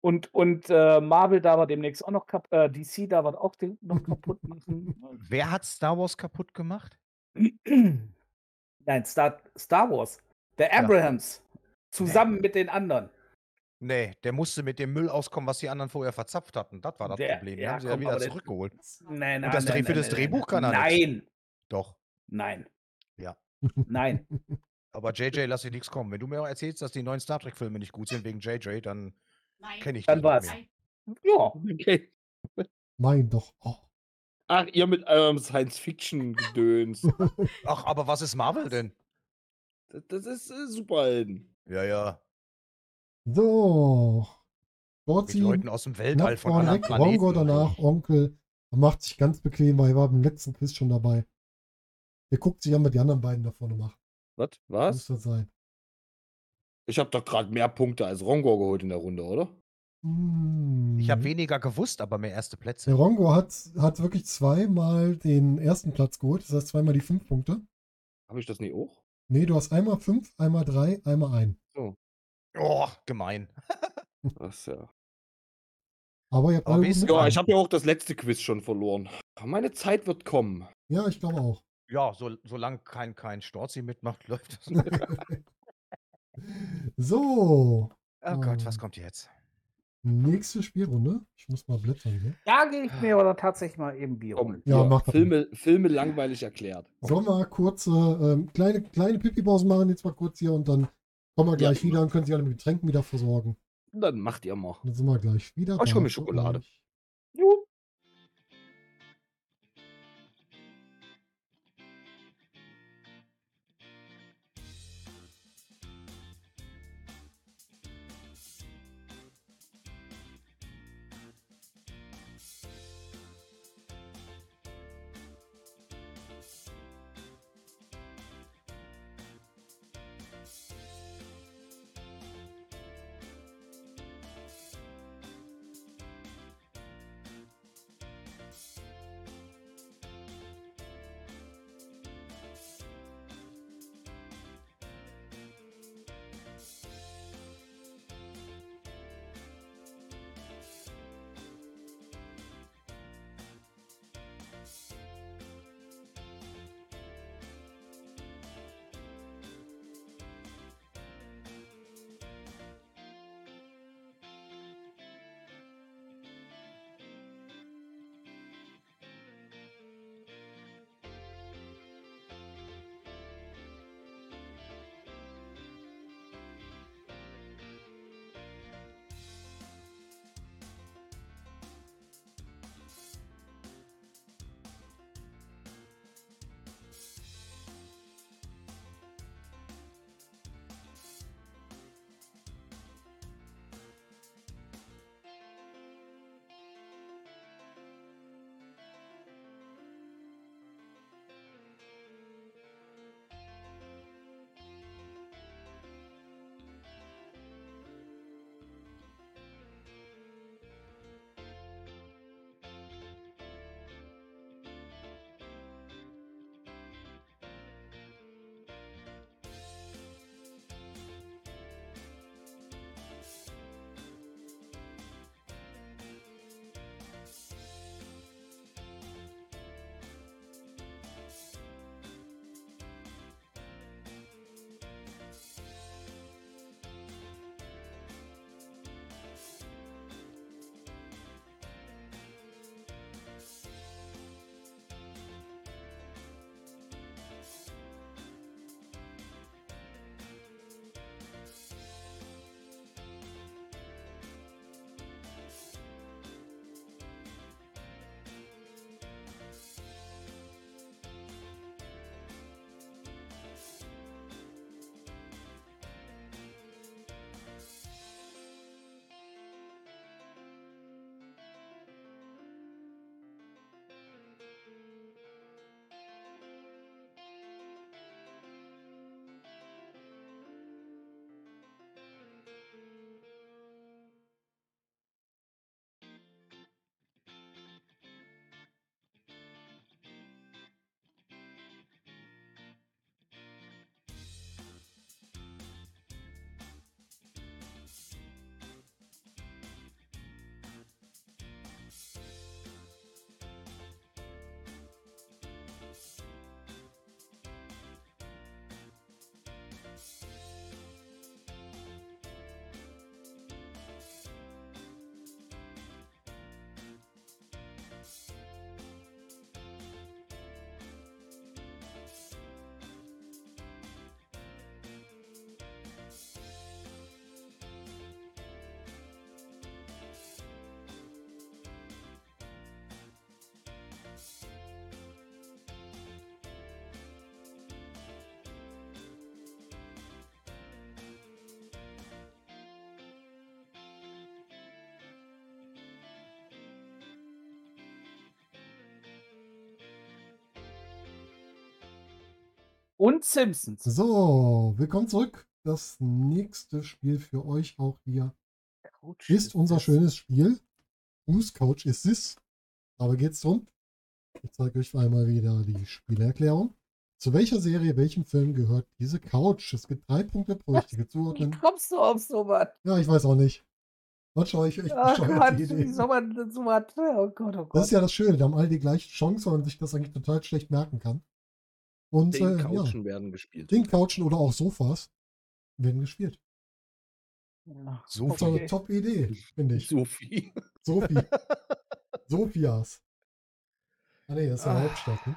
Und, und äh, Marvel darf er demnächst auch noch kaputt, äh, DC darf er auch den, noch kaputt machen. Wer hat Star Wars kaputt gemacht? Nein, Star, Star Wars. Der Ja. Abrahams. Zusammen mit den anderen. Nee, der musste mit dem Müll auskommen, was die anderen vorher verzapft hatten. Das war das Der- Problem. Die ja, haben sie komm, ja aber wieder der- zurückgeholt. Nein, Und das Dreh- für das Drehbuch kann er Nein, nix. Doch. nein. Ja. Nein. Aber JJ, lass dir nichts kommen. Wenn du mir auch erzählst, dass die neuen Star Trek-Filme nicht gut sind wegen JJ, dann Nein. kenne ich Dann die nicht war's. mehr. Nein. Ja. Okay. Mein doch. Oh. Ach, ihr mit eurem Science-Fiction-Gedöns. Ach, aber was ist Marvel denn? Das- Das ist äh, Superhelden. Ja, ja. So. Mit Dorzi, Leuten aus dem Weltall knapp von vorne anderen weg, Planeten. Rongo danach, Onkel. Er macht sich ganz bequem, weil er war beim letzten Quiz schon dabei. Der guckt sich an, was die anderen beiden da vorne machen. Was? Muss Was? das sein? Ich habe doch gerade mehr Punkte als Rongor geholt in der Runde, oder? Hm. Ich habe weniger gewusst, aber mehr erste Plätze. Der Rongo hat, hat wirklich zweimal den ersten Platz geholt, das heißt zweimal die fünf Punkte. Habe ich das nicht auch? Nee, du hast einmal fünf, einmal drei, einmal ein. Oh, gemein. Ach ja. Aber ihr habt Aber alle wie gut ist- Ja, mitgemacht. ich habe ja auch das letzte Quiz schon verloren. Meine Zeit wird kommen. ja, ich glaube auch. Ja, so, solange kein, kein Storzi mitmacht, läuft das nicht. Oh So, Oh Gott, Ähm. was kommt jetzt? nächste Spielrunde. Ich muss mal blättern hier. Da gehe ich mir aber tatsächlich mal eben Bier Komm, holen. Ja, hier, mach das Filme, Filme langweilig erklärt. Sollen wir kurze, ähm, kleine, kleine Pipi-Pausen machen, jetzt mal kurz hier und dann kommen wir Ja. gleich wieder und können sich alle mit Getränken wieder versorgen. Dann macht ihr mal. Dann sind wir gleich wieder. Oh, ich hol da mir für Schokolade. euch. Juhu. Und Simpsons. So, willkommen zurück. Das nächste Spiel für euch auch hier Couch ist unser das. schönes Spiel. Whose Couch is this? Aber geht's drum? Ich zeige euch einmal wieder die Spielerklärung. Zu welcher Serie, welchem Film gehört diese Couch? Es gibt drei Punkte pro richtige Wie Zuordnung. kommst du auf sowas? Ja, ich weiß auch nicht. Was schaue ich echt Ach bescheuerte Gott, wie Ideen. soll man denn sowas? Oh Gott, oh Das ist Gott. ja das Schöne, da haben alle die gleiche Chance, weil man sich das eigentlich total schlecht merken kann. Und Den äh, ja, Couchen werden gespielt. den Couchen oder auch Sofas werden gespielt. Ja. So Das war Okay. eine Top-Idee, finde ich. Sophie. Sophie. Sophias. Ah nee, das ist ja Ah. eine Hauptstadt. Ne?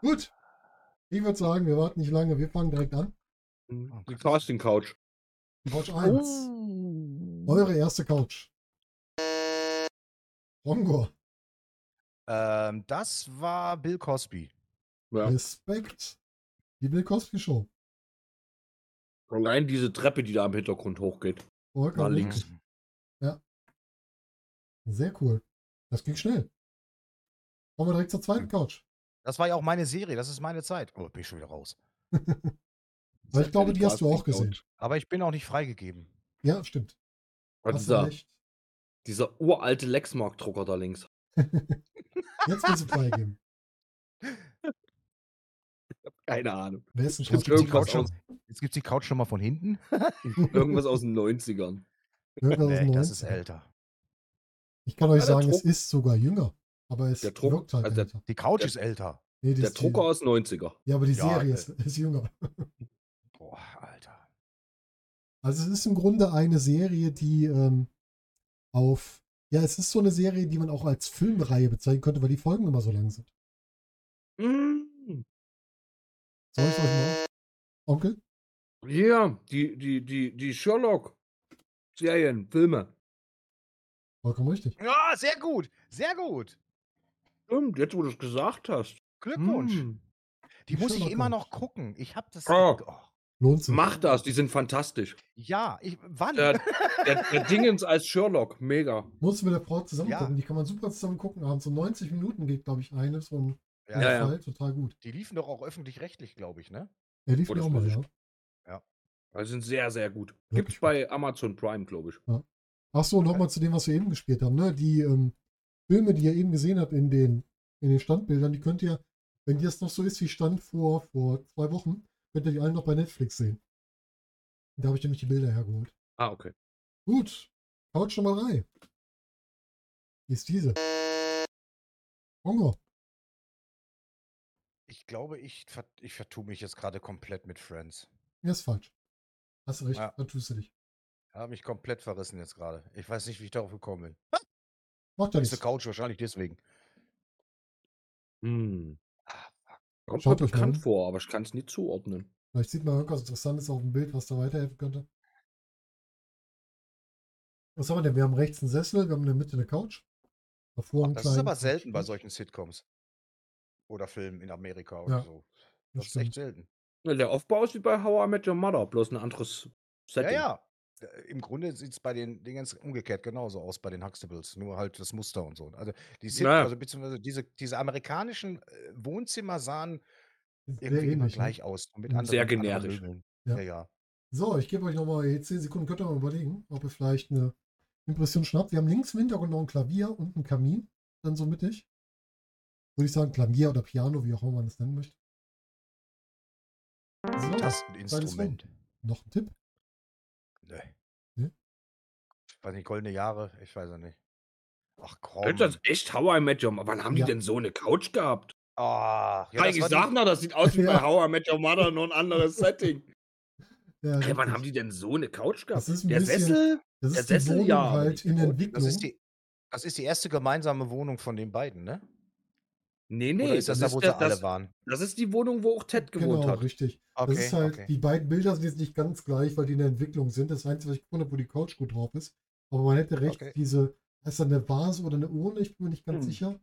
Gut. Ich würde sagen, wir warten nicht lange, wir fangen direkt an. Die Casting Couch. Couch 1. Oh. Oh. Eure erste Couch. Rongor. Ähm, das war Bill Cosby. Ja. Respekt. Die Bill Cosby Show. Allein diese Treppe, die da im Hintergrund hochgeht. Vollkommen Na, richtig. links. Mhm. Sehr cool. Das ging schnell. Kommen wir direkt zur Hm. zweiten Couch. Das war ja auch meine Serie, das ist meine Zeit. Oh, bin ich schon wieder raus. Weil ich glaube, die hast du auch Casting gesehen. Couch. Aber ich bin auch nicht freigegeben. Ja, stimmt. Ah, Hast du dieser, recht. dieser uralte Lexmark-Drucker da links. Jetzt willst du freigeben. Keine Ahnung. Wer ist denn Stimmt, Couch? Die Couch irgendwas schon, aus, jetzt gibt es die Couch schon mal von hinten. irgendwas aus den 90ern. Irgendwas aus Nee, den das ist 90ern. älter. Ich kann euch Ja, der sagen, es Druck- ist sogar jünger. Aber es Der Druck- wirkt halt also der- älter. Die Couch Der- ist älter. Nee, die Der ist die- Drucker aus 90er. Ja, aber die Ja, Serie äh. ist, ist jünger. Boah, Alter. Also es ist im Grunde eine Serie, die ähm, auf... Ja, es ist so eine Serie, die man auch als Filmreihe bezeichnen könnte, weil die Folgen immer so lang sind. Mm. Soll ich euch Äh. mal... Onkel? Ja, die, die, die, die Sherlock-Serien, Filme. Vollkommen richtig. Ja, Ah, sehr gut. Sehr gut. Stimmt, Hm, jetzt wo du es gesagt hast. Glückwunsch. Mm. Die muss ich Sherlock immer noch Holmes. gucken. Ich habe das. Oh. Oh. Lohnt sich. Mach das, die sind fantastisch. Ja, ich, wann? Der, der, der Dingens als Sherlock, mega. Muss mit der Frau zusammen Ja. gucken. Die kann man super zusammen gucken. Abends um 90 Minuten geht, glaube ich, eines und ja, Ja, der ja. Fall total gut. Die liefen doch auch öffentlich-rechtlich, glaube ich, ne? Er lief Oh, mir das auch mal, weiß ich ja. Also sind sehr, sehr gut. Wirklich Gibt's bei Amazon Prime, glaube ich. Achso, nochmal zu dem, was wir eben gespielt haben. Ne? Die ähm, Filme, die ihr eben gesehen habt in den, in den Standbildern, die könnt ihr, wenn das noch so ist wie Stand vor, vor zwei Wochen, könnt ihr die alle noch bei Netflix sehen. Da habe ich nämlich die Bilder hergeholt. Ah, okay. Gut, haut schon mal rein. Wie ist diese? Hunger. Ich glaube, ich, ver ich vertue mich jetzt gerade komplett mit Friends. Ja, ist falsch. Hast du recht, Ja. da tust du dich. Habe mich komplett verrissen jetzt gerade. Ich weiß nicht, wie ich darauf gekommen bin. Macht ja Ist nichts. eine Couch wahrscheinlich deswegen. Hm. Kommt Schaut mir euch mal bekannt an. vor, aber ich kann es nicht zuordnen. Vielleicht sieht man irgendwas Interessantes auf dem Bild, was da weiterhelfen könnte. Was haben wir denn? Wir haben rechts einen Sessel, wir haben in der Mitte eine Couch. Davor einen Das ist aber kleinen- selten bei solchen Sitcoms. Oder Filmen in Amerika Ja, oder so. Das Das ist echt stimmt. selten. Ja, Der Aufbau ist wie bei How I Met Your Mother, bloß ein anderes Setting. Ja, ja. Äh, Im Grunde sieht es bei den Dingens umgekehrt genauso aus, bei den Huxtables, nur halt das Muster und so. Also, die Sit Naja. also beziehungsweise diese, diese amerikanischen äh, Wohnzimmer sahen Sehr irgendwie immer ähnlich, ne? gleich aus. Mit Mhm. anderen, Sehr anderen generisch. Möbeln. Ja. Ja, ja. So, ich gebe euch nochmal 10 Sekunden, könnt ihr mal überlegen, ob ihr vielleicht eine Impression schnappt. Wir haben links im Hintergrund noch ein Klavier und einen Kamin, dann so mittig. Würde ich sagen, Klavier oder Piano, wie auch immer man es nennen möchte. So, Tasteninstrument. noch ein Tipp. Nee. Nee? Ne. Ich weiß nicht, goldene Jahre, ich weiß es nicht. Ach komm. Ist das echt How I Met Your Mother? Wann haben um Ja. die denn so eine Couch gehabt? Ach, ja, Ja, das ich war die- sag noch, das sieht aus wie bei Ja. How I Met Your Mother, nur ein anderes Setting. Ja, Hey, wann richtig. haben die denn so eine Couch gehabt? Das ist ein der bisschen- Sessel? das der ist die Sessel, Wohnung ja, aber halt die in Couch, das Entwicklung. das ist die. Das ist die erste gemeinsame Wohnung von den beiden, ne? Nee, Oder nee, ist das, da, wo der- sie alle das, waren? das ist die Wohnung, wo auch Ted gewohnt Genau, hat. richtig. Okay, Das ist halt, okay. die beiden Bilder sind jetzt nicht ganz gleich, weil die in der Entwicklung sind. Das Einzige, was ich gefunden habe, wo die Couch gut drauf ist. Aber man hätte recht, Okay. diese, ist da eine Vase oder eine Urne? Ich bin mir nicht ganz Hm. sicher.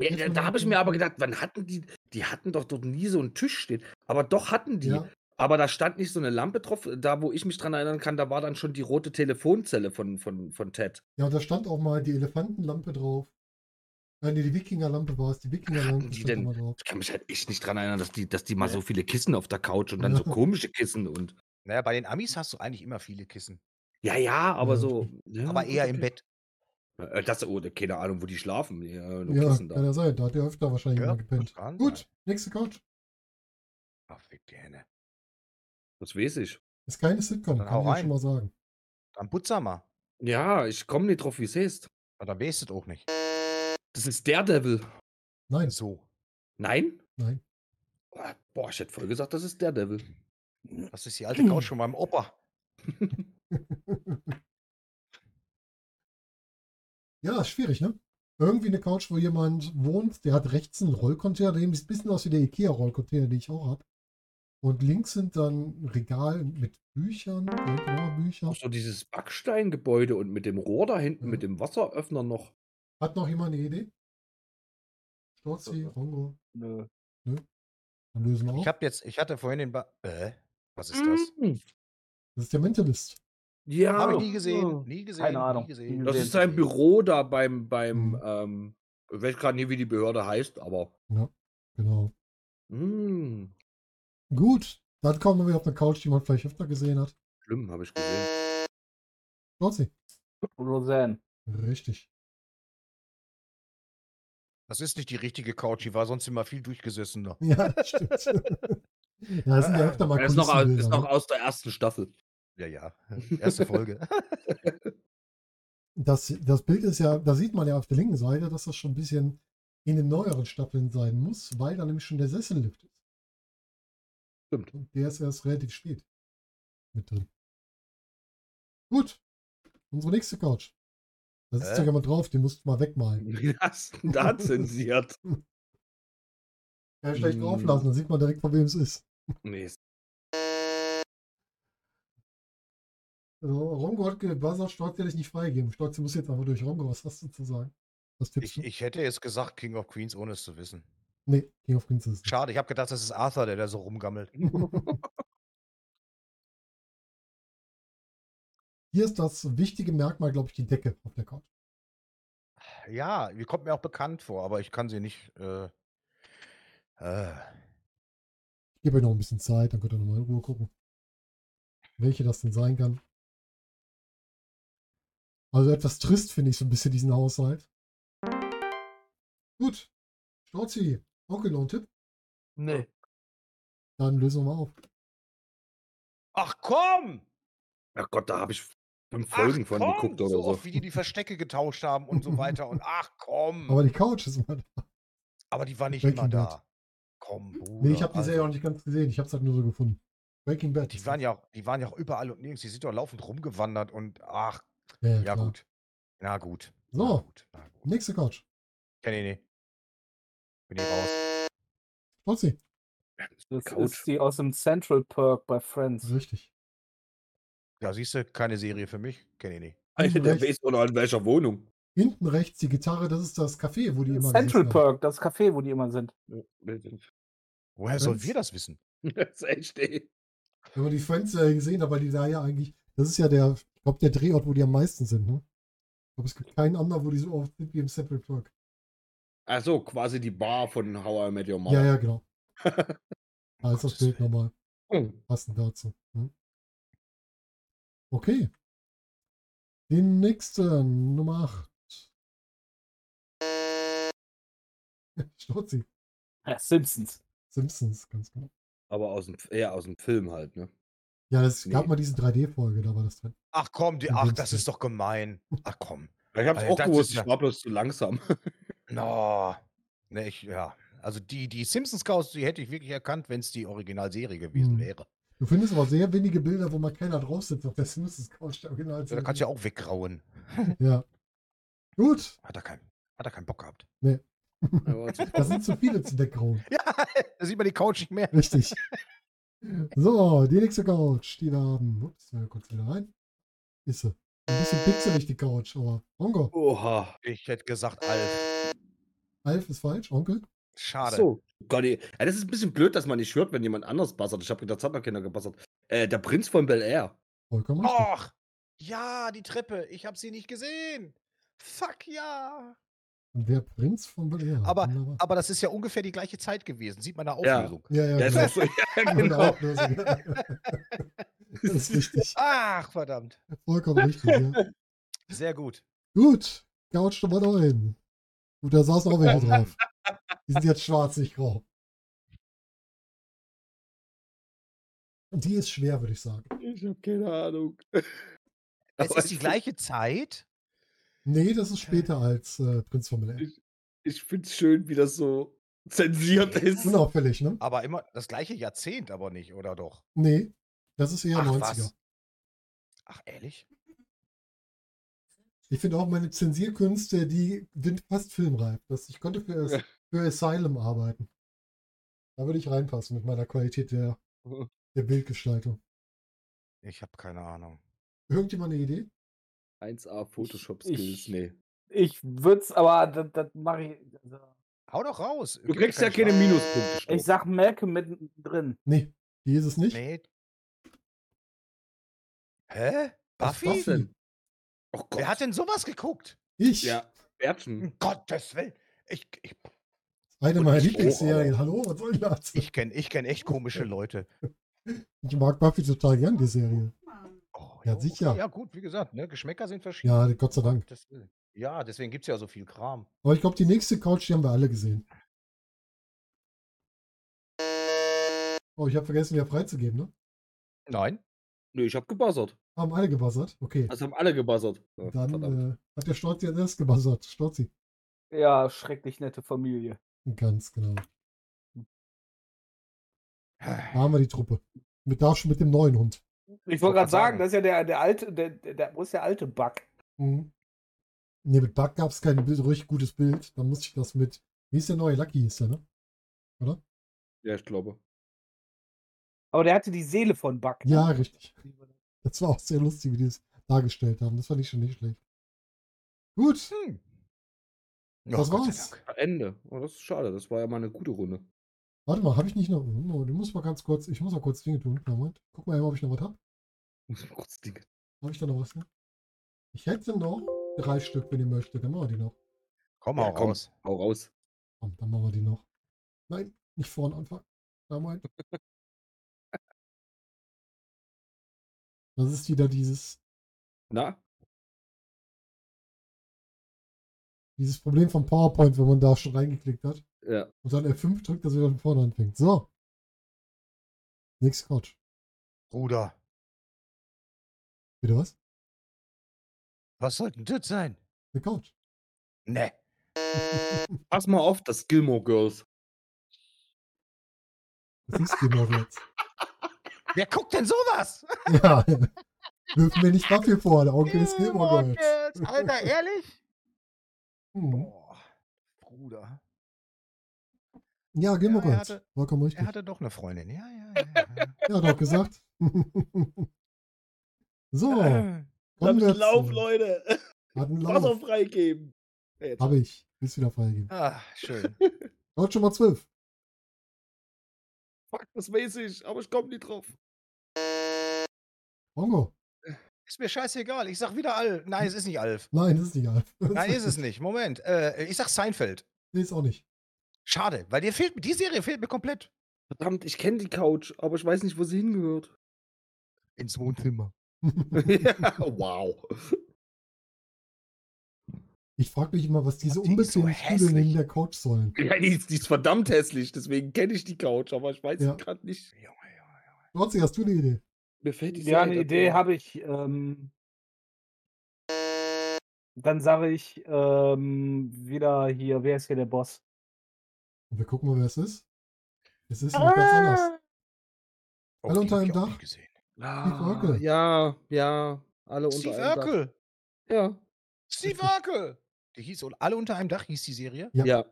Ja, Jetzt da mal da habe ich mir nachdenken. aber gedacht, wann hatten die, die hatten doch dort nie so einen Tisch stehen. Aber doch hatten die. Ja, Aber da stand nicht so eine Lampe drauf. Da, wo ich mich dran erinnern kann, da war dann schon die rote Telefonzelle von, von, von Ted. ja, und da stand auch mal die Elefantenlampe drauf. Nein, nee, die Wikingerlampe war es. Die Wikingerlampe Die stand denn- immer drauf. Ich kann mich halt echt nicht dran erinnern, dass die, dass die mal Ja. so viele Kissen auf der Couch und dann so Ja. komische Kissen und. Naja, bei den Amis hast du eigentlich immer viele Kissen. Ja, ja, aber Ja, so. Ja, aber eher gut, im okay. Bett. Äh, Das, oh, keine Ahnung, wo die schlafen. Ja, nur Ja, Kissen kann da. ja sein. Da hat er öfter wahrscheinlich Ja, immer gepennt. das kann Gut, sein. nächste Couch. Ach, fick die Henne. Das weiß ich. Ist keine Sitcom, Dann kann hau ich ja rein. schon mal sagen. Dann putzer mal. Ja, ich komme nicht drauf, wie es heißt. Und dann weißt du es auch nicht. Das ist Daredevil. Nein, So. Nein? Nein. Ah, Boah, ich hätte voll gesagt, das ist Daredevil. Das ist die alte Couch von meinem Opa. ja, ist schwierig, ne? Irgendwie eine Couch, wo jemand wohnt, der hat rechts einen Rollcontainer, der sieht ein bisschen aus wie der Ikea-Rollcontainer, den ich auch habe. Und links sind dann Regal mit Büchern, Bücher. Auch so dieses Backsteingebäude und mit dem Rohr da hinten, Ja. mit dem Wasseröffner noch. Hat noch jemand eine Idee? Äh, Storzi, Rongo, Nö. dann lösen wir auf. Ich hab jetzt, ich hatte vorhin den ba äh, was ist das? Hm? Hm. Mm, Das ist der Mentalist. Ja. Habe ich nie gesehen, Ja. nie gesehen, Oh, Keine Ahnung. nie gesehen. Nie Das gesehen. ist sein Büro da beim, beim, Mhm. ähm, ich weiß gerade nicht, wie die Behörde heißt, aber. Genau. Mm, Gut, dann kommen wir wieder auf eine Couch, die man vielleicht öfter gesehen hat. schlimm, habe ich gesehen. Storzi, Roseanne. richtig. Das ist nicht die richtige Couch, die war sonst immer viel durchgesessener. Ja, stimmt. ja, das sind ja öfter mal Er ist noch, au- Kulissenbilder, ist noch ne? aus der ersten Staffel. Ja, ja. Erste Folge. das, das Bild ist ja, da sieht man ja auf der linken Seite, dass das schon ein bisschen in den neueren Staffeln sein muss, weil da nämlich schon der Sessellift ist. Stimmt. Und der ist erst relativ spät mit drin. Gut. Unsere nächste Couch. Da sitzt Äh? ja jemand drauf, den musst du mal wegmalen. Wie hast du denn da zensiert? Ja, schlecht Mm. drauf lassen, dann sieht man direkt, von wem es ist. Nee, ist- Also, Rongo hat gebuzzert, Stork werde ich nicht freigeben. Stork, du musst jetzt einfach durch. Rongo, was hast du zu sagen? Was tippst Ich, du? ich hätte jetzt gesagt King of Queens, ohne es zu wissen. nee, King of Queens ist es. Schade, ich habe gedacht, das ist Arthur, der da so rumgammelt. Hier ist das wichtige Merkmal, glaube ich, die Decke auf der Couch. Ja, die kommt mir auch bekannt vor, aber ich kann sie nicht. Äh, äh, Ich gebe euch noch ein bisschen Zeit, dann könnt ihr nochmal in Ruhe gucken, welche das denn sein kann. Also etwas trist finde ich so ein bisschen diesen Haushalt. Gut. Storzi, Onkel, noch ein Tipp? Nee. Dann lösen wir mal auf. ach komm! Ach oh Gott, da habe ich fünf Ach, Folgen von komm! geguckt oder so so. oft, wie die die Verstecke getauscht haben und so weiter. Und ach komm! Aber Aber, die Couch ist mal. die war nicht Breaking immer Bad. da. Komm, Bruder. Nee, ich habe die Serie auch also, nicht ganz gesehen. Ich habe es halt nur so gefunden. Breaking Bad. Die waren ja auch, die waren ja auch überall und nirgends. Die sind doch laufend rumgewandert und ach, ja, ja, klar. gut. Na gut. Na So. gut. Na gut. Nächste Couch. Ja, nee, nee. Bin ich raus. Storzi, Das Couch. ist die aus dem Central Perk bei Friends. richtig. Ja, siehst du, keine Serie für mich. Kenne ich nicht. Alter, der Recht. weiß oder in welcher Wohnung. Hinten rechts die Gitarre, das ist das Café, wo die immer Central gesessen haben. Perk, das Café, wo die immer sind. Woher sollen Wenn's- wir das wissen? Das ist echt, ey. Wenn man die Friends-Serie gesehen hat, weil die da ja eigentlich, das ist ja der, ich glaube, der Drehort, wo die am meisten sind, ne? Ich glaube, es gibt keinen anderen, wo die so oft sind wie im Central Park. Ach so, quasi die Bar von How I Met Your Mother. Ja, ja, genau. Da Ah, ist das Gottes Bild Willen. nochmal Hm. passend dazu. Ne? Okay. Die nächste, Nummer 8. Storzi. Ja, Simpsons. Simpsons, ganz genau. Aber aus dem, eher aus dem Film halt, ne? Ja, es gab Nee. mal diese 3D-Folge, da war das drin. Ach komm, die, Im ach, Winzer. das ist doch gemein. Ach komm. Ich hab's Alter, auch das gewusst, ist ich ja- war bloß zu langsam. No. Ne, ich, ja. Also die, die Simpsons Couch, die hätte ich wirklich erkannt, wenn es die Originalserie gewesen Hm. wäre. Du findest aber sehr wenige Bilder, wo mal keiner drauf sitzt auf der Simpsons Couch. der Original- Also, Da kannst du ja auch weggrauen. Ja. Gut, Hat er, kein, hat er keinen Bock gehabt. Aber zu- das sind zu viele zu decken. Ja, da sieht man die Couch nicht mehr. Richtig. So, die nächste Couch, die wir haben. Ups, wir kurz wieder rein. Ist sie. Ein bisschen pixelig, die Couch, aber Onkel. Oha. Ich hätte gesagt, Alf. Alf ist falsch, Onkel. Schade. So. Gott, ey. ja, das ist ein bisschen blöd, dass man nicht hört, wenn jemand anders bassert. Ich habe gedacht, das hat noch keiner gebassert. Äh, der Prinz von Bel Air. Vollkommen richtig. Ah. Och, ja, die Treppe. Ich habe sie nicht gesehen. Fuck ja. Wer Prinz von Bel Air? Aber- wunderbar. Aber das ist ja ungefähr die gleiche Zeit gewesen. Sieht man eine Ja. Auflösung. ja, ja, Das genau. ist so, ja, Meine genau. Auflösung. das ist richtig. Ach, verdammt. Vollkommen richtig. Ja. Sehr gut. Gut, Couch Nummer 9. Gut, da saßen auch welche drauf. Die sind jetzt schwarz, nicht grau. Und die ist schwer, würde ich sagen. Ich habe keine Ahnung. Es Aber ist die ich- gleiche Zeit. Nee, das ist später als äh, Prinz von Bel-Air. Ich find's schön, wie das so zensiert ist. Unauffällig, ne? Aber immer das gleiche Jahrzehnt, aber nicht, oder doch? Nee, das ist eher Ach, 90er. was? Ach, ehrlich? Ich finde auch meine Zensierkünste, die sind fast filmreif. Das, ich könnte für, As- für Asylum arbeiten. Da würde ich reinpassen mit meiner Qualität der, der Bildgestaltung. Ich habe keine Ahnung. Irgendjemand eine Idee? 1A Photoshop Ich- Skills, nee. Ich würde es, aber das, das mache ich. Also, Hau doch raus. Du kriegst ja keine Minuten. Minuspunkte. Stopp. ich sag Malcolm mittendrin. Nee, die ist es nicht. Nee. Hä? Das ist Buffy? Buffy? denn? Oh Gott. Wer hat denn sowas geguckt? Ich, ja, Bärtchen. Um Gottes Willen. Ich, ich, eine meiner Und ich- Lieblingsserien. Hallo, was soll das? Ich, ich kenne ich kenn echt komische Leute. mag Buffy total gern, die Serie. Oh, Ja, jo, okay, sicher. Ja, gut, wie gesagt, ne? Geschmäcker sind verschieden. Ja, Gott sei Dank. Das, ja, deswegen gibt es ja so viel Kram. Aber ich glaube, die nächste Couch, die haben wir alle gesehen. Oh, ich habe vergessen, wieder freizugeben, ne? Nein. Nö, ich hab gebuzzert. Haben alle gebuzzert? Okay. Also haben alle gebuzzert. Ja, Dann verdammt. äh, hat der Storzi als erstes gebuzzert. Storzi. Ja, schrecklich nette Familie. Ganz genau. Da haben wir die Truppe. Mit da schon mit dem neuen Hund. Ich wollt wollte grad gerade sagen, sagen, das ist ja der, der alte, der, der, der, wo ist der alte Bug? Mhm. Ne, mit Bug gab es kein Bild, richtig gutes Bild. Dann musste ich das mit. Wie ist der neue? Lucky hieß der, ne? äh, ja, ich glaube. Aber der hatte die Seele von Bug. ne? Ja, richtig. Das war auch sehr lustig, wie die es dargestellt haben. Das fand ich schon nicht schlecht. Gut, Hm. Das Gott sei war's. Dank. Ende. Oh, das ist schade. Das war ja mal eine gute Runde. warte mal, habe ich nicht noch. Oh, du musst mal ganz kurz. Ich muss mal kurz Dinge tun. Kleinen Moment. Guck mal, eben, ob ich noch was habe. Muss ich mal kurz die- Habe ich da noch was? Ne? Ich hätte noch drei Stück, wenn ihr möchtet. Dann machen wir die noch. Komm, Ja, hau komm. raus. Hau raus. Komm, dann machen wir die noch. Nein, nicht vorne anfangen. Nein, Moment. Das ist wieder dieses, Na? dieses Problem vom PowerPoint, wenn man da schon reingeklickt hat Ja. und dann F5 drückt, dass er wieder von vorne anfängt. So. Nix Couch. Bruder, Wieder was? was sollte denn das sein? Eine Couch. Ne. Pass mal auf, das Gilmore Girls. Das ist genau jetzt. Wer guckt denn sowas? Ja. Wirf mir nicht Buffy vor, der Onkel ist Gilmore Gilmore Girls. Girls, Oh Alter, ehrlich? Hm. Boah, Bruder. Ja, Gilmore Ja, Girls. er hatte- Vollkommen richtig. Er hatte doch eine Freundin. Ja, ja, ja. Ja, doch gesagt. so, ja. kommen Äh, wir zu- Leute. Hat einen Lauf. freigeben. Ja, jetzt. Habe ich. Bist wieder freigegeben. Ah, schön. Couch Nummer 12. Fuck, das weiß ich, aber ich komme nicht drauf. Bongo. Ist mir scheißegal. Ich sag wieder Alf. Nein, es ist nicht Alf. Nein, das ist nicht Alf. Nein, ist es nicht. Moment. Äh, ich sag Seinfeld. Nee, ist auch nicht. Schade, weil dir fehlt, die Serie fehlt mir komplett. Verdammt, ich kenne die Couch, aber ich weiß nicht, wo sie hingehört. Ins Wohnzimmer. ja, wow. Ich frage mich immer, was diese Oh, die ist so unbequemen Stühle neben hässlich. der Couch sollen. Ja, die ist, die ist verdammt hässlich, deswegen kenne ich die Couch, aber ich weiß Ja. sie gerade nicht. Junge, Junge. Trotzdem hast du eine Idee. Mir fällt die Ja, Serie eine dazu Idee ein. habe ich. Ähm, dann sage ich ähm, wieder hier, wer ist hier der Boss? Und wir gucken mal, wer es ist. Es ist jemand ganz Ah. anders. Oh, Alle die unter hab einem ich auch Dach? nicht gesehen. Ah, Urkel. ja, ja, alle unter Steve einem Dach. Urkel. Ja, Steve Urkel. Die hieß und alle unter einem Dach hieß die Serie. Ja. ja.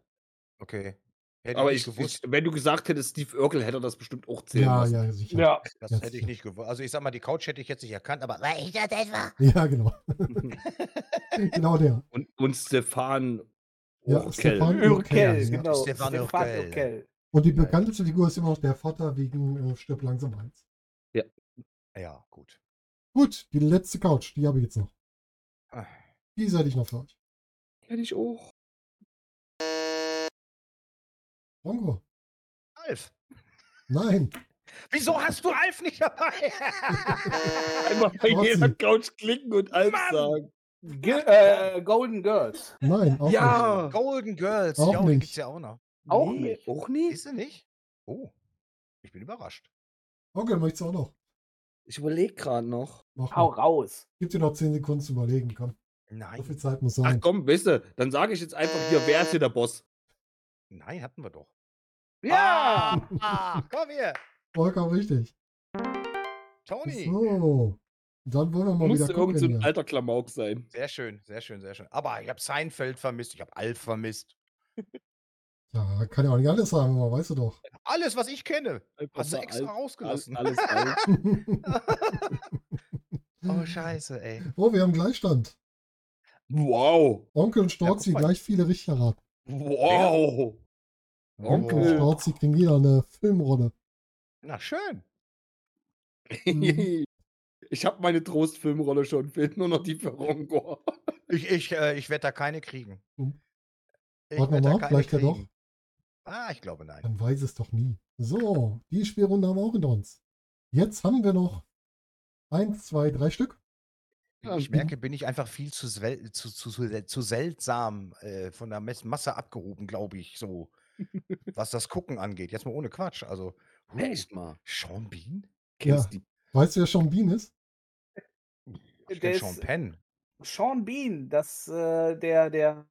Okay. Hätte Aber ich ich, nicht gewusst. ich, wenn du gesagt hättest, Steve Urkel, hätte er das bestimmt auch zählen Ja, lassen. ja, sicher. Ja, das jetzt- hätte ich nicht gewusst. Also ich sag mal, die Couch hätte ich jetzt nicht erkannt, aber weil ich das etwa. Ja, genau. genau der. Und, und Stefan Ja, Urkel. Stefan Urkel. Urkel, ja. genau. Stefan Urkel. Und die Nein. bekannteste Figur ist immer noch der Vater wegen äh, Stirb langsam eins. Ja, gut. Gut, die letzte Couch, die habe ich jetzt noch. Ah. Die hätte ich noch für euch. Kenn ich auch. Bongo. Alf. Nein. Wieso hast du Alf nicht dabei? Einmal bei Trotzdem. jeder Couch klicken und alles Mann! sagen. Ge äh, Golden Girls. Nein. Auch Ja. Golden Girls. Auch ja, die nicht. gibt's ja auch noch. Auch nicht. Auch nicht? Ist sie nicht? Oh. Ich bin überrascht. nicht. Bongo möchtest du auch noch. Ich überlege gerade noch. Mach Hau mal. raus. Gib dir noch 10 Sekunden zu überlegen. Komm. So viel Nein. Zeit muss Ach sein. komm, weißt du, dann sage ich jetzt einfach hier, wer ist hier der Boss? Nein, hatten wir doch. Ja! Ah, komm hier. Vollkommen richtig. Tony. So. Dann wollen wir mal Musste wieder gucken. irgend so ein hier. alter Klamauk sein. Sehr schön, sehr schön, sehr schön. Aber ich habe Seinfeld vermisst, ich habe Alf vermisst. Ja, kann ja auch nicht alles haben, aber weißt du doch. Alles, was ich kenne, Einfach hast du mal extra all- rausgelassen. Alles, alles, alt. Oh, scheiße, ey. Oh, wir haben Gleichstand. Wow. Onkel und Storzi guck mal. gleich viele richtig erraten. Wow. Onkel und Onkel. Storzi kriegen jeder eine Filmrolle. Oh. Na schön. Ähm, Mhm. Ich habe meine Trostfilmrolle schon, fehlt nur noch die für Rongor. Ich, ich, äh, ich werde da keine kriegen. Hm. Ich Warten wir werd da mal ab, keine vielleicht ja doch. kriegen. Ah, ich glaube nein. Man weiß es doch nie. So, die Spielrunde haben wir auch hinter uns. Jetzt haben wir noch eins, zwei, drei Stück. Ja, Ich bin- merke, bin ich einfach viel zu, swel- zu, zu, zu, sel- zu seltsam äh, von der Mess- Masse abgehoben, glaube ich, so. was das Gucken angeht. Jetzt mal ohne Quatsch. Also, huh, mal. Sean Bean? Kennst die Weißt du, wer Sean Bean ist? Ich Der kenn ist- Sean Penn. Sean Bean, das, äh, der, der,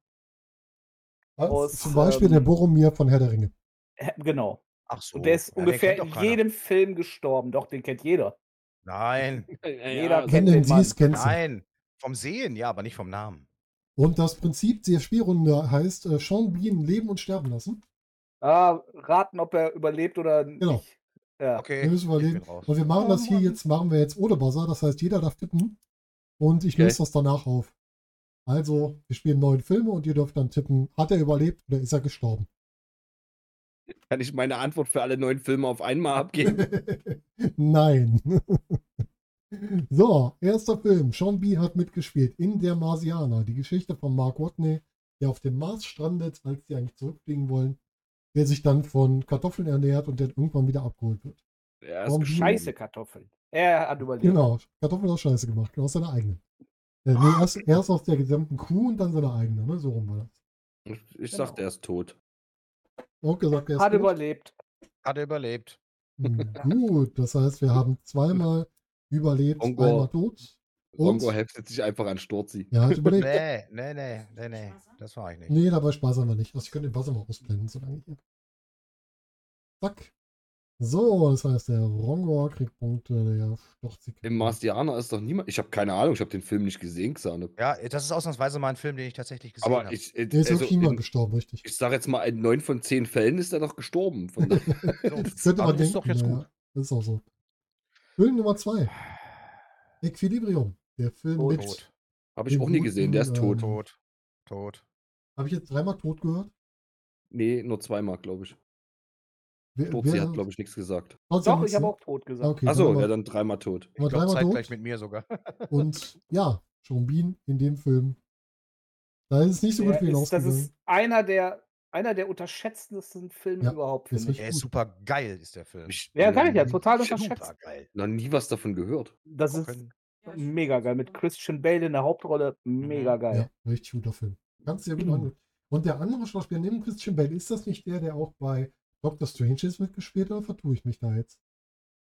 Als Aus, zum Beispiel der ähm, Boromir von Herr der Ringe. äh, genau. Ach so. Und der ist ja, den ungefähr kennt doch in keiner. jedem Film gestorben. Doch, den kennt jeder. Nein, Jeder Jeder kennt- kennt. Wenn du den ihn siehst, kennst du. ihn. nein. Vom Sehen, ja, aber nicht vom Namen. Und das Prinzip der Spielrunde heißt äh, Sean Bean leben und sterben lassen. Ah, raten, ob er überlebt oder Genau. nicht. Ja. Okay. Wir müssen ich bin überlegen. raus. Und wir machen Oh das hier Mann. jetzt, machen wir jetzt ohne Buzzer. Das heißt, jeder darf tippen. Und ich Okay. löse das danach auf. Also, wir spielen neun Filme und ihr dürft dann tippen, hat er überlebt oder ist er gestorben? Kann ich meine Antwort für alle neuen Filme auf einmal abgeben? Nein. so, erster Film. Sean B. hat mitgespielt in Der Marsianer. Die Geschichte von Mark Watney, der auf dem Mars strandet, als die eigentlich zurückfliegen wollen, der sich dann von Kartoffeln ernährt und dann irgendwann wieder abgeholt wird. Ja, Warum gestorben. Scheiße Kartoffeln. Er hat überlebt. Mhm. Genau, Kartoffeln aus Scheiße gemacht, genau, aus seiner eigenen. Äh, nee, erst, erst aus der gesamten Crew und dann seiner eigenen, ne? So rum war das. Ich sagte, er ist tot. Auch gesagt, er ist Hat tot. überlebt. Hat er überlebt. Hm, Gut, das heißt, wir haben zweimal überlebt, Bongo. einmal tot. Und? Rongo heftet sich einfach an Sturzi. Ja, hat überlebt. Nee, nee, nee, nee, nee. Das war ich nicht. Nee, dabei sparen wir nicht. Also ich könnte den Buzzer mal ausblenden, solange hier. Zack. So, das heißt, der Rongor kriegt Punkte, der Storzi kriegt Im Marsianer ist doch niemand. Ich habe keine Ahnung, ich habe den Film nicht gesehen, Xane. Ja, das ist ausnahmsweise mal ein Film, den ich tatsächlich gesehen Aber habe. ich, äh, Der ist also also China in, gestorben, richtig. ich sage jetzt mal, in neun von zehn Fällen ist er doch gestorben. Von daher- So, Das könnte aber man das ist doch denken, jetzt ja. gut. Das ist auch so. Film Nummer 2. Equilibrium. Der Film Tot. mit. Tot, Habe ich auch nie gesehen, der ist tot. Ähm, tot, tot. Habe ich jetzt dreimal tot gehört? Nee, nur zweimal, glaube ich. Wer, Sturzi hat, glaube ich, nichts gesagt. Doch, ich habe auch tot gesagt. Okay, Achso, dann ja, haben dann dreimal tot. wir- haben wir Ich glaube, dreimal zeitgleich tot. mit mir sogar. Und ja, Sean Bean in dem Film. Da ist es nicht so gut Der für ihn ist, das ausgegangen. ist einer der, einer der unterschätztesten Filme Ja, überhaupt, das finde ist ich. Der ist super geil, ist der Film. Ich- Ja, kann ich ja, noch- total Super unterschätzt. geil. Noch nie was davon gehört. Das ist Gucken. mega geil. Mit Christian Bale in der Hauptrolle, mega geil. Genau. Ja, richtig guter Film. Ganz sehr gut angeguckt. Und der andere Schauspieler neben Christian Bale, ist das nicht der, der auch bei Dr. Strange ist mitgespielt oder vertue ich mich da jetzt?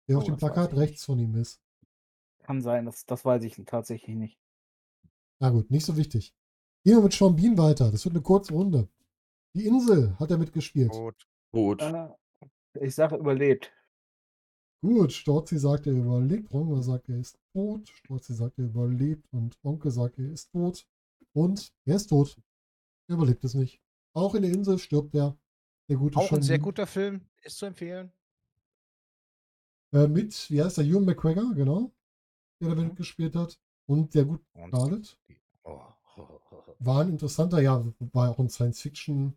Der auf Oh, dem das weiß Plakat ich rechts von ihm ist. Kann sein, das, das weiß ich tatsächlich nicht. Na gut, nicht so wichtig. Gehen wir mit Sean Bean weiter. Das wird eine kurze Runde. Die Insel hat er mitgespielt. Oh. Tot. Tot. Äh, Ich sage überlebt. Gut, Storzi sagt, er überlebt. Rongo sagt, er ist tot. Storzi sagt, er überlebt. Und Onkel sagt, er ist tot. Und er ist tot. Er überlebt es nicht. Auch in der Insel stirbt er. Der gute Auch ein Sean sehr Bean. guter Film, ist zu empfehlen. Äh, mit, wie heißt der, Ewan McGregor, genau. Der da mitgespielt hat. Und der gute Mhm. Und Scarlett. oh. War ein interessanter, ja, war auch ein Science-Fiction.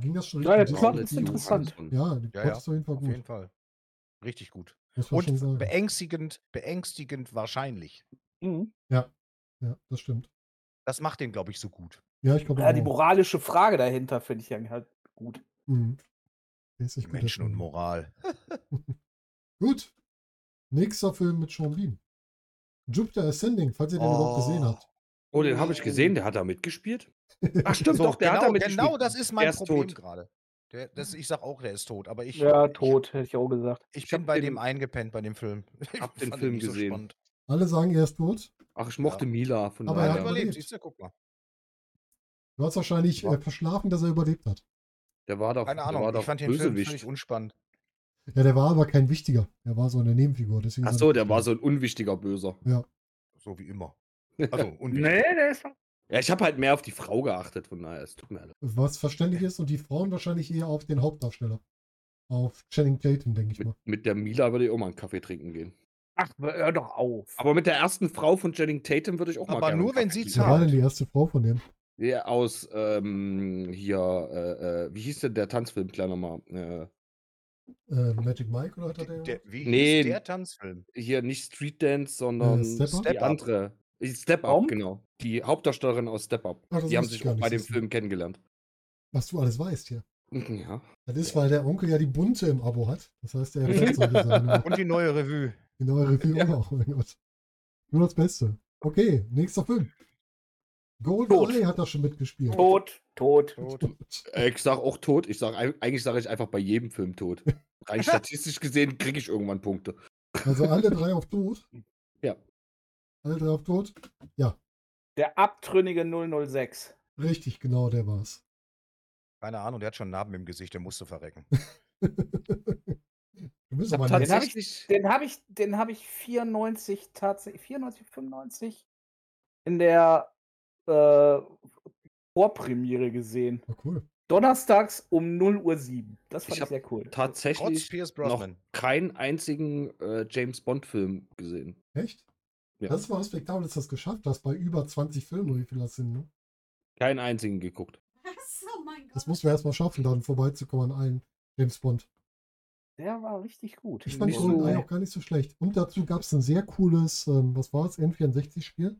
Ging das schon Ja, der in die Plot Richtung? ist interessant. Ja, der Ja, Plot ja, ist auf jeden Fall auf jeden gut. Fall. Richtig gut. Muss man schon Und sagen. beängstigend, beängstigend wahrscheinlich. Mhm. Ja, das stimmt. Das macht den, glaube ich, so gut. Ja, ich glaube. Ja, die auch. moralische Frage dahinter finde ich ja halt gut. Mhm. Der ist echt gut, der Menschen und Film. Moral. Gut. Nächster Film mit Sean Bean. Jupiter Ascending, falls ihr den Oh. überhaupt gesehen habt. Oh, den habe ich gesehen, der hat da mitgespielt. Ach stimmt, So, doch, der genau, hat da mitgespielt. genau das ist mein Der ist Problem tot. gerade. Der- das- Ich sag auch, der ist tot, aber ich, Ja, tot, hätte ich auch gesagt. ich, ich Ich bin hab bei den- dem eingepennt bei dem Film. Ich hab den fand ihn Film nicht gesehen. spannend. Alle sagen, er ist tot. Ach, ich mochte Mila von Aber Er Ja, hat ja. daher. überlebt, Überlebt. siehst du, guck mal. Du hast wahrscheinlich Ja. äh, verschlafen, dass er überlebt hat. Der war doch, Keine der war Ahnung, doch ich fand den Film völlig Bösewicht. unspannend. Ja, der war aber kein wichtiger. Der war so eine Nebenfigur. Deswegen Ach ist er so, nicht der war so gestorben. ein unwichtiger Böser. So wie immer. Also, unwichtig. der ist Ja, ich habe halt mehr auf die Frau geachtet, von daher, es tut mir leid. Was verständlich ist und die Frauen wahrscheinlich eher auf den Hauptdarsteller. Auf Channing Tatum, denke ich Mit, mal. mit der Mila würde ich auch mal einen Kaffee trinken gehen. Ach, hör doch auf. Aber mit der ersten Frau von Jenning Tatum würde ich auch mal Aber gerne nur, einen wenn Kaffee sie Wer trinken. war zahlt. denn die erste Frau von dem? Ja, aus ähm, hier, äh, äh, wie hieß denn der Tanzfilm gleich nochmal? Äh, Äh, Magic Mike oder hat er Der, den? der, wie Nee. hieß der Tanzfilm? hier nicht Street Dance, sondern Äh, Step Up? die Step Up. andere. Die Step Up, Warum? genau. Die Hauptdarstellerin aus Step Up. Ach, das die haben wusste ich sich gar auch bei nicht, dem siehst du. Film kennengelernt. Was du alles weißt hier. Ja. Das ist, weil der Onkel ja die bunte im Abo hat. Das heißt, er erfährt solche Sachen. auch. Und die neue Revue. genau. Die neue Review auch, mein Gott. Nur das Beste. Okay, nächster Film. GoldenEye hat da schon mitgespielt. Tot, tot. Äh, Ich sag auch tot. Ich sag, eig- eigentlich sage ich einfach bei jedem Film tot. Rein statistisch gesehen kriege ich irgendwann Punkte. Also alle drei auf Tod. Ja. Alle drei auf Tod. Der abtrünnige 006. Richtig, genau, der war's. Keine Ahnung, der hat schon Narben im Gesicht, der musste verrecken. Du bist Ich hab aber nicht. hab ich- tatsächlich. Den habe ich, den habe ich 94 tatsächlich, 94, 95 in der äh, Vorpremiere gesehen. Oh, cool. Donnerstags um 0 Uhr 7. Das fand Ich ich, hab sehr cool. Trotz Tatsächlich Pierce noch Brosnan. keinen einzigen äh, James Bond-Film gesehen. Echt? Ja. Das war respektabel, dass du das geschafft hast bei über 20 Filmen, oder wie viele das sind. Ne? Keinen einzigen geguckt. Was? Oh mein Gott. Das musst du erstmal schaffen, dann vorbeizukommen an allen James Bond. Der war richtig gut. Ich fand Nicht GoldenEye so- auch gar nicht so schlecht. Und dazu gab es ein sehr cooles, ähm, was war es, N64-Spiel?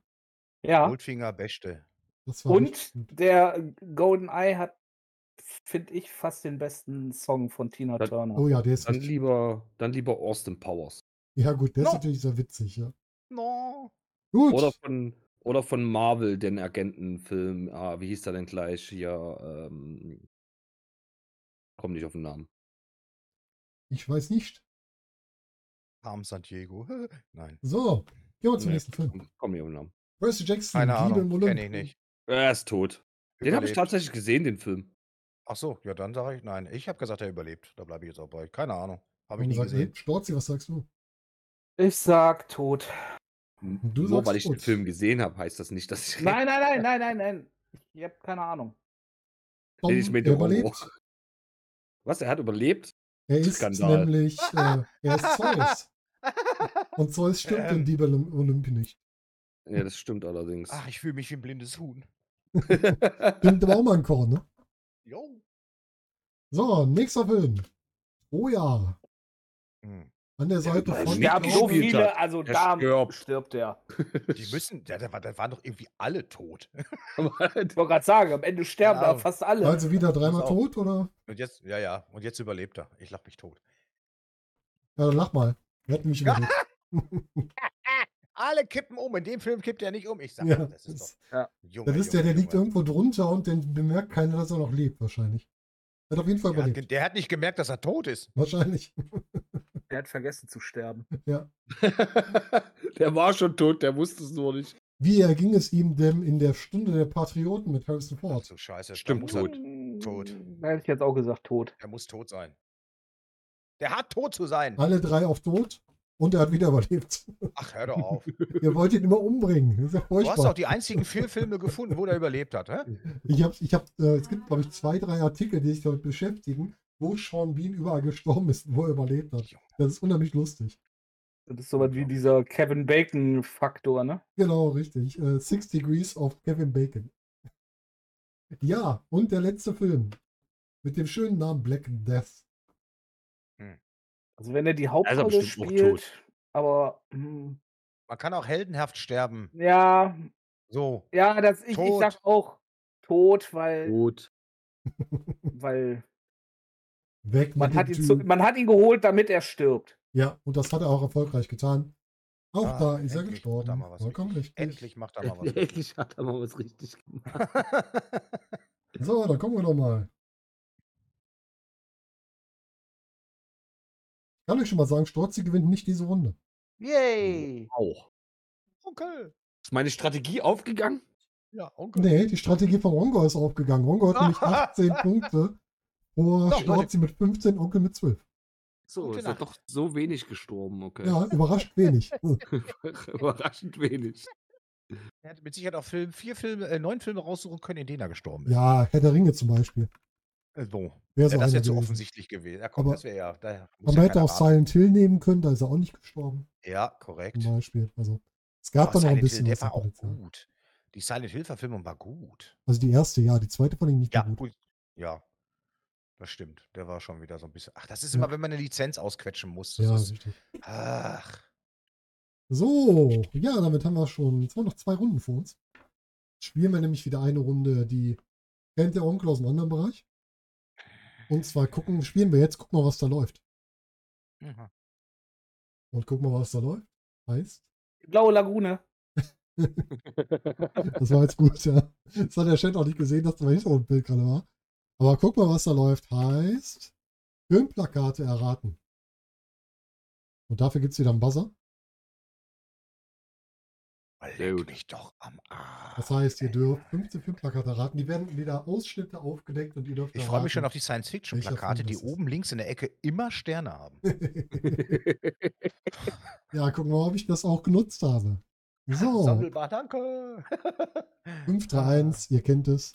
ja. Goldfinger Beste. Das war Und richtig gut. der Golden Eye hat, finde ich, fast den besten Song von Tina Dann- Turner. Oh ja, der ist Dann richtig lieber, dann lieber Austin Powers. Ja, gut, der ist No. natürlich sehr witzig, ja. No. Gut. Oder von, oder von Marvel, den Agentenfilm. Ah, wie hieß der denn gleich hier? Ähm, komm nicht auf den Namen. Ich weiß nicht. Arm San Diego. Nein. So, gehen wir zum Nee, nächsten Film. Komm, komm nicht auf den Namen. Percy Jackson, Keine Liebe im Ahnung, Olymp. kenne ich nicht. Er ist tot. Den habe ich Überlebt. tatsächlich gesehen, den Film. Ach so, ja, dann sage ich nein. Ich habe gesagt, er überlebt. Da bleibe ich jetzt auch bei. Keine Ahnung. Habe ich Und nie sagt, ey, gesehen. Storzi, was sagst du? Ich sag tot. du Nur sagst weil ich den tot. Film gesehen habe, heißt das nicht, dass ich. Nein, nein, nein, nein, nein, nein. Ich habe keine Ahnung. Tom, ich mit er dem Romo. überlebt. Was? Er hat überlebt? Er ist Skandal. nämlich, äh, er ist Zeus. Und Zeus stimmt in Ähm. Liebe im Olymp nicht. Ja, das stimmt allerdings. Ah. Ach, ich fühle mich wie ein blindes Huhn. Stimmt aber auch mal ein Korn, ne? Jo. So, nächster Film. Oh ja, Hm. an der Seite weiß von... nicht, Sterben die so gespielt viele, hat. also Er da stirbt. stirbt er. Die müssen, da, da, war- da waren doch irgendwie alle tot. Ich wollte gerade sagen, am Ende sterben Ja. da fast alle. Also wieder dreimal auch. tot, oder? Und jetzt, ja, ja, und jetzt überlebt er. Ich lach mich tot. Ja, dann lach mal. Er hat mich überlebt. Alle kippen um. In dem Film kippt er nicht um. Ich sag, Ja, ja, das ist doch. Ja. Junge, Das ist der, der Junge, liegt Junge. irgendwo drunter und den bemerkt keiner, dass er noch lebt, wahrscheinlich. Er hat auf jeden Fall Der hat, ge- überlebt. der hat nicht gemerkt, dass er tot ist. Wahrscheinlich. Er hat vergessen zu sterben. der war schon tot, der wusste es nur nicht. Wie erging es ihm denn in der Stunde der Patrioten mit Harrison Ach Ford? so, scheiße. da Stimmt, muss tot. Er, Tot. Hm. Hätte ich jetzt auch gesagt, tot. er muss tot sein. Der hat tot zu sein. Alle drei auf tot und er hat wieder überlebt. Ach, hör doch auf. Ihr wollt ihn immer umbringen. Das ist ja Du hast doch furchtbar. die einzigen vier Filme gefunden, wo der überlebt hat, hä? Ich hab, ich hab, äh, es gibt, glaube ich, zwei, drei Artikel, die sich damit beschäftigen, wo Sean Bean überall gestorben ist, und wo er überlebt hat. Das ist unheimlich lustig. Das ist sowas Genau. wie dieser Kevin Bacon-Faktor, ne? Genau, richtig. Äh, Six Degrees of Kevin Bacon. Ja, und der letzte Film. Mit dem schönen Namen Black Death. Also wenn er die er Hauptrolle bestimmt auch spielt, tot. aber hm, Man kann auch heldenhaft sterben. ja, So. ja, das ich, ich Tot. sag auch tot, weil Gut. weil Weg Man mit hat, dem ihn zu, Typ. man hat ihn geholt, damit er stirbt. Ja, und das hat er auch erfolgreich getan. Auch Ah, da ist er endlich macht er gestorben. mal was Vollkommen richtig. Endlich macht er mal was. Endlich hat er mal was richtig gemacht. So, dann gucken wir doch mal. Ich kann euch schon mal sagen, Storzi gewinnt nicht diese Runde. Yay! Auch. Onkel! Ist meine Strategie aufgegangen? Ja, Onkel. Nee, die Strategie von Rongo ist aufgegangen. Rongo hat nämlich 18 Punkte. Vor Doch, Storzi mit 15, Onkel mit 12. So, Gute ist er Nacht. doch so wenig gestorben, okay. Ja, überrascht wenig. Hm. Überraschend wenig. Er hätte mit Sicherheit auch Film, vier Filme, äh, neun Filme raussuchen können, in denen er gestorben ist. Ja, Herr der Ringe zum Beispiel. Äh, Wäre So. Ja, so das einer wäre zu gewesen. offensichtlich gewesen. Ja, komm, Aber das wäre ja. Da Man muss ja hätte keiner auch raten. Silent Hill nehmen können, da ist er auch nicht gestorben. Ja, korrekt. Zum Beispiel. Also, es gab da Aber noch ein Silent bisschen Hill, was. ne? der war an auch Potenzial. gut. Die Silent Hill-Verfilmung war gut. Also die erste, ja. Die zweite fand ich nicht Ja, so gut. gut. Ja. Das stimmt. Der war schon wieder so ein bisschen. Ach, das ist Ja. immer, wenn man eine Lizenz ausquetschen muss. Das Ja, ist, richtig. ach. So, ja, damit haben wir schon zwar noch zwei Runden vor uns. Jetzt Spielen wir nämlich wieder eine Runde, die kennt der Onkel aus einem anderen Bereich. Und zwar gucken, spielen wir jetzt, gucken wir, was da läuft. Mhm. Und gucken wir, was da läuft. Heißt, Die blaue Lagune. das war jetzt gut, ja. Das hat der Chat auch nicht gesehen, dass da mein Hintergrundbild gerade war. Aber guck mal, was da läuft. Heißt, Filmplakate erraten. Und dafür gibt es wieder einen Buzzer. Leck gut. mich doch am Das Arsch. heißt, ihr dürft 15 Filmplakate erraten. Die werden wieder Ausschnitte aufgedeckt und ihr dürft Ich freue mich schon erraten, auf die welcher Film Science-Fiction-Plakate, die das ist. oben links in der Ecke immer Sterne haben. Ja, gucken wir mal, ob ich das auch genutzt habe. So, Sammelbar, danke. 5, 3, 1, ihr kennt es.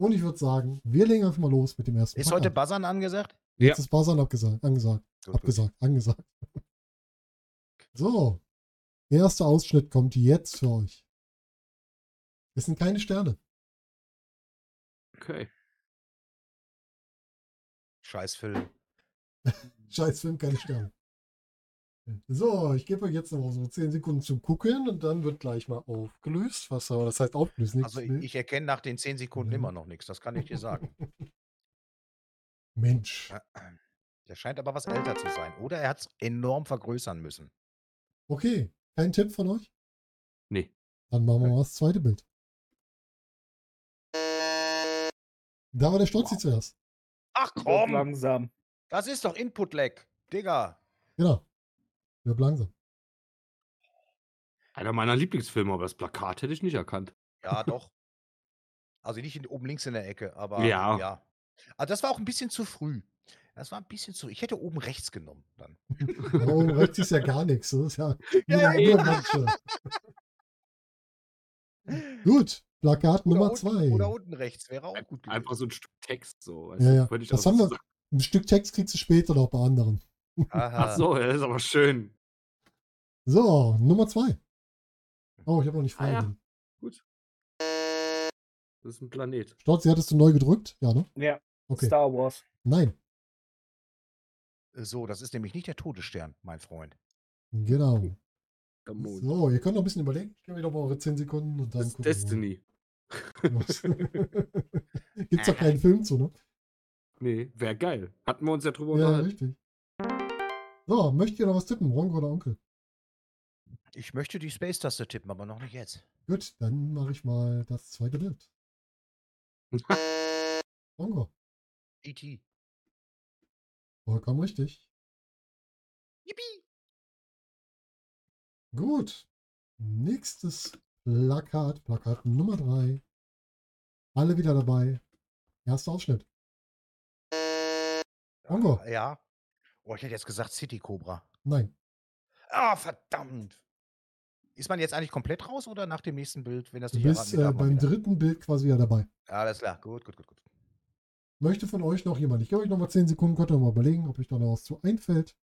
Und ich würde sagen, wir legen einfach mal los mit dem ersten Ist Pack heute an. Buzzern angesagt? Ja. Jetzt ist Buzzern abgesagt, angesagt, Gut, gut. abgesagt, angesagt. So, der erste Ausschnitt kommt jetzt für euch. Es sind keine Sterne. Okay. Scheiß Film. Scheiß Film, keine Sterne. So, ich gebe euch jetzt noch so 10 Sekunden zum Gucken und dann wird gleich mal aufgelöst. Was aber das heißt aufgelöst? Nichts Also ich, will. ich erkenne nach den 10 Sekunden Ja. immer noch nichts, das kann ich dir sagen. Mensch. Äh, Der scheint aber was älter zu sein. Oder er hat es enorm vergrößern müssen. Okay, kein Tipp von euch? Nee. Dann machen wir mal das zweite Bild. Da war der Stolzi zuerst. Ach Wird komm, Langsam. das ist doch Input-Lag. Digga. Genau. Wird langsam. Einer meiner Lieblingsfilme, aber das Plakat hätte ich nicht erkannt. Ja, doch. Also nicht in, oben links in der Ecke, aber Ja. ja. Also das war auch ein bisschen zu früh. Das war ein bisschen zu. Ich hätte oben rechts genommen dann. Aber oben rechts ist ja gar nichts. Das ist ja nur Ja, eine eben. Übermatsche. Gut, Plakat Nummer oder, zwei. Unten, oder unten rechts wäre auch gut gewesen. Einfach so ein Stück Text. So. Ja, ja. völlig Das aus- haben wir- Ein Stück Text kriegst du später noch bei anderen. Ach Aha. so, das ist aber schön. So, Nummer zwei. Oh, ich habe noch nicht Ah, ja. vorhin. Das ist ein Planet. Storzi, hattest du neu gedrückt? Ja, ne? Ja. Okay. Star Wars. Nein. So, das ist nämlich nicht der Todesstern, mein Freund. Genau. Der Mond. So, ihr könnt noch ein bisschen überlegen. Ich gebe wieder mal eure 10 Sekunden und dann das ist gucken wir mal. Los. Destiny. Gibt's doch keinen Film zu, ne? Nee, wäre geil. Hatten wir uns ja drüber Ja, unterhalten. richtig. So, möchtet ihr noch was tippen? Rongo oder Onkel? Ich möchte die Space-Taste tippen, aber noch nicht jetzt. Gut, dann mache ich mal das zweite Bild. Rongo, E.T. vollkommen richtig. Yippie! Gut. Nächstes Plakat, Plakat Nummer 3. Alle wieder dabei. Erster Ausschnitt. Bongo. Ja. Oh, ich hätte jetzt gesagt City Cobra. Nein, Ah, verdammt! Ist man jetzt eigentlich komplett raus oder nach dem nächsten Bild, wenn das du nicht bist darf äh, man beim wieder? dritten Bild quasi wieder dabei. Alles klar, gut, gut, gut, gut. Möchte von euch noch jemand? Ich gebe euch noch mal 10 Sekunden, könnt ihr mal überlegen, ob euch da noch was zu einfällt.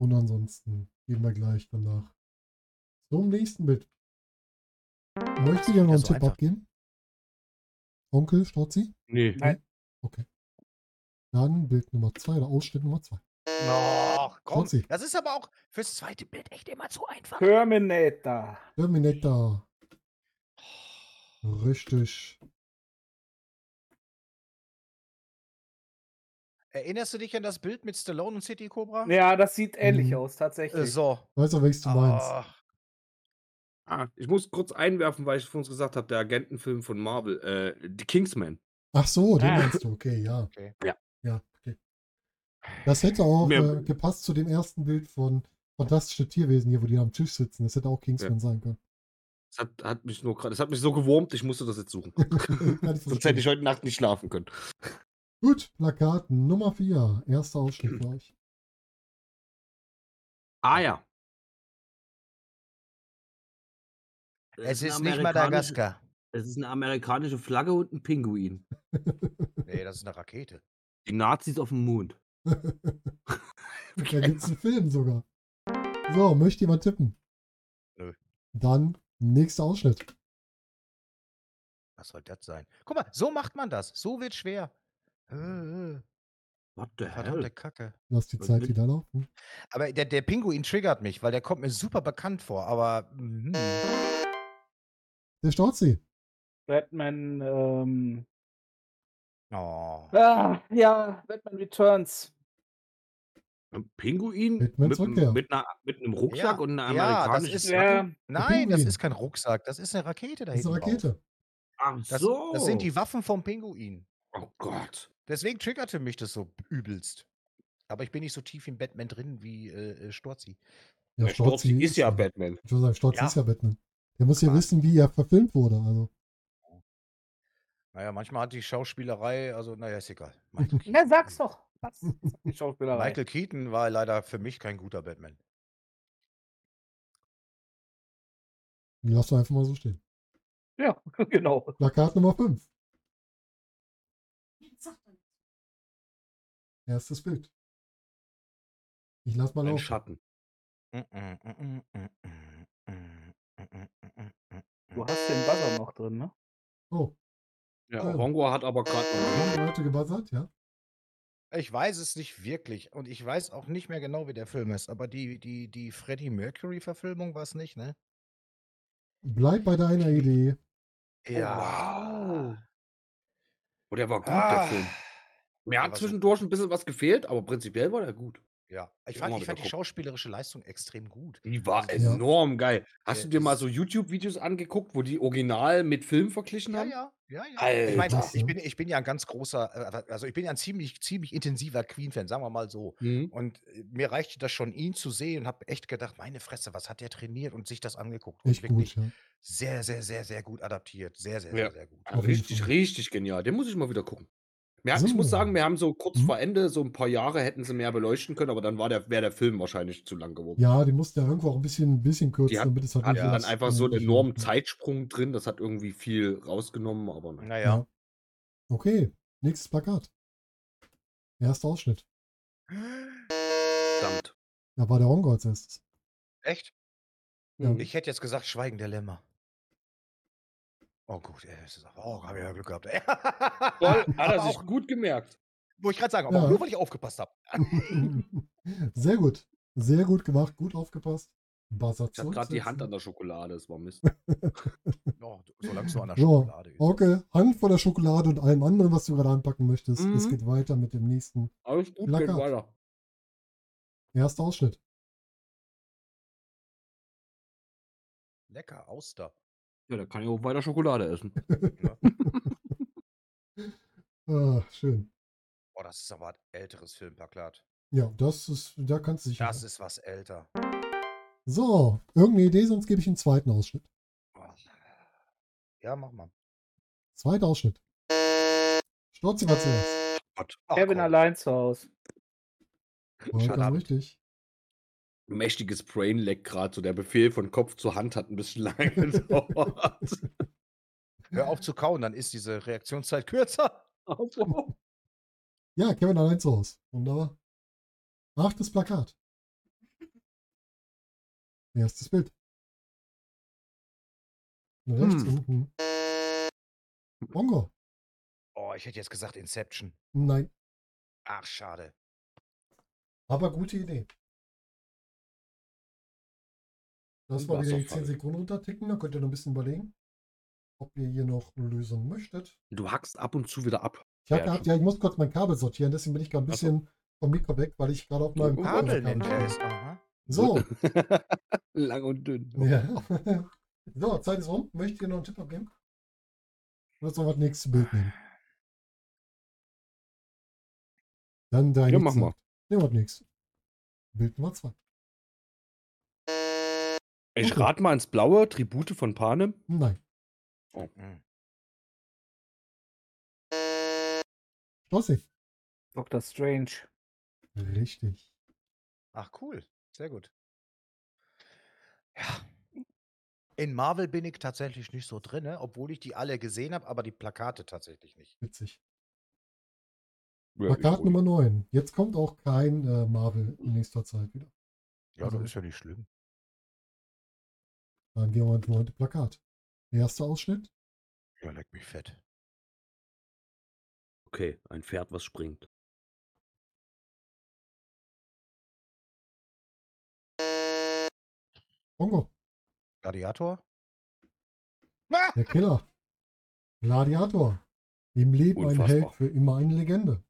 Und ansonsten gehen wir gleich danach zum nächsten Bild. Möchtet ihr noch einen so Tipp einfach. abgeben? Onkel, Storzi? Nee. Nein. Dann Bild Nummer 2 oder Ausschnitt Nummer 2. Ach, komm. Trotzdem. Das ist aber auch fürs zweite Bild echt immer zu einfach. Terminator. Terminator. Oh. Richtig. Erinnerst du dich an das Bild mit Stallone und City Cobra? Ja, das sieht ähnlich Mhm. aus, Äh, tatsächlich. so. Weißt du, welches du meinst? Ach, Ah, ich muss kurz einwerfen, weil ich vorhin gesagt habe, der Agentenfilm von Marvel, äh, die Kingsman. Ach so, den Ah. meinst du, okay, ja. Okay. Ja. Ja, okay. Das hätte auch Mehr- äh, gepasst zu dem ersten Bild von Fantastische Tierwesen hier, wo die am Tisch sitzen. Das hätte auch Kingsman sein können. Das hat, hat mich nur gerade, das hat mich so gewurmt, ich musste das jetzt suchen. Kann ich Sonst verstehen. hätte ich heute Nacht nicht schlafen können. Gut, Plakaten Nummer 4. Erster Mhm. Ausschnitt für euch. Ah ja. es ein ist nicht amerikanisches- Madagaskar. Es ist eine amerikanische Flagge und ein Pinguin. Nee, das ist eine Rakete. Die Nazis auf dem Mond. Da gibt es einen Film sogar. So, möchte jemand tippen? Nö. Dann nächster Ausschnitt. Was soll das sein? Guck mal, so macht man das. So wird schwer. Äh, What the Verdammte Kacke. Lass die Was Zeit mit- wieder laufen. Aber der, der Pinguin triggert mich, weil der kommt mir super bekannt vor. Aber mhm. Der Storzi. Batman, ähm. oh, Ah, ja, Batman Returns. Ein Pinguin Batman mit, Rückkehr. einem- mit, einer, mit einem Rucksack Ja, und einer ja, das amerikanischen ist- Flagge? Ja, nein, das Pinguin. ist kein Rucksack. Das ist eine Rakete da Das ist hinten. eine drauf. Rakete. Ach Das, so. das sind die Waffen vom Pinguin. Oh Gott. Deswegen triggerte mich das so übelst. Aber ich bin nicht so tief in Batman drin wie äh, äh, Storzi. Ja, Der Storzi Storzi ist ja Batman. Ich würde sagen, Storzi Ja. ist ja Batman. Der muss ja Quasi. wissen, wie er verfilmt wurde. Also, Naja, manchmal hat die Schauspielerei, also naja, ist egal. Na, sag's doch. Was? Die Schauspielerei. Michael Keaton war leider für mich kein guter Batman. die lass du einfach mal so stehen. Ja, genau. Plakat Nummer 5. Erstes Bild. Ich lass mal Ein laufen. Schatten. Mm, mm, Du hast den Buzzer noch drin, ne? Oh, Ja, Ja. Rongo hat aber gerade haben die Leute gebuzzert, ja? Ich weiß es nicht wirklich und ich weiß auch nicht mehr genau, wie der Film ist, aber die, die, die Freddie Mercury-Verfilmung war es nicht, ne? Bleib bei deiner Idee. Oh, Oh, Wow. Oh, der war gut, der Ah. Film. Mir Der hat war zwischendurch ein bisschen was gefehlt, aber prinzipiell war der gut. Ja, ich Ja, fand, mal ich wieder fand die gucken. schauspielerische Leistung extrem gut. Die war Also, ja. enorm geil. Hast Der du dir mal ist- so YouTube-Videos angeguckt, wo die Original mit Film verglichen Ja, haben? ja, ja, ja. Ich meine, Alter. ich bin, ich bin ja ein ganz großer, äh, also ich bin ja ein ziemlich, ziemlich intensiver Queen-Fan, sagen wir mal so. Mhm. Und äh, mir reichte das schon, ihn zu sehen und habe echt gedacht, meine Fresse, was hat der trainiert und sich das angeguckt. Und Echt gut, ja. sehr, sehr, sehr, sehr gut adaptiert. Sehr, sehr, Ja. sehr, sehr gut. Auf jeden Richtig, Fall. richtig genial. Den muss ich mal wieder gucken. Wir, hat- Ich So. muss sagen, wir haben so kurz Mhm. vor Ende, so ein paar Jahre hätten sie mehr beleuchten können, aber dann war der, wäre der Film wahrscheinlich zu lang geworden. Ja, die musste ja irgendwo auch ein bisschen, ein bisschen kürzen, Die hat- damit es halt Hatten so dann das- einfach so einen äh, enormen ja. Zeitsprung drin, das hat irgendwie viel rausgenommen, aber nein. Naja. Ja. Okay, nächstes Plakat. Erster Ausschnitt. Verdammt. Da war der Hongo als erstes. Echt? Ja. Hm, Ich hätte jetzt gesagt, Schweigen der Lämmer. Oh gut, ey, das ist, oh, habe ich ja Glück gehabt. ey. Voll, hat er aber sich auch, gut gemerkt. wo ich gerade sagen, aber Ja. auch nur weil ich aufgepasst habe. Sehr gut. Sehr gut gemacht, gut aufgepasst. Buzzer Ich hatte gerade die Hand an der Schokolade, es war Mist. Oh, du- solange es nur an der Ja. Schokolade ist. Okay, Hand vor der Schokolade und allem anderen, was du gerade anpacken möchtest. Es Mhm. geht weiter mit dem nächsten. Alles gut, geht Plakat. weiter. Erster Ausschnitt. Lecker, Auster. Ja, da kann ich auch weiter Schokolade essen. Ah, schön. Oh, das ist aber ein älteres Filmplakat. Ja, das ist, da kannst du dich. Das ist was älter. So, irgendeine Idee, sonst gebe ich einen zweiten Ausschnitt. Oh. Ja, mach mal. Zweiter Ausschnitt. Storzi war zuerst. Ach, Kevin komm. allein zu Hause. Vollkommen Schade. richtig. Mächtiges Brainlag gerade, so der Befehl von Kopf zu Hand hat ein bisschen lange gedauert. Hör auf zu kauen, dann ist diese Reaktionszeit kürzer. Ja, Kevin allein zu Hause. Wunderbar. Achtes Plakat. Erstes Bild. Rechts Hm. unten. Bongo. Oh, ich hätte jetzt gesagt Inception. Nein, Ach, schade. aber gute Idee. Lass mal wieder die Wasserfall. 10 Sekunden runterticken, dann könnt ihr noch ein bisschen überlegen, ob ihr hier noch lösen möchtet. Du hackst ab und zu wieder ab. Ich hab Ja, gehabt, ja, ich muss kurz mein Kabel sortieren, deswegen bin ich gerade ein Ach so. bisschen vom Mikro weg, weil ich gerade auf meinem Oh, Kabel Kopfhörer nennt Kabel- er es. Aha. So, Lang und dünn. ja. so, Zeit ist rum. Möchtet ihr noch einen Tipp abgeben? Oder sollen wir das nächste Bild nehmen? Dann dein. Ja, mach mal. Nehmen wir das nächste. Bild Nummer zwei. Ich Okay. rate mal ins Blaue, Tribute von Panem. Nein. Mhm. Stossi. Dr. Strange. Richtig. Ach cool, sehr gut. Ja. In Marvel bin ich tatsächlich nicht so drinne, obwohl ich die alle gesehen habe, aber die Plakate tatsächlich nicht. Witzig. Ja, Plakat ich- Nummer 9. Jetzt kommt auch kein äh, Marvel in nächster Zeit wieder. Ja, Also- das ist ja nicht schlimm. Dann gehen wir ins neunte Plakat. Erster Ausschnitt. Ja, leck mich fett. Okay, ein Pferd, was springt. Bongo. Gladiator? Der Killer. Gladiator. Im Leben ein Held, Unfassbar. für immer eine Legende.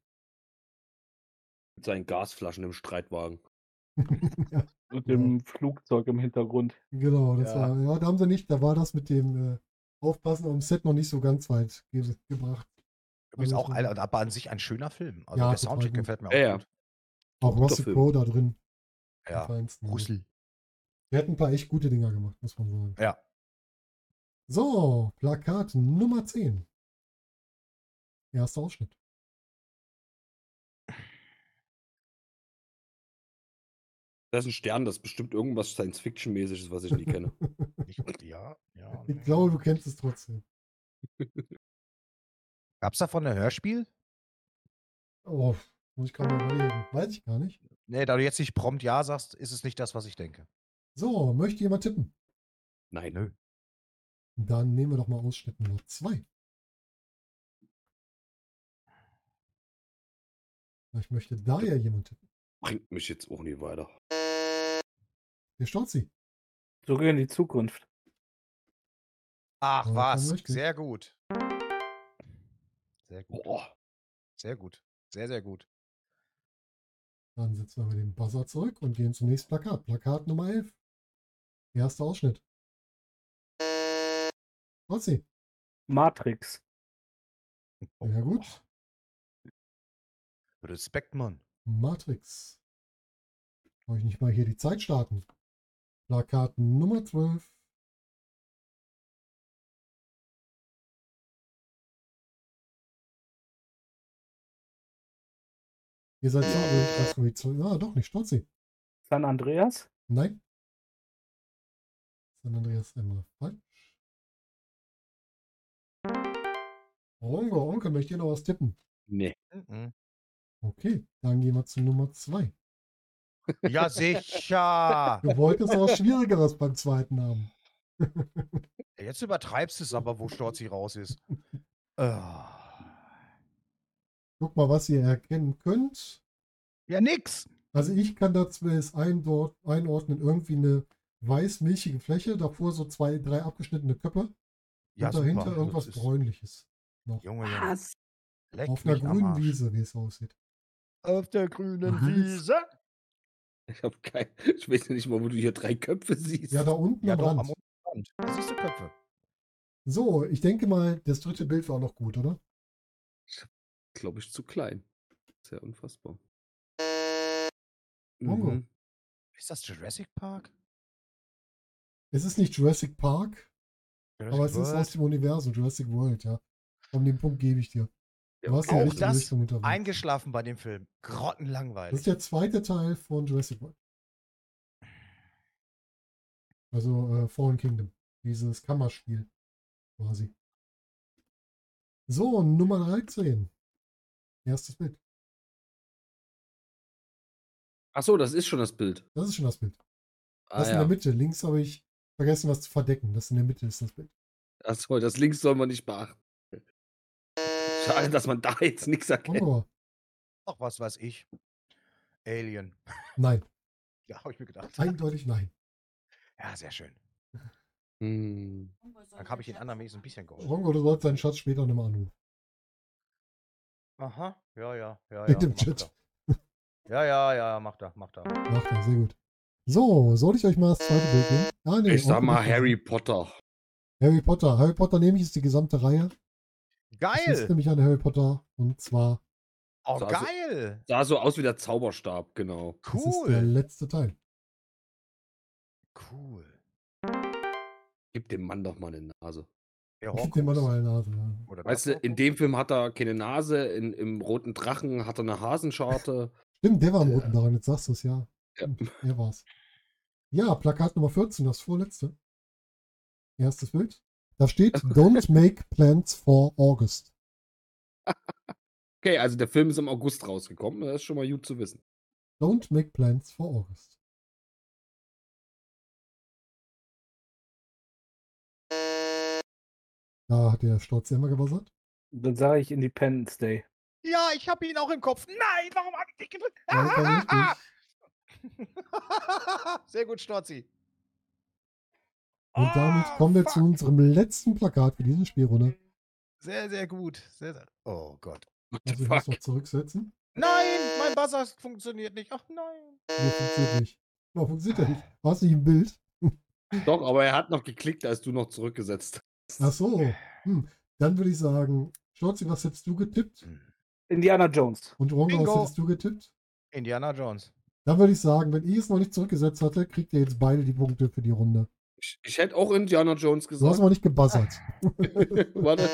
Mit seinen Gasflaschen im Streitwagen. Mit Ja. dem Flugzeug im Hintergrund. Genau, das Ja. war, ja, da haben sie nicht, da war das mit dem äh, Aufpassen auf dem Set noch nicht so ganz weit ge gebracht. Übrigens Also auch, schon- ein- aber an sich ein schöner Film. Also Ja, der total Soundtrack gut. gefällt mir auch Ja, ja. gut. Auch guter Russell Film. Crowe da drin. im Ja, Feinsten. Russell. Der hat ein paar echt gute Dinger gemacht, muss man sagen. Ja. So, Plakat Nummer 10. Erster Ausschnitt. Das ist ein Stern, das ist bestimmt irgendwas Science-Fiction-mäßiges, was ich nie kenne. Nicht- Ja, ja. Ich glaube, du kennst es trotzdem. Gab's davon ein Hörspiel? Oh, muss ich gerade mal überlegen. Weiß ich gar nicht. Nee, da du jetzt nicht prompt Ja sagst, ist es nicht das, was ich denke. So, möchte jemand tippen? Nein. Nö. Dann nehmen wir doch mal Ausschnitt Nummer 2. Ich möchte da ja jemand tippen. Bringt mich jetzt auch nie weiter. Der Storzi. Zurück in die Zukunft. Ach Ja, was, voll richtig. sehr gut. Sehr gut, Boah. sehr gut. Sehr, sehr gut. Dann setzen wir mit dem Buzzer zurück und gehen zum nächsten Plakat. Plakat Nummer 11. Erster Ausschnitt. Storzi. Matrix. Ja gut. Respekt, Mann. Matrix. Soll ich nicht mal hier die Zeit starten? Plakat Nummer 12. Ihr seid so ruhig, dass du die Zeit- Ah, doch, nicht Stolzi. San Andreas. Nein. San Andreas immer falsch. Onkel, Onkel, möchte ihr noch was tippen? Nee. Mhm. Okay, dann gehen wir zu Nummer 2. Ja, sicher. Du wolltest auch Schwierigeres beim zweiten haben. Jetzt übertreibst du es aber, wo Storzi raus ist. Ah. Guck mal, was ihr erkennen könnt. Ja, nix. Also ich kann dazu es eindor- einordnen, irgendwie eine weiß-milchige Fläche, davor so zwei, drei abgeschnittene Köpfe Ja, und dahinter super. Also irgendwas Das ist- bräunliches. Junge, Ah, Junge. Leck Auf einer mich am grünen Arsch. Wiese, wie es aussieht. Auf der grünen Was? Wiese. Ich hab kein. Ich weiß nicht mal, wo du hier drei Köpfe siehst. Ja, da unten Ja, am doch, am Rand. unteren Rand. Da siehst du Köpfe. So, ich denke mal, das dritte Bild war auch noch gut, oder? Glaube ich, zu klein. Ist ja unfassbar. Mongo. Mhm. Ist das Jurassic Park? Es ist nicht Jurassic Park, Jurassic aber es ist aus World? dem Universum, Jurassic World, ja. Von dem Punkt gebe ich dir. Du warst ja auch richtig in die das Richtung unterwegs. eingeschlafen bei dem Film. Das Grottenlangweilig. ist der zweite Teil von Jurassic World. Also äh, Fallen Kingdom. Dieses Kammerspiel. Quasi. So, Nummer 13. Erstes Bild. Ach so, das ist schon das Bild. Das ist schon das Bild. Ah, Das in ja. der Mitte. Links habe ich vergessen, was zu verdecken. Das in der Mitte ist das Bild. Ach so, das links soll man nicht beachten. Schade, dass man da jetzt nichts erkennt. Wunderbar. Auch was weiß ich. Alien. Nein. Ja, habe ich mir gedacht. Eindeutig nein. Ja, sehr schön. Hm. Dann Dann habe ich den anderen wenigstens ein bisschen geholfen. Rongo, du sollst deinen Schatz später nochmal anrufen. Aha, ja, ja, ja. Wegen ja, dem macht Chat. er. Ja, ja, ja, macht er, macht er. Macht er, sehr gut. So, soll ich euch mal das zweite Bild nehmen? Ah, nee, Ich sag Orko mal möchte- Harry Potter. Harry Potter. Harry Potter nehme ich, ist die gesamte Reihe. Das ist Geil! nämlich an Harry Potter. Und zwar, Oh, So, also- geil! Sah so aus wie der Zauberstab, genau. das ist der Cool! letzte Teil. Cool. Gib dem Mann doch mal eine Nase. Ja, Ich den mal Horcrux. nochmal in die Nase. ja. Oder Weißt du, das in dem Film hat er keine Nase, in, im Roten Drachen hat er eine Hasenscharte. Stimmt, der war am Ja. roten daran, jetzt sagst du es, ja. Ja. Stimmt, Der war's. Ja, Plakat Nummer 14, das vorletzte. Erstes Bild. Da steht, don't make plans for August. Okay, also der Film ist im August rausgekommen. Das ist schon mal gut zu wissen. Don't make plans for August. Da hat der Storz immer gewassert. Dann sage ich Independence Day. Ja, ich habe ihn auch im Kopf. Nein, warum habe ich dich gedrückt? Ja, war richtig. Sehr gut, Storzi. Und damit Ah, kommen wir zu fuck. unserem letzten Plakat für diese Spielrunde. Sehr, sehr gut. Sehr, sehr. Oh Gott. What the Also ich muss fuck? noch zurücksetzen. Nein, mein Buzzer funktioniert nicht. Ach nein. Nee, funktioniert nicht. Oh, funktioniert ja nicht. Hast du nicht im Bild? Doch, aber er hat noch geklickt, als du noch zurückgesetzt Ach so. Hm. Dann würde ich sagen, Schorzi, was hättest du getippt? Hm. Indiana Jones. Und Rongo, was Bingo. hättest du getippt? Indiana Jones. Dann würde ich sagen, wenn ihr es noch nicht zurückgesetzt hatte, kriegt ihr jetzt beide die Punkte für die Runde. Ich, ich hätte auch Indiana Jones So hast gesagt. du noch nicht gebuzzert. Warte.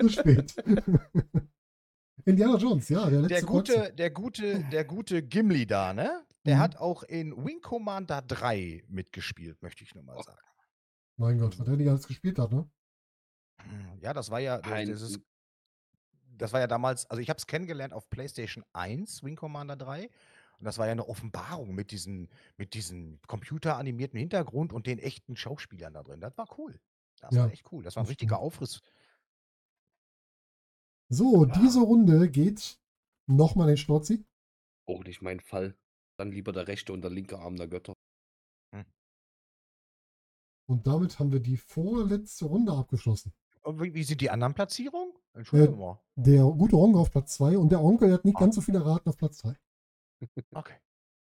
Zu spät. Indiana Jones, ja, der letzte Der Kreuzer. gute, der gute, der gute Gimli da, ne? Der Mhm. hat auch in Wing Commander 3 mitgespielt, möchte ich nur mal sagen. Mein Gott, was er nicht alles gespielt hat, ne? Hm, Ja, das war ja, Ein- das, ist, das war ja damals, also ich habe es kennengelernt auf PlayStation 1, Wing Commander 3. Und das war ja eine Offenbarung mit diesem mit diesen computeranimierten Hintergrund und den echten Schauspielern da drin. Das war cool. Das Ja, war echt cool. Das war ein das richtiger stimmt. Aufriss. So, Ja. diese Runde geht nochmal den Storzi. Auch nicht mein Fall. Dann lieber der rechte und der linke Arm der Götter. Und damit haben wir die vorletzte Runde abgeschlossen. Und wie, wie sind die anderen Platzierungen? Entschuldigung. Entschuldigung mal. Der gute Rongo auf Platz 2 und der Onkel der hat nicht Ah. ganz so viel erraten auf Platz 3. Okay.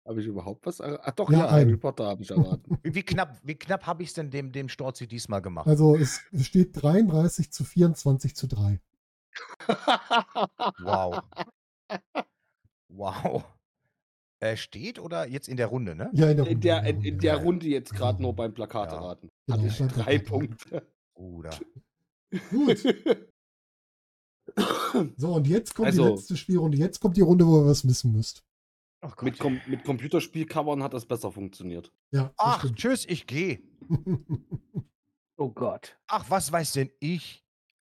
Habe ich überhaupt was? erra- Ach doch, Ja, ja, Harry einen. Potter habe ich erraten. Wie, wie knapp, wie knapp habe ich es denn dem, dem Storzi diesmal gemacht? Also es es steht 33 zu 24 zu 3. Wow. Wow. Äh, steht oder jetzt in der Runde, ne? Ja, in der Runde. In der, in, in Runde, der ja. Runde jetzt gerade nur beim Plakat Ja. erraten. Genau, Hatte ich beim drei Plakat. Punkte. ne? Bruder. Gut. So, und jetzt kommt die Also- letzte Spielrunde. Jetzt kommt die Runde, wo ihr was wissen müsst. Ach, mit, Com mit Computerspielcovern hat das besser funktioniert. Ja, das Ach stimmt. tschüss, ich gehe. Oh Gott. Ach, was weiß denn ich?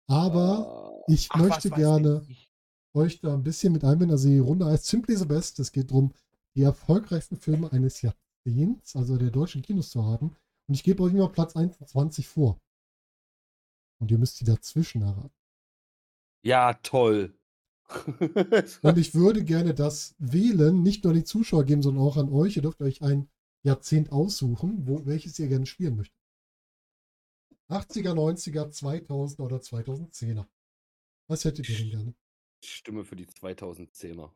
Aber Oh. ich Ach, möchte was weiß gerne denn ich? euch da ein bisschen mit einbinden. Also die Runde heißt Simply the Best. Es geht darum, die erfolgreichsten Filme eines Jahrzehnts, also der deutschen Kinos zu haben. Und ich gebe euch immer Platz 21 vor. Und ihr müsst die dazwischen erraten. Äh, Ja, toll. Und ich würde gerne das wählen, nicht nur an die Zuschauer geben, sondern auch an euch. Ihr dürft euch ein Jahrzehnt aussuchen, wo, welches ihr gerne spielen möchtet. 80er, 90er, 2000er oder 2010er. Was hättet ihr denn gerne? Ich Stimme für die 2010er.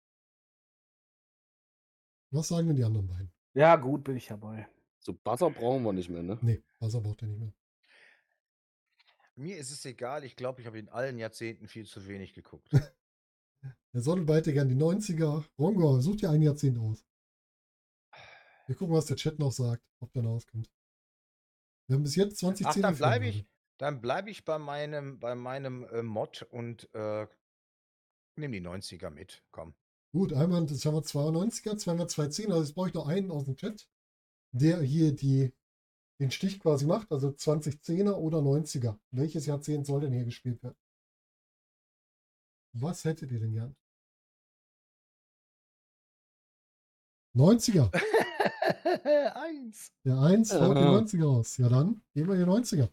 Was sagen denn die anderen beiden? Ja, gut, bin ich dabei. So Buzzer brauchen wir nicht mehr, ne? Nee, was braucht ihr nicht mehr. Mir ist es egal, ich glaube, ich habe in allen Jahrzehnten viel zu wenig geguckt. Der Sonnenbeit hätte gerne die 90er. Rongo, such dir ein Jahrzehnt aus. Wir gucken, was der Chat noch sagt, ob der noch auskommt. Wir haben bis jetzt 20 Ach, dann bleibe ich, Filme. dann bleibe ich bei meinem, bei meinem äh, Mod und äh, nehme die 90er mit. Komm. Gut, einmal, das haben wir 92er, zweimal 210er. Also jetzt brauche ich noch einen aus dem Chat, der hier die, den Stich quasi macht. Also 2010er oder 90er. Welches Jahrzehnt soll denn hier gespielt werden? Was hättet ihr denn gern? 90er. Eins. Der 1 haut die 90er Ja. raus. Ja, dann gehen wir die 90er.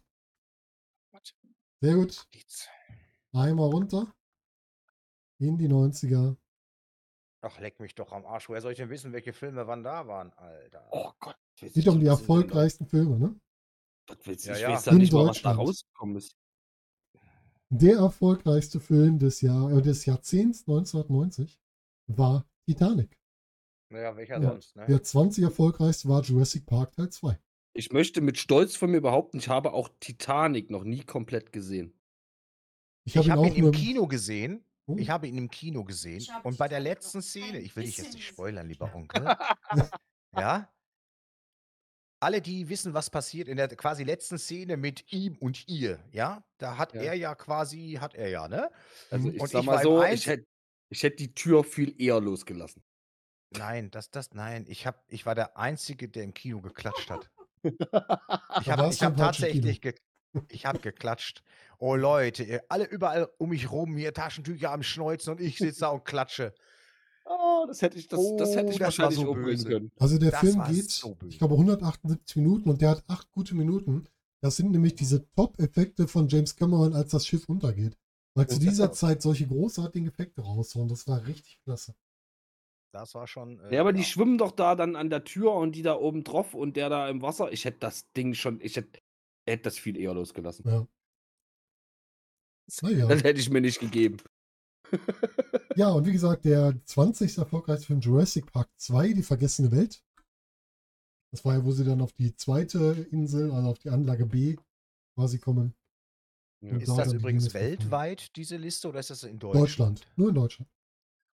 Gut. Sehr gut. Nichts. Einmal runter. In die 90er. Ach, leck mich doch am Arsch. Woher soll ich denn wissen, welche Filme wann da waren, Alter? Oh Gott. ich weiß Geht nicht, doch um die was in den- erfolgreichsten Filme, ne? Was willst du? Ja, Ich ja. weiß ja In nicht mal, was da Deutschland. rausgekommen ist. Der erfolgreichste Film des, Jahr, äh, des Jahrzehnts 1990 war Titanic. Naja, welcher Ja. sonst, ne? Der 20 erfolgreichste war Jurassic Park Teil 2. Ich möchte mit Stolz von mir behaupten, ich habe auch Titanic noch nie komplett gesehen. Ich Ich habe ihn habe auch ihn, im nur- Kino gesehen. Oh. Ich habe ihn im Kino gesehen. Ich hab Und bei der Titanic noch letzten kein Szene, ich will dich jetzt bisschen nicht gesehen. spoilern, lieber Onkel. ja? Alle, die wissen, was passiert in der quasi letzten Szene mit ihm und ihr, ja? Da hat Ja. er ja quasi, hat er ja, ne? Also Mhm. ich Und sag ich mal war im so, ich Einzel- hätte ich hätt die Tür viel eher losgelassen. Nein, das, das, nein. Ich hab, ich war der Einzige, der im Kino geklatscht hat. Ich Da habe warst ich du im falschen Kino. hab tatsächlich ge ich hab geklatscht. Oh Leute, ihr- alle überall um mich rum, hier Taschentücher am Schnäuzen und ich sitze da und klatsche. Oh, das hätte ich. Das, das hätte Oh, ich das war wahrscheinlich so umbringen böse. können. Also der Das Film war geht, so böse. ich glaube, 178 Minuten und der hat acht gute Minuten. Das sind nämlich diese Top-Effekte von James Cameron, als das Schiff untergeht. Weil zu Und das dieser auch. Zeit solche großartigen Effekte raushauen, das war richtig klasse. Das war schon. äh, Ja, aber die ja. schwimmen doch da dann an der Tür und die da oben drauf und der da im Wasser. Ich hätte das Ding schon, ich hätte hätt das viel eher losgelassen. Ja. Naja. Das hätte ich mir nicht gegeben. ja, und wie gesagt, der 20. erfolgreichste Film Jurassic Park 2, Die vergessene Welt. Das war ja, wo sie dann auf die zweite Insel, also auf die Anlage B quasi kommen. Ja. Und Ist da das dann die übrigens Guinness-Buch von- weltweit, diese Liste, oder ist das in Deutschland? Deutschland, nur in Deutschland.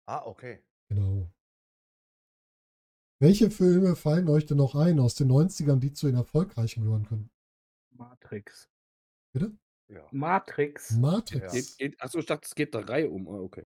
Ah, okay. Genau. Welche Filme fallen euch denn noch ein aus den 90ern, die zu den erfolgreichen gehören können? Matrix. Bitte? Ja. Matrix. Matrix. Geht, geht, achso, ich dachte, es geht da Reihe um. Ah, okay.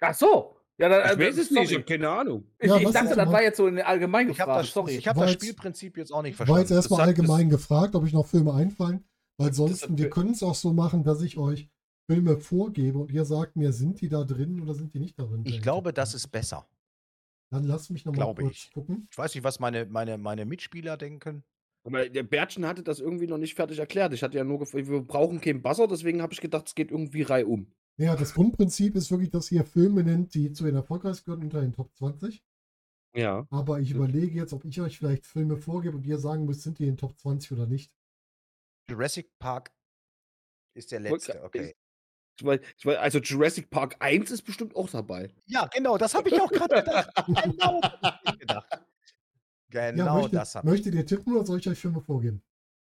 Ach so. Ja, dann, Ich also, weiß es nicht, ich sorry. habe keine Ahnung. Ich, Ja, ich was dachte, ist das denn- war jetzt so eine allgemeine Ich habe Gefrage. das, Sorry. ich hab War das jetzt- Spielprinzip jetzt auch nicht War jetzt verstanden. erstmal Das hat- allgemein gefragt, ob ich noch Filme einfallen, weil sonst, hat- wir können es auch so machen, dass ich euch Filme vorgebe und ihr sagt mir, sind die da drin oder sind die nicht da drin? Ich glaube, das ist besser. Dann lass mich nochmal glaube kurz ich. gucken. Ich weiß nicht, was meine, meine, meine Mitspieler denken. Aber der Bärtchen hatte das irgendwie noch nicht fertig erklärt. Ich hatte ja nur gefragt, wir brauchen keinen Buzzer, deswegen habe ich gedacht, es geht irgendwie Reihe um. Ja, das Grundprinzip ist wirklich, dass ihr Filme nennt, die zu den erfolgreichsten gehören unter den Top 20. Ja. Aber ich überlege jetzt, ob ich euch vielleicht Filme vorgebe und ihr sagen müsst, sind die in den Top 20 oder nicht. Jurassic Park ist der Wollt- letzte, okay. Ich mein, ich mein, also Jurassic Park 1 ist bestimmt auch dabei. Ja, genau, das habe ich auch gerade gedacht. Genau, das hab ich gedacht. Ja, Genau möchtet, das habe ich. möchtet ihr tippen oder soll ich euch Filme vorgeben?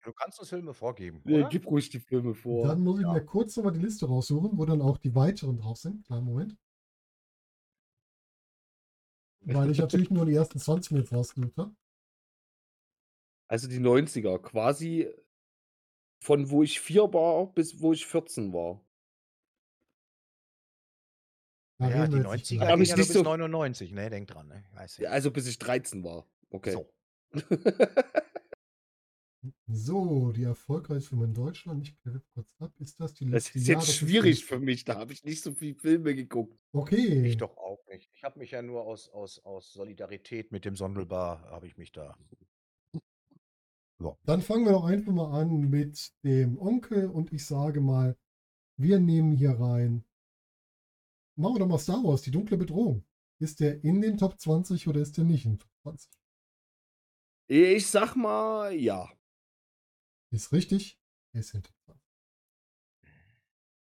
Du kannst uns Filme vorgeben, Nee, oder? gib ruhig die Filme vor. Dann muss ich Oh, ja. mir kurz nochmal die Liste raussuchen, wo dann auch die weiteren drauf sind. Kleinen Moment. Weil ich natürlich nur die ersten 20 Minuten rausgesucht habe. Also die 90er, quasi von wo ich vier war bis wo ich 14 war. Da ja, reden wir die jetzt nicht 90er drüber. Aber ging ich ja nicht nur bis so- 99, ne? Denk dran, ne? Weiß ich. Ja, Also bis ich 13 war. Okay. So. So, die erfolgreichsten Filme in Deutschland. Ich klicke kurz ab. Ist das die Das Liste? ist Ja, jetzt das die schwierig Liste. für mich, da habe ich nicht so viele Filme geguckt. Okay. Ich doch auch nicht. Ich habe mich ja nur aus, aus, aus Solidarität mit dem Sondelbar, habe ich mich da. Dann fangen wir doch einfach mal an mit dem Onkel und ich sage mal, wir nehmen hier rein. Machen wir doch mal Star Wars, die dunkle Bedrohung. Ist der in den Top 20 oder ist der nicht in den Top 20? Ich sag mal, ja. Ist richtig. Er ist hinter dran.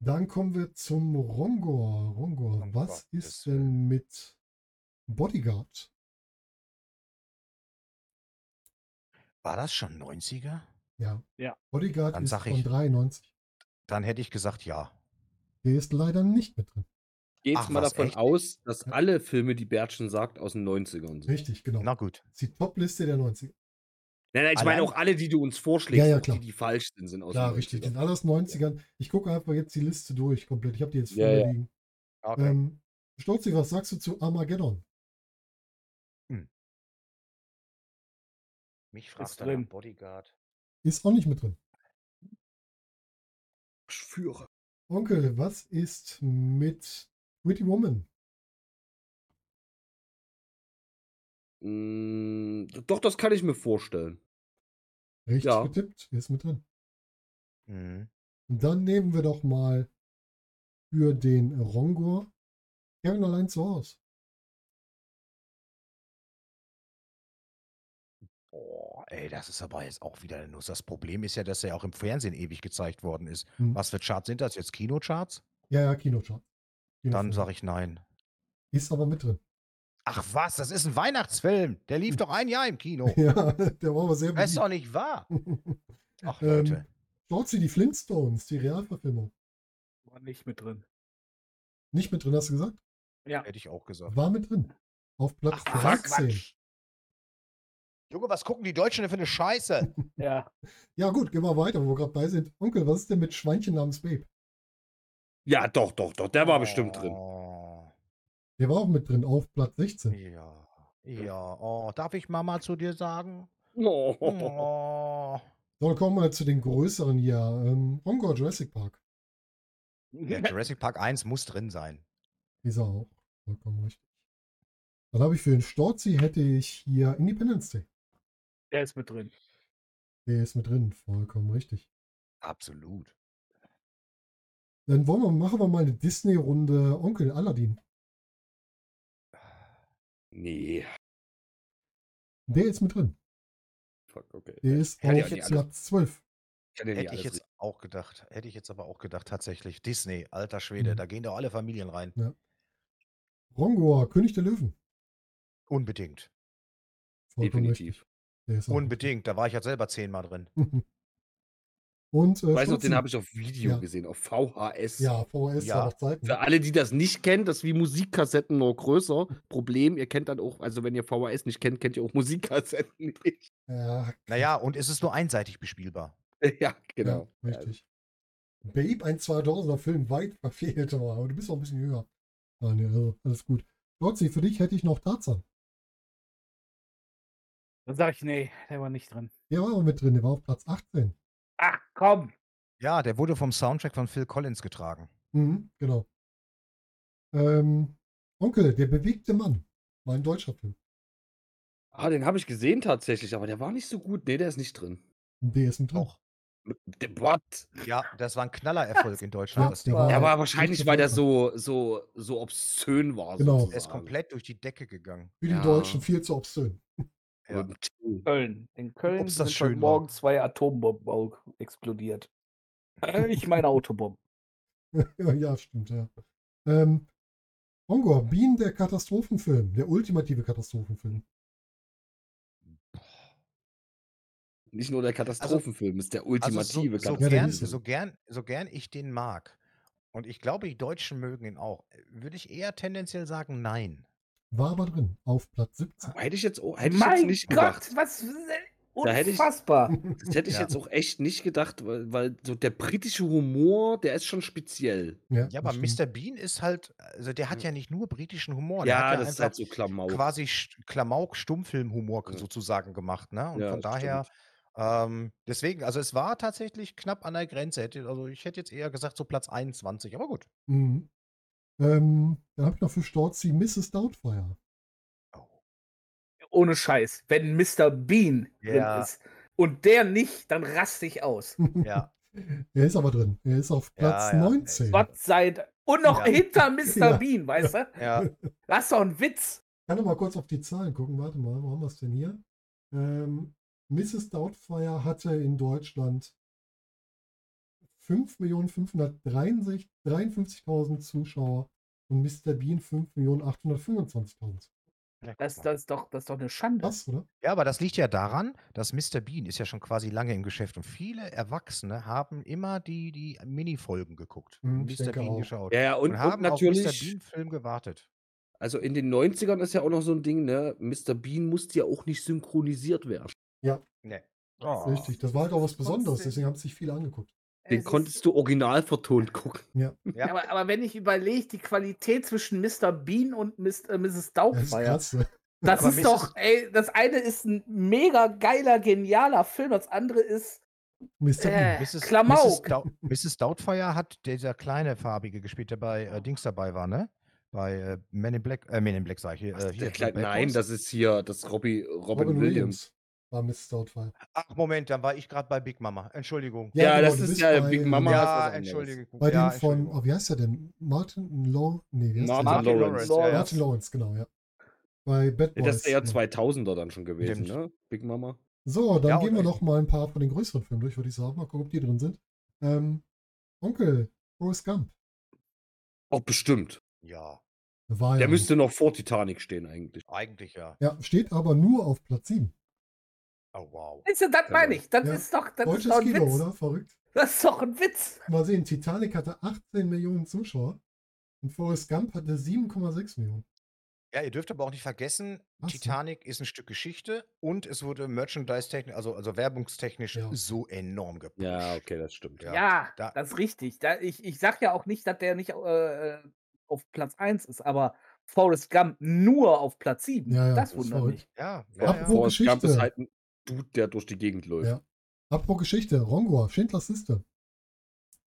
Dann kommen wir zum Rongor. Rongor, Um was Gottes ist Willen. denn mit Bodyguard? War das schon 90er? Ja. Ja. Bodyguard Dann ist sag von ich. 93. Dann hätte ich gesagt, ja. Der ist leider nicht mit drin. Geht's Ach, mal was, davon echt? aus, dass Ja. alle Filme, die Bärtchen sagt, aus den 90ern sind. Richtig, genau. Na gut. Das ist die Top-Liste der 90er. Nein, nein, ich meine Allein- auch alle, die du uns vorschlägst, Ja, ja, auch klar. die, die falsch sind, sind aus Ja, den richtig. Die 90ern. sind alle aus 90ern. Ich gucke einfach jetzt die Liste durch komplett. Ich habe die jetzt vor Ja, mir ja. liegen. Okay. Ähm, Stolzi, was sagst du zu Armageddon? Mich fragt ist dann drin. Bodyguard. Ist auch nicht mit drin. Ich führe. Onkel, was ist mit Pretty Woman? Mm, doch, das kann ich mir vorstellen. Richtig Ja. getippt. Ist mit drin. Mhm. Und dann nehmen wir doch mal für den Rongor Kevin allein zu Hause. Oh, ey, das ist aber jetzt auch wieder eine Nuss. Das Problem ist ja, dass er ja auch im Fernsehen ewig gezeigt worden ist. Hm. Was für Charts sind das jetzt? Kinocharts? Ja, ja, Kinochat. Dann genau. sage ich nein. Ist aber mit drin. Ach was, das ist ein Weihnachtsfilm. Der lief doch ein Jahr im Kino. Ja, der war aber sehr Das ist doch beliebt. nicht wahr. Ach Ähm, Leute. Schaut sie die Flintstones, die Realverfilmung. War nicht mit drin. Nicht mit drin, hast du gesagt? Ja. Hätte ich auch gesagt. War mit drin. Auf Platz Ach, 13. Quatsch. Junge, was gucken die Deutschen denn für eine Scheiße? Ja. Ja, gut, gehen wir weiter, wo wir gerade bei sind. Onkel, was ist denn mit Schweinchen namens Babe? Ja, doch, doch, doch. Der war bestimmt drin. Oh, Der war auch mit drin, auf Platz 16. ja. Ja, oh, darf ich Mama zu dir sagen? Oh. Oh. So, kommen wir zu den größeren hier. Ähm, Hongo Jurassic Park. Ja, Mhm. Jurassic Park 1 muss drin sein. Ist er auch. Vollkommen richtig. Dann habe ich für den Storzi hätte ich hier Independence Day. Der ist mit drin. Der ist mit drin. Vollkommen richtig. Absolut. Dann wollen wir, machen wir mal eine Disney-Runde Onkel Aladdin. Nee. Der ist mit drin. Fuck, okay. Der ist Ja, auf die- die alle- Platz 12. Ich kann ja nicht Hätte ich alles jetzt auch gedacht. Hätte ich jetzt aber auch gedacht, tatsächlich. Disney, alter Schwede, Mhm. da gehen doch alle Familien rein. Rongor, König der Löwen. Unbedingt. reden. Vollkommen richtig. definitiv. Der ist auch mit drin. Unbedingt. Da war ich ja selber zehnmal drin. Und äh, Weißt du, den Storzi. habe ich auf Video Ja. gesehen, auf VHS. Ja, VHS Ja. war noch ne? Zeiten. Für alle, die das nicht kennen, das ist wie Musikkassetten nur größer. Problem, ihr kennt dann auch, also wenn ihr VHS nicht kennt, kennt ihr auch Musikkassetten nicht. Ja, Naja, und es ist nur einseitig bespielbar. ja, genau. Ja, richtig. Babe, ein 2000er Film, weit verfehlt, aber aber du bist auch ein bisschen jünger. Ah, nee, also, alles gut. Dorothy, für dich hätte ich noch Tarzan. Dann sag ich, nee, der war nicht drin. Der war aber mit drin, der war auf Platz 18. Ach komm! Ja, der wurde vom Soundtrack von Phil Collins getragen. Mhm, genau. Ähm, Onkel, der bewegte Mann. War ein deutscher Film. Ah, den habe ich gesehen tatsächlich, aber der war nicht so gut. Nee, der ist nicht drin. Der ist mit drin. Doch. Der, what? Ja, das war ein Knallererfolg in Deutschland. Ja, das der Ding. war- Der Ah, war richtig wahrscheinlich, weil der gut. so, so, so obszön war. Genau. Er ist sozusagen. komplett durch die Decke gegangen. Für Ja. die Deutschen viel zu obszön. Ja. Ähm, Köln. In Köln Ob's das sind heute schön war. Morgen zwei Atombomben au- explodiert. Äh, Ich meine Autobomben. ja, stimmt, ja. Ähm, Ongo, Bean, der Katastrophenfilm. Der ultimative Katastrophenfilm. Nicht nur der Katastrophenfilm, ist der ultimative also so, so, Ja, der gern, hieß so. Katastrophenfilm. so, gern, so gern ich den mag, und ich glaube, die Deutschen mögen ihn auch, äh, würde ich eher tendenziell sagen, nein. War aber drin, auf Platz 17. hätte ich jetzt, auch- hätte ich jetzt mein nicht Gott, gedacht. was? hätte ich- Unfassbar. Ah, Das hätte ich Ja. jetzt auch echt nicht gedacht, weil, weil so der britische Humor, der ist schon speziell. Ja, das aber stimmt. Mr. Bean ist halt, also der hat ja nicht nur britischen Humor. der Hm. ja, hat das ist halt so Klamauk. quasi Sch- Klamauk-Stummfilm-Humor Ja. sozusagen gemacht, ne? Und Ja, von das daher, ähm, deswegen, also es war tatsächlich knapp an der Grenze. Hätte, also ich hätte jetzt eher gesagt, so Platz 21, aber gut. Mhm. Ähm, dann habe ich noch für Storzi Mrs. Doubtfire. Ohne Scheiß. Wenn Mr. Bean Ja. drin ist und der nicht, dann raste ich aus. Ja. Er ist aber drin. Er ist auf Ja, Platz ja, er ist 19. Gott sei Dank. Und noch Ja. hinter Mr. Ja. Bean, weißt du? Ja, Das ist doch ein Witz. Kann doch mal kurz auf die Zahlen gucken. Warte mal, wo haben wir es denn hier? Ähm, Mrs. Doubtfire hatte in Deutschland 5.553.000 Zuschauer und Mr. Bean 5.825.000. ja, Das, guck mal. das, ist doch, das ist doch eine Schande. Krass, oder? ja, aber das liegt ja daran, dass Mr. Bean ist ja schon quasi lange im Geschäft und viele Erwachsene haben immer die, die Mini-Folgen geguckt. Mhm, ich Mr. denke Bean auch. geschaut. ja, ja, und, Und, und, haben auf Mr. natürlich, Bean-Film gewartet. also in den 90ern ist ja auch noch so ein Ding, ne? Mr. Bean musste ja auch nicht synchronisiert werden. Oh. Richtig. Das war halt auch was Besonderes, Trotzdem. deswegen haben sich viele angeguckt. Den Es ist- konntest du original vertont gucken. Ja, aber, aber wenn ich überlege, die Qualität zwischen Mr. Bean und Miss, äh, Mrs. Doubtfire, Das ist krass. ne? das Aber ist Mrs. doch, ey, das eine ist ein mega geiler, genialer Film, das andere ist Mr. Bean. äh, Mrs. Mrs. Klamauk. Dou Mrs. Doubtfire hat dieser kleine farbige gespielt, der bei äh, Dings dabei war, ne? Bei äh, Men in Black, äh, Men in Black sag ich hier. Was, Äh, der hier bei Kleid- Bad nein, Boys. das ist hier das Robbie, Robin Robin, Williams. Williams war Mrs. Doubtfire. Ach, Moment, dann war ich gerade bei Big Mama. Entschuldigung. Ja, Ja, genau, das du ist bist ja bei- Big Mama. Ja, ist was anderes. Bei ja, dem von, Entschuldigung. oh, wie heißt der denn? Martin Low? Nee, wie heißt Martin der? Martin Lawrence. Lawrence. ja, ja. Martin Lawrence, genau, ja. bei Bad Boys. Das ist eher 2000er dann schon gewesen, Stimmt. ne? Big Mama. So, dann Hm, Ja, gehen und wir ein- noch mal ein paar von den größeren Filmen durch, würde ich sagen. Mal gucken, ob die drin sind. Ähm, Onkel, Forrest Gump. Oh, bestimmt. Ja, War Ah, ja- Der müsste noch vor Titanic stehen eigentlich. eigentlich ja. Ja, steht aber nur auf Platz 7. Oh, wow. Siehst du, das meine ich. Das Ja. ist doch, das ist Deutsches doch ein Kino, Witz. oder? Verrückt. Das ist doch ein Witz. Mal sehen, Titanic hatte 18 Millionen Zuschauer und Forrest Gump hatte 7,6 Millionen. Ja, ihr dürft aber auch nicht vergessen, Was denn? Titanic ist ein Stück Geschichte und es wurde merchandise-technisch, also, also werbungstechnisch Ja. so enorm gepusht. Ja, okay, das stimmt. Ja, Ja, da- das ist richtig. Da, ich, ich sag ja auch nicht, dass der nicht äh, auf Platz 1 ist, aber Forrest Gump nur auf Platz 7. Ja, ja, das das ist wundert verrückt. mich. Ja, ja, Ab ja. wo- Forrest Gump ist Geschichte. halt ein Dude, der durch die Gegend läuft. Ja. Apropos Geschichte, Rongoa, Schindlers Liste.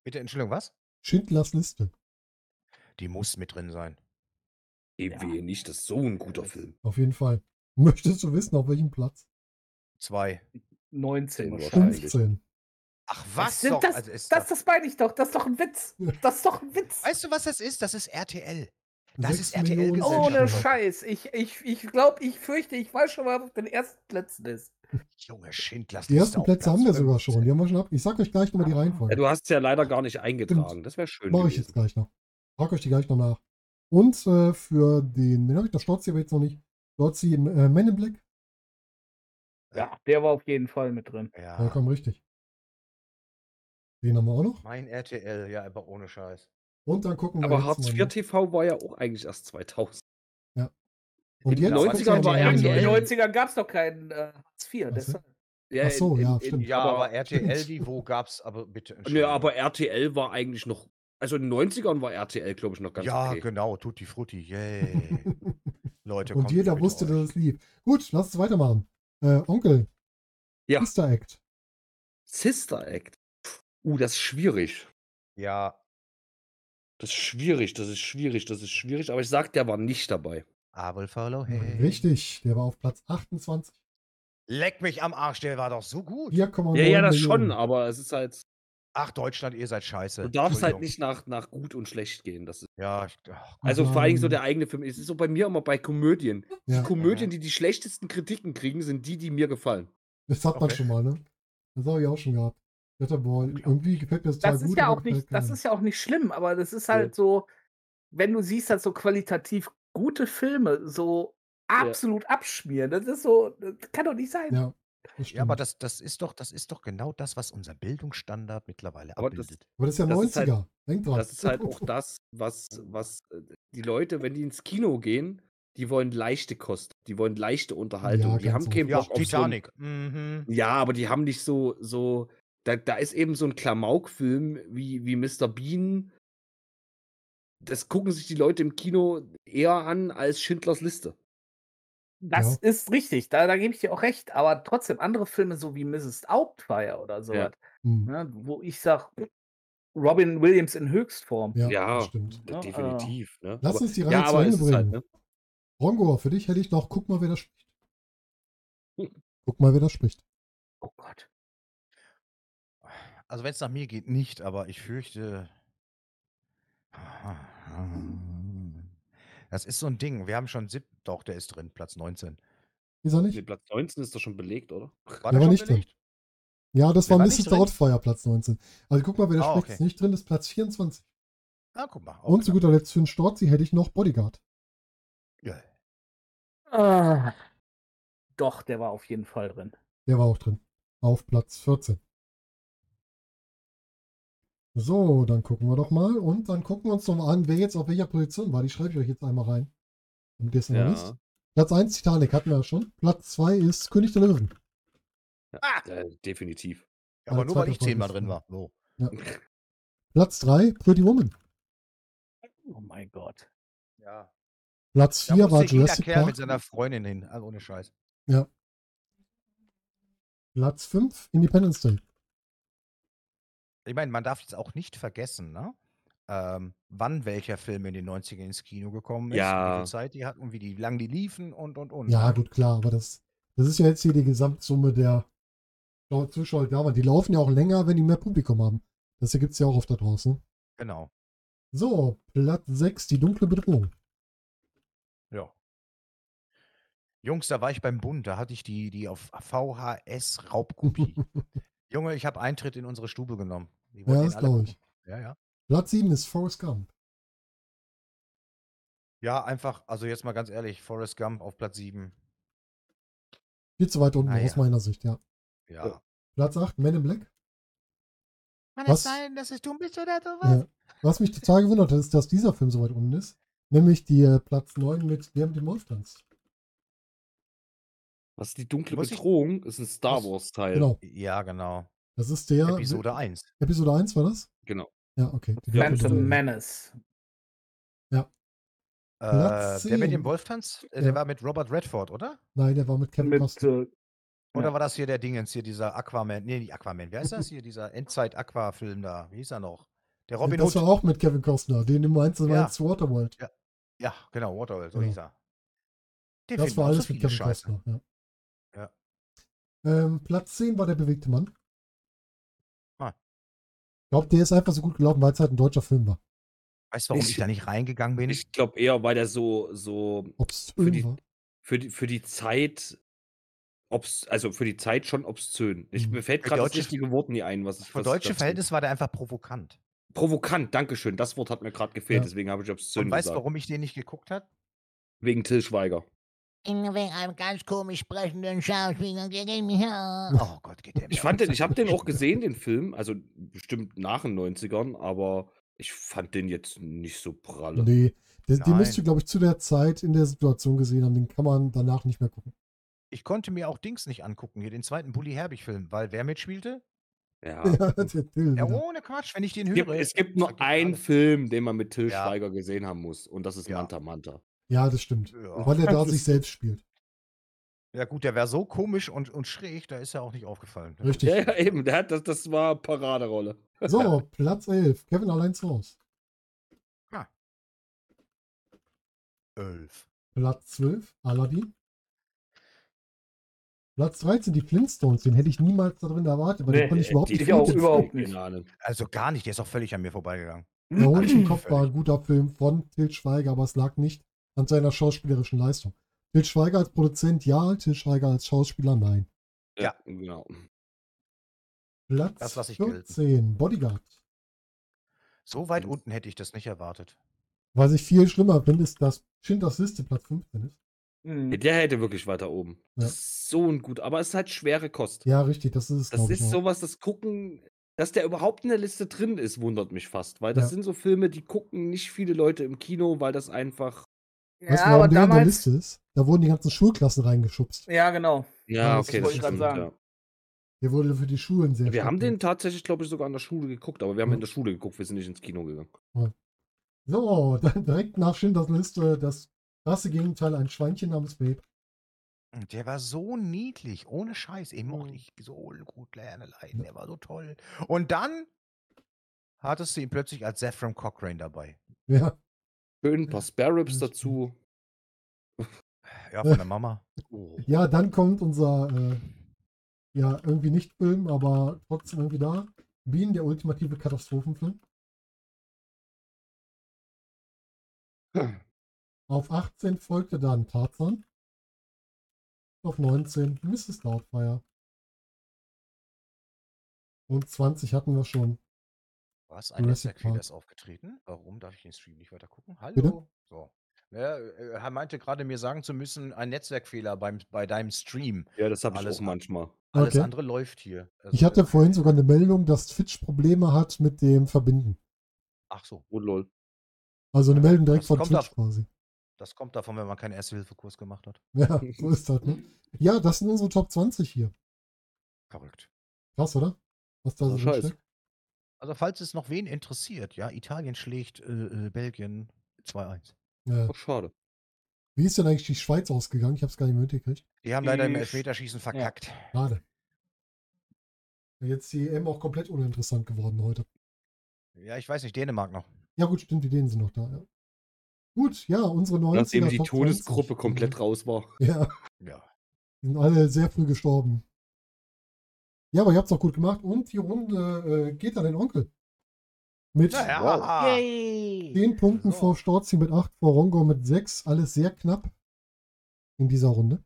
Bitte, Entschuldigung, was? Schindlers Liste, Die muss mit drin sein. Eben Ja. wehe nicht, das ist so ein guter Das- Film. auf jeden Fall. Möchtest du wissen, auf welchem Platz? Zwei. 19 Zehn wahrscheinlich. wahrscheinlich. 15. Ach, Was Oh was? sind doch? das? Also ist Das, das, das meine ich doch. Das ist doch ein Witz. Das ist doch ein Witz. weißt du, was das ist? Das ist RTL. Das Sechs ist RTL Millionen Gesellschaft. Zuschauer. Ohne Scheiß. Ich, ich, ich glaube, ich fürchte, ich weiß schon, wer auf den ersten Plätzen ist. Junge Schindlers Die ersten auf Plätze Platz haben wir sogar 15. schon. Die haben wir schon ab. Ich sag euch gleich nochmal die Ah. Ja, Reihenfolge. du hast es ja leider gar nicht eingetragen. Das wäre schön. Mache ich jetzt gewesen. gleich noch. Frag euch die gleich noch nach. Und äh, für den, den habe ich noch Storzi, aber jetzt noch nicht. Storzi im äh, Men in Black. Ja, der war auf jeden Fall mit drin. Ja. Ah. Vollkommen richtig. Den haben wir auch noch. Mein RTL, ja, aber ohne Scheiß. Und dann gucken wir Aber jetzt Hartz mal, ne? IV TV war ja auch eigentlich erst 2000. Und in jetzt den gucken wir 90ern war mal Ja, In rein. RTL. den 90ern gab es doch keinen äh, Hartz IV. Ach so. Deshalb. Ach so, ja, stimmt. Ja, aber, stimmt. RTL-Niveau gab's, aber bitte. Ja, Entschuldigung. Ne, aber RTL war eigentlich noch. Also in den 90ern war RTL, glaube ich, noch ganz ja, okay. genau, Tutti Frutti, yay. Leute, Und kommt jeder mit wusste, euch. dass es lief. Gut, lass uns weitermachen. Äh, Onkel. Ja. Easter Act. Sister Act. Uh, das ist schwierig. Ja, Das ist schwierig, das ist schwierig, das ist schwierig. Aber ich sag, der war nicht dabei. I will follow him. Richtig. Der war auf Platz 28. Leck mich am Arsch, der war doch so gut. 4,9 Ja, ja, das Millionen. schon, aber es ist halt. Ach, Deutschland, ihr seid Äh, scheiße. Du darfst halt Entschuldigung. nicht nach, nach gut und schlecht gehen. Das ist, Ja, ich, ach, also vor allen Dingen so Ähm, der eigene Film. Es ist so bei mir immer bei Komödien. Ja. Die Komödien, die die schlechtesten Kritiken kriegen, sind die, die mir gefallen. Das hat man Okay. schon mal, ne? Das habe ich auch schon gehabt. Ich dachte, boah, irgendwie gefällt mir das total Das gut. ist ja aber auch gefällt nicht, das keinem. ist ja auch nicht schlimm, aber das ist Ja. halt so, wenn du siehst, dass so qualitativ gute Filme so absolut abschmieren, das ist so, das kann doch nicht sein. Ja, das stimmt. ja, aber das, das ist doch, das ist doch genau das, was unser Bildungsstandard mittlerweile Aber das- abbildet. aber das ist ja das ist 90er. halt- Denk dran. Das ist halt auch das, was, was äh, die Leute, wenn die ins Kino gehen, die wollen leichte Kost, die wollen leichte Unterhaltung. Ja, die ganz haben oft. keinen Ja, Bock auf so ein- Titanic. mhm. Ja, aber die haben nicht so, so, da, da ist eben so ein Klamauk-Film wie, wie Mr. Bean. Das gucken sich die Leute im Kino eher an als Schindlers Liste. Das ist richtig, da, da gebe ich dir auch recht, aber trotzdem andere Filme so wie Mrs. Outfire oder so, Ja. Hm, ne, wo ich sag, Robin Williams in Höchstform. ja, Ja. das stimmt. Ja, Definitiv. Ne? Lass aber, uns die Reihe ja, zu aber Ende es ist bringen. halt, ne? Rongo, für dich hätte ich noch, guck mal, wer das spricht. Hm. Guck mal, wer das spricht. Oh Gott. Also wenn es nach mir geht, nicht, aber ich fürchte. Das ist so ein Ding. Wir haben schon sieb. Doch, der ist drin, Platz 19. Ist er Nee, nicht? Platz 19 ist doch schon belegt, oder? War Der war schon nicht drin. belegt? Ja, das Der war war nicht Mrs. drin? Doubtfire, Platz 19. Also guck mal, wer das Ah, spricht. okay. Ist nicht drin, ist Platz 24. Ah, guck mal. auch Und zu knapp. guter Letzt für den Storzi hätte ich noch Bodyguard. Ja. Ah. Doch, der war auf jeden Fall drin. Der war auch drin. Auf Platz 14. So, dann gucken wir doch mal. Und dann gucken wir uns doch mal an, wer jetzt auf welcher Position war. Die schreibe ich euch jetzt einmal rein. Und das noch wisst. Platz 1 Titanic hatten wir ja schon. Platz 2 ist König der Löwen. Ah, Äh, definitiv. ja, aber Als nur weil zweiter ich zehnmal Platz. drin war. So. Platz 3 Pretty Woman. Oh mein Gott. Ja. Platz Da 4 war musste jeder Jurassic Kerl mit Park. seiner Freundin hin. Also ohne Scheiß. Platz 5 Independence Day. Ich meine, man darf jetzt auch nicht vergessen, ne? Ähm, wann welcher Film in den 90ern ins Kino gekommen ist, wie Ja. viel Zeit die hatten und wie die, wie lang die liefen und und und. Ja, ne? gut, klar, aber das, das ist ja jetzt hier die Gesamtsumme der Schau- Zuschauer da waren. Die laufen ja auch länger, wenn die mehr Publikum haben. Das hier gibt es ja auch oft da draußen. Genau. So, Platz 6, die dunkle Bedrohung. Ja. Jungs, da war ich beim Bund, da hatte ich die, die auf VHS Raubkopie. Junge, ich habe Eintritt in unsere Stube genommen. Die wollten Ja, den das alle glaube ich. gucken. Ja, ja. Platz 7 ist Forrest Gump. Ja, einfach, also jetzt mal ganz ehrlich, Forrest Gump auf Platz 7. Viel zu weit unten Ah, aus ja. meiner Sicht, ja. Ja. Platz 8, Men in Black. Kann Was? es sein, dass es du bist oder sowas? Ja. Äh, Was mich total gewundert hat, ist, dass dieser Film so weit unten ist. Nämlich die äh, Platz 9 mit Der mit dem Wolf tanzt. Was ist die dunkle Muss ich- Bedrohung? Ist ein Star Muss- Wars-Teil. Genau. Ja, genau. Das ist der. Äh, Episode 1. Episode 1 war das? Genau. Ja, okay. Die Ja, Doppelung. Phantom Menace. Äh, Platz der 10. mit dem Wolftanz, äh, Ja. der war mit Robert Redford, oder? Nein, der war mit Kevin Mit, Costner. äh, Oder Ja. war das hier der Dingens hier, dieser Aquaman? Nee, nicht Aquaman. Wie heißt das hier? Dieser Endzeit-Aqua-Film da. Wie hieß er noch? Der äh, Robin Äh, das Hood. war auch mit Kevin Costner, den im Einzelnen Ja. ja. zu Waterworld. Ja, genau, Waterworld, so Genau. hieß er. Den Das finden war auch so alles mit viele Kevin Scheiße. Costner. Ja. Ja. Ähm, Platz 10 war der bewegte Mann. Ah. Ich glaube, der ist einfach so gut gelaufen, weil es halt ein deutscher Film war. Weißt du, warum Ich- ich, da nicht reingegangen bin? Ich glaube eher, weil der so, so Ob es Für die- war. für die, für die Zeit, obs, also für die Zeit schon obszön. Ich, Mhm. mir fällt Für gerade das deutsche- richtige Wort nie ein, was ich Für was deutsche dazu- Verhältnisse war der einfach provokant. Provokant, Dankeschön. Das Wort hat mir gerade gefehlt, Ja. deswegen habe ich obszön Und weißt du, gesagt. warum ich den nicht geguckt habe? Wegen Till Schweiger. wegen einem ganz komisch sprechenden Schauspieler, der den mich Ah. auch. Oh Gott, geht der Ich mir fand auf den, ich habe Sack. den auch gesehen, den Film, also bestimmt nach den 90ern, aber ich fand den jetzt nicht so pralle. Nee, den, den Nein. müsst ihr, glaube ich, zu der Zeit in der Situation gesehen haben. Den kann man danach nicht mehr gucken. Ich konnte mir auch Dings nicht angucken, hier den zweiten Bully Herbig-Film, weil wer mitspielte? Ja. Ja, der Till ne? Ah, Ja, oh. wieder. ohne Quatsch, wenn ich Es den höre. gibt, es gibt das nur ergibt einen alles. Film, den man mit Till Ja. Schweiger gesehen haben muss, und das ist Ja. Manta Manta. ja, das stimmt. Ja. Weil er da Das sich ist- selbst spielt. ja, gut, der wäre so komisch und, und schräg, da ist er auch nicht aufgefallen. ne? Richtig. Ja, ja, eben, der hat, das, das war Paraderolle. So, Platz 11. Kevin allein zu Haus. Elf. Platz 12, Aladdin. Platz 13, die Flintstones. Den hätte ich niemals da drin erwartet, weil den Nee, konnte ich überhaupt Die- nicht die auch finden. überhaupt keine nicht. Ahnung. Also gar nicht, der ist auch völlig an mir vorbeigegangen. Der Honig Mm. im Kopf war ein guter Film von Til Schweiger, aber es lag nicht an seiner schauspielerischen Leistung. Til Schweiger als Produzent ja, Til Schweiger als Schauspieler nein. Ja, genau. Platz Das lasse ich gelten. 14, Bodyguard. So weit Mhm. unten hätte ich das nicht erwartet. Was ich viel schlimmer finde, ist, dass Schindlers Liste Platz 15 ist. mh. Der hätte wirklich weiter oben. Ja. Das ist so ein gut, aber es ist halt schwere Kost. Ja, richtig, das ist es, das glaube ich. ist auch. sowas, das gucken, dass der überhaupt in der Liste drin ist, wundert mich fast, weil das Ja. sind so Filme, die gucken nicht viele Leute im Kino, weil das einfach weißt du, Ja, warum der aber in der damals. Liste ist? Da wurden die ganzen Schulklassen reingeschubst. Ja, genau. Ja, das wollte ich stimmt, grad sagen. Der wurde für die Schulen sehr ja. Wir stark haben den tatsächlich, glaube ich, sogar an der Schule geguckt, aber wir haben Ja. in der Schule geguckt, wir sind nicht ins Kino gegangen. So, dann direkt nach Schindlers Liste das krasse Gegenteil, ein Schweinchen namens Babe. Und Der war so niedlich, ohne Scheiß. Eben Mhm. mochte ich so gut gerne leiden. Der war so toll. Und dann hattest du ihn plötzlich als Zephram Cochrane dabei. Ja, Schön ein paar Spare Ribs Ja, stimmt. dazu. Ja, von der Mama. Oh, ja dann kommt unser, äh, ja, irgendwie nicht Film, aber trotzdem irgendwie da. Bean, der ultimative Katastrophenfilm. Auf 18 folgte dann Tarzan. Auf 19 Mrs. Doubtfire. Und 20 hatten wir schon. Was? Ein Jurassic Netzwerkfehler Park. ist aufgetreten? Warum darf ich den Stream nicht weiter gucken? Hallo? Bitte? So. Ja, äh, er meinte gerade, mir sagen zu müssen, ein Netzwerkfehler beim, bei deinem Stream. Ja, das habe ich Alles auch manchmal. Alles Okay. andere läuft hier. Ich Also, hatte äh, vorhin sogar eine Meldung, dass Twitch Probleme hat mit dem Verbinden. Ach so, Oh lol. Also eine Meldung direkt Das von kommt Twitch auf- quasi. das kommt davon, wenn man keinen Erste-Hilfe-Kurs gemacht hat. Ja, so ist das, ne? Ja, das sind unsere Top 20 hier. Verrückt. Krass, oder? Was da Oh, so drin scheiß. steckt. Also, falls es noch wen interessiert, ja, Italien schlägt äh, äh, Belgien 2-1. Ja. Oh, schade. Wie ist denn eigentlich die Schweiz ausgegangen? Ich habe es gar nicht mehr mitgekriegt. Die haben leider im Ich- Elfmeterschießen verkackt. Schade. Jetzt die EM auch komplett uninteressant geworden heute. Ja. ich weiß nicht, Dänemark noch. Ja gut, stimmt, die Dänen sind noch da. Ja. Gut, ja, unsere 90er Nachdem die Top 20. Todesgruppe Mhm. komplett raus war. Ja, Ja. die sind alle sehr früh gestorben. Ja, aber ihr habt es auch gut gemacht. Und die Runde äh, geht an den Onkel. Mit Naja. 10 Punkten So. vor Storzi mit 8, vor Rongo mit 6. Alles sehr knapp in dieser Runde.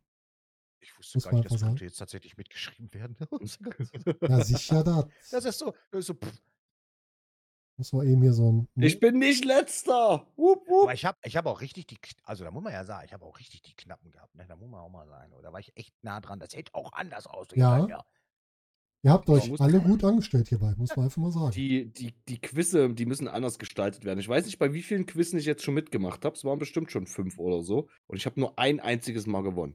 Ich wusste Muss gar man nicht, das einfach sagen. könnte jetzt tatsächlich mitgeschrieben werden. Ja, sicher das. das ist so, das ist so pff. Muss man eben hier so ein. ne? Ich bin nicht letzter. Wupp, wupp. aber ich habe ich hab auch richtig die, kn- also da muss man ja sagen, ich habe auch richtig die Knappen gehabt. Ne? Da muss man auch mal sagen. Oder war ich echt nah dran. Das hätte auch anders aussehen Ja. können. Ja. Ihr Genau, habt Man euch muss- alle gut angestellt hierbei, muss man einfach mal sagen. Die, die, die Quizze, die müssen anders gestaltet werden. Ich weiß nicht, bei wie vielen Quizzen ich jetzt schon mitgemacht habe. Es waren bestimmt schon fünf oder so. Und ich habe nur ein einziges Mal gewonnen.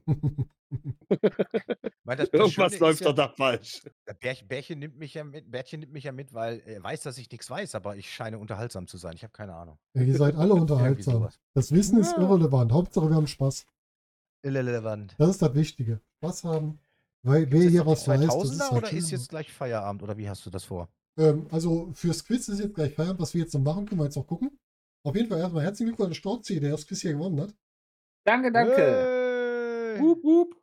Weil das, das Irgendwas Schöne läuft ist ja, da da falsch. Der Bär, Bärchen nimmt mich ja mit, Bärchen nimmt mich ja mit, weil er weiß, dass ich nichts weiß, aber ich scheine unterhaltsam zu sein. Ich habe keine Ahnung. Ja, ihr seid alle Irgendwie unterhaltsam. sowas. Das Wissen ist Ja. irrelevant. Hauptsache, wir haben Spaß. Irrelevant. Das ist das Wichtige. Spaß haben. Weil Ist wer das hier noch die was weiß, das ist 2000er halt oder schön, ist aber- jetzt gleich Feierabend oder wie hast du das vor? Ähm, also fürs Quiz ist jetzt gleich Feierabend, was wir jetzt noch machen, können wir jetzt noch gucken. Auf jeden Fall erstmal herzlichen Glückwunsch an Storzi, der das Quiz hier gewonnen hat. Danke, danke. Hey. Wup, wup.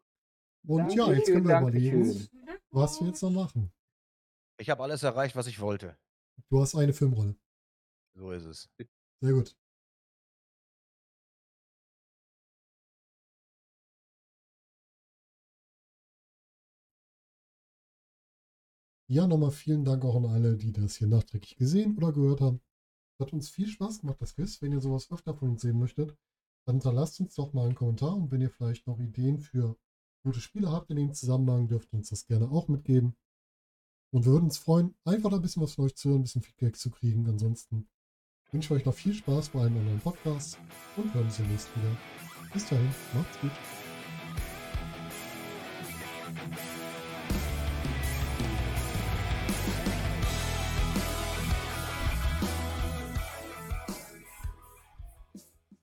Und ja, Dankeschön, jetzt können wir Dankeschön. überlegen, was wir jetzt noch machen. Ich habe alles erreicht, was ich wollte. Du hast eine Filmrolle. So ist es. Sehr gut. Ja, nochmal vielen Dank auch an alle, die das hier nachträglich gesehen oder gehört haben. Hat uns viel Spaß gemacht, das Quiz. Wenn ihr sowas öfter von uns sehen möchtet, dann hinterlasst uns doch mal einen Kommentar und wenn ihr vielleicht noch Ideen für gute Spiele habt in dem Zusammenhang, dürft ihr uns das gerne auch mitgeben. Und wir würden uns freuen, einfach ein bisschen was von euch zu hören, ein bisschen Feedback zu kriegen. Ansonsten wünsche ich euch noch viel Spaß bei allen anderen Podcasts und hören uns im nächsten Jahr. Bis dahin, macht's gut.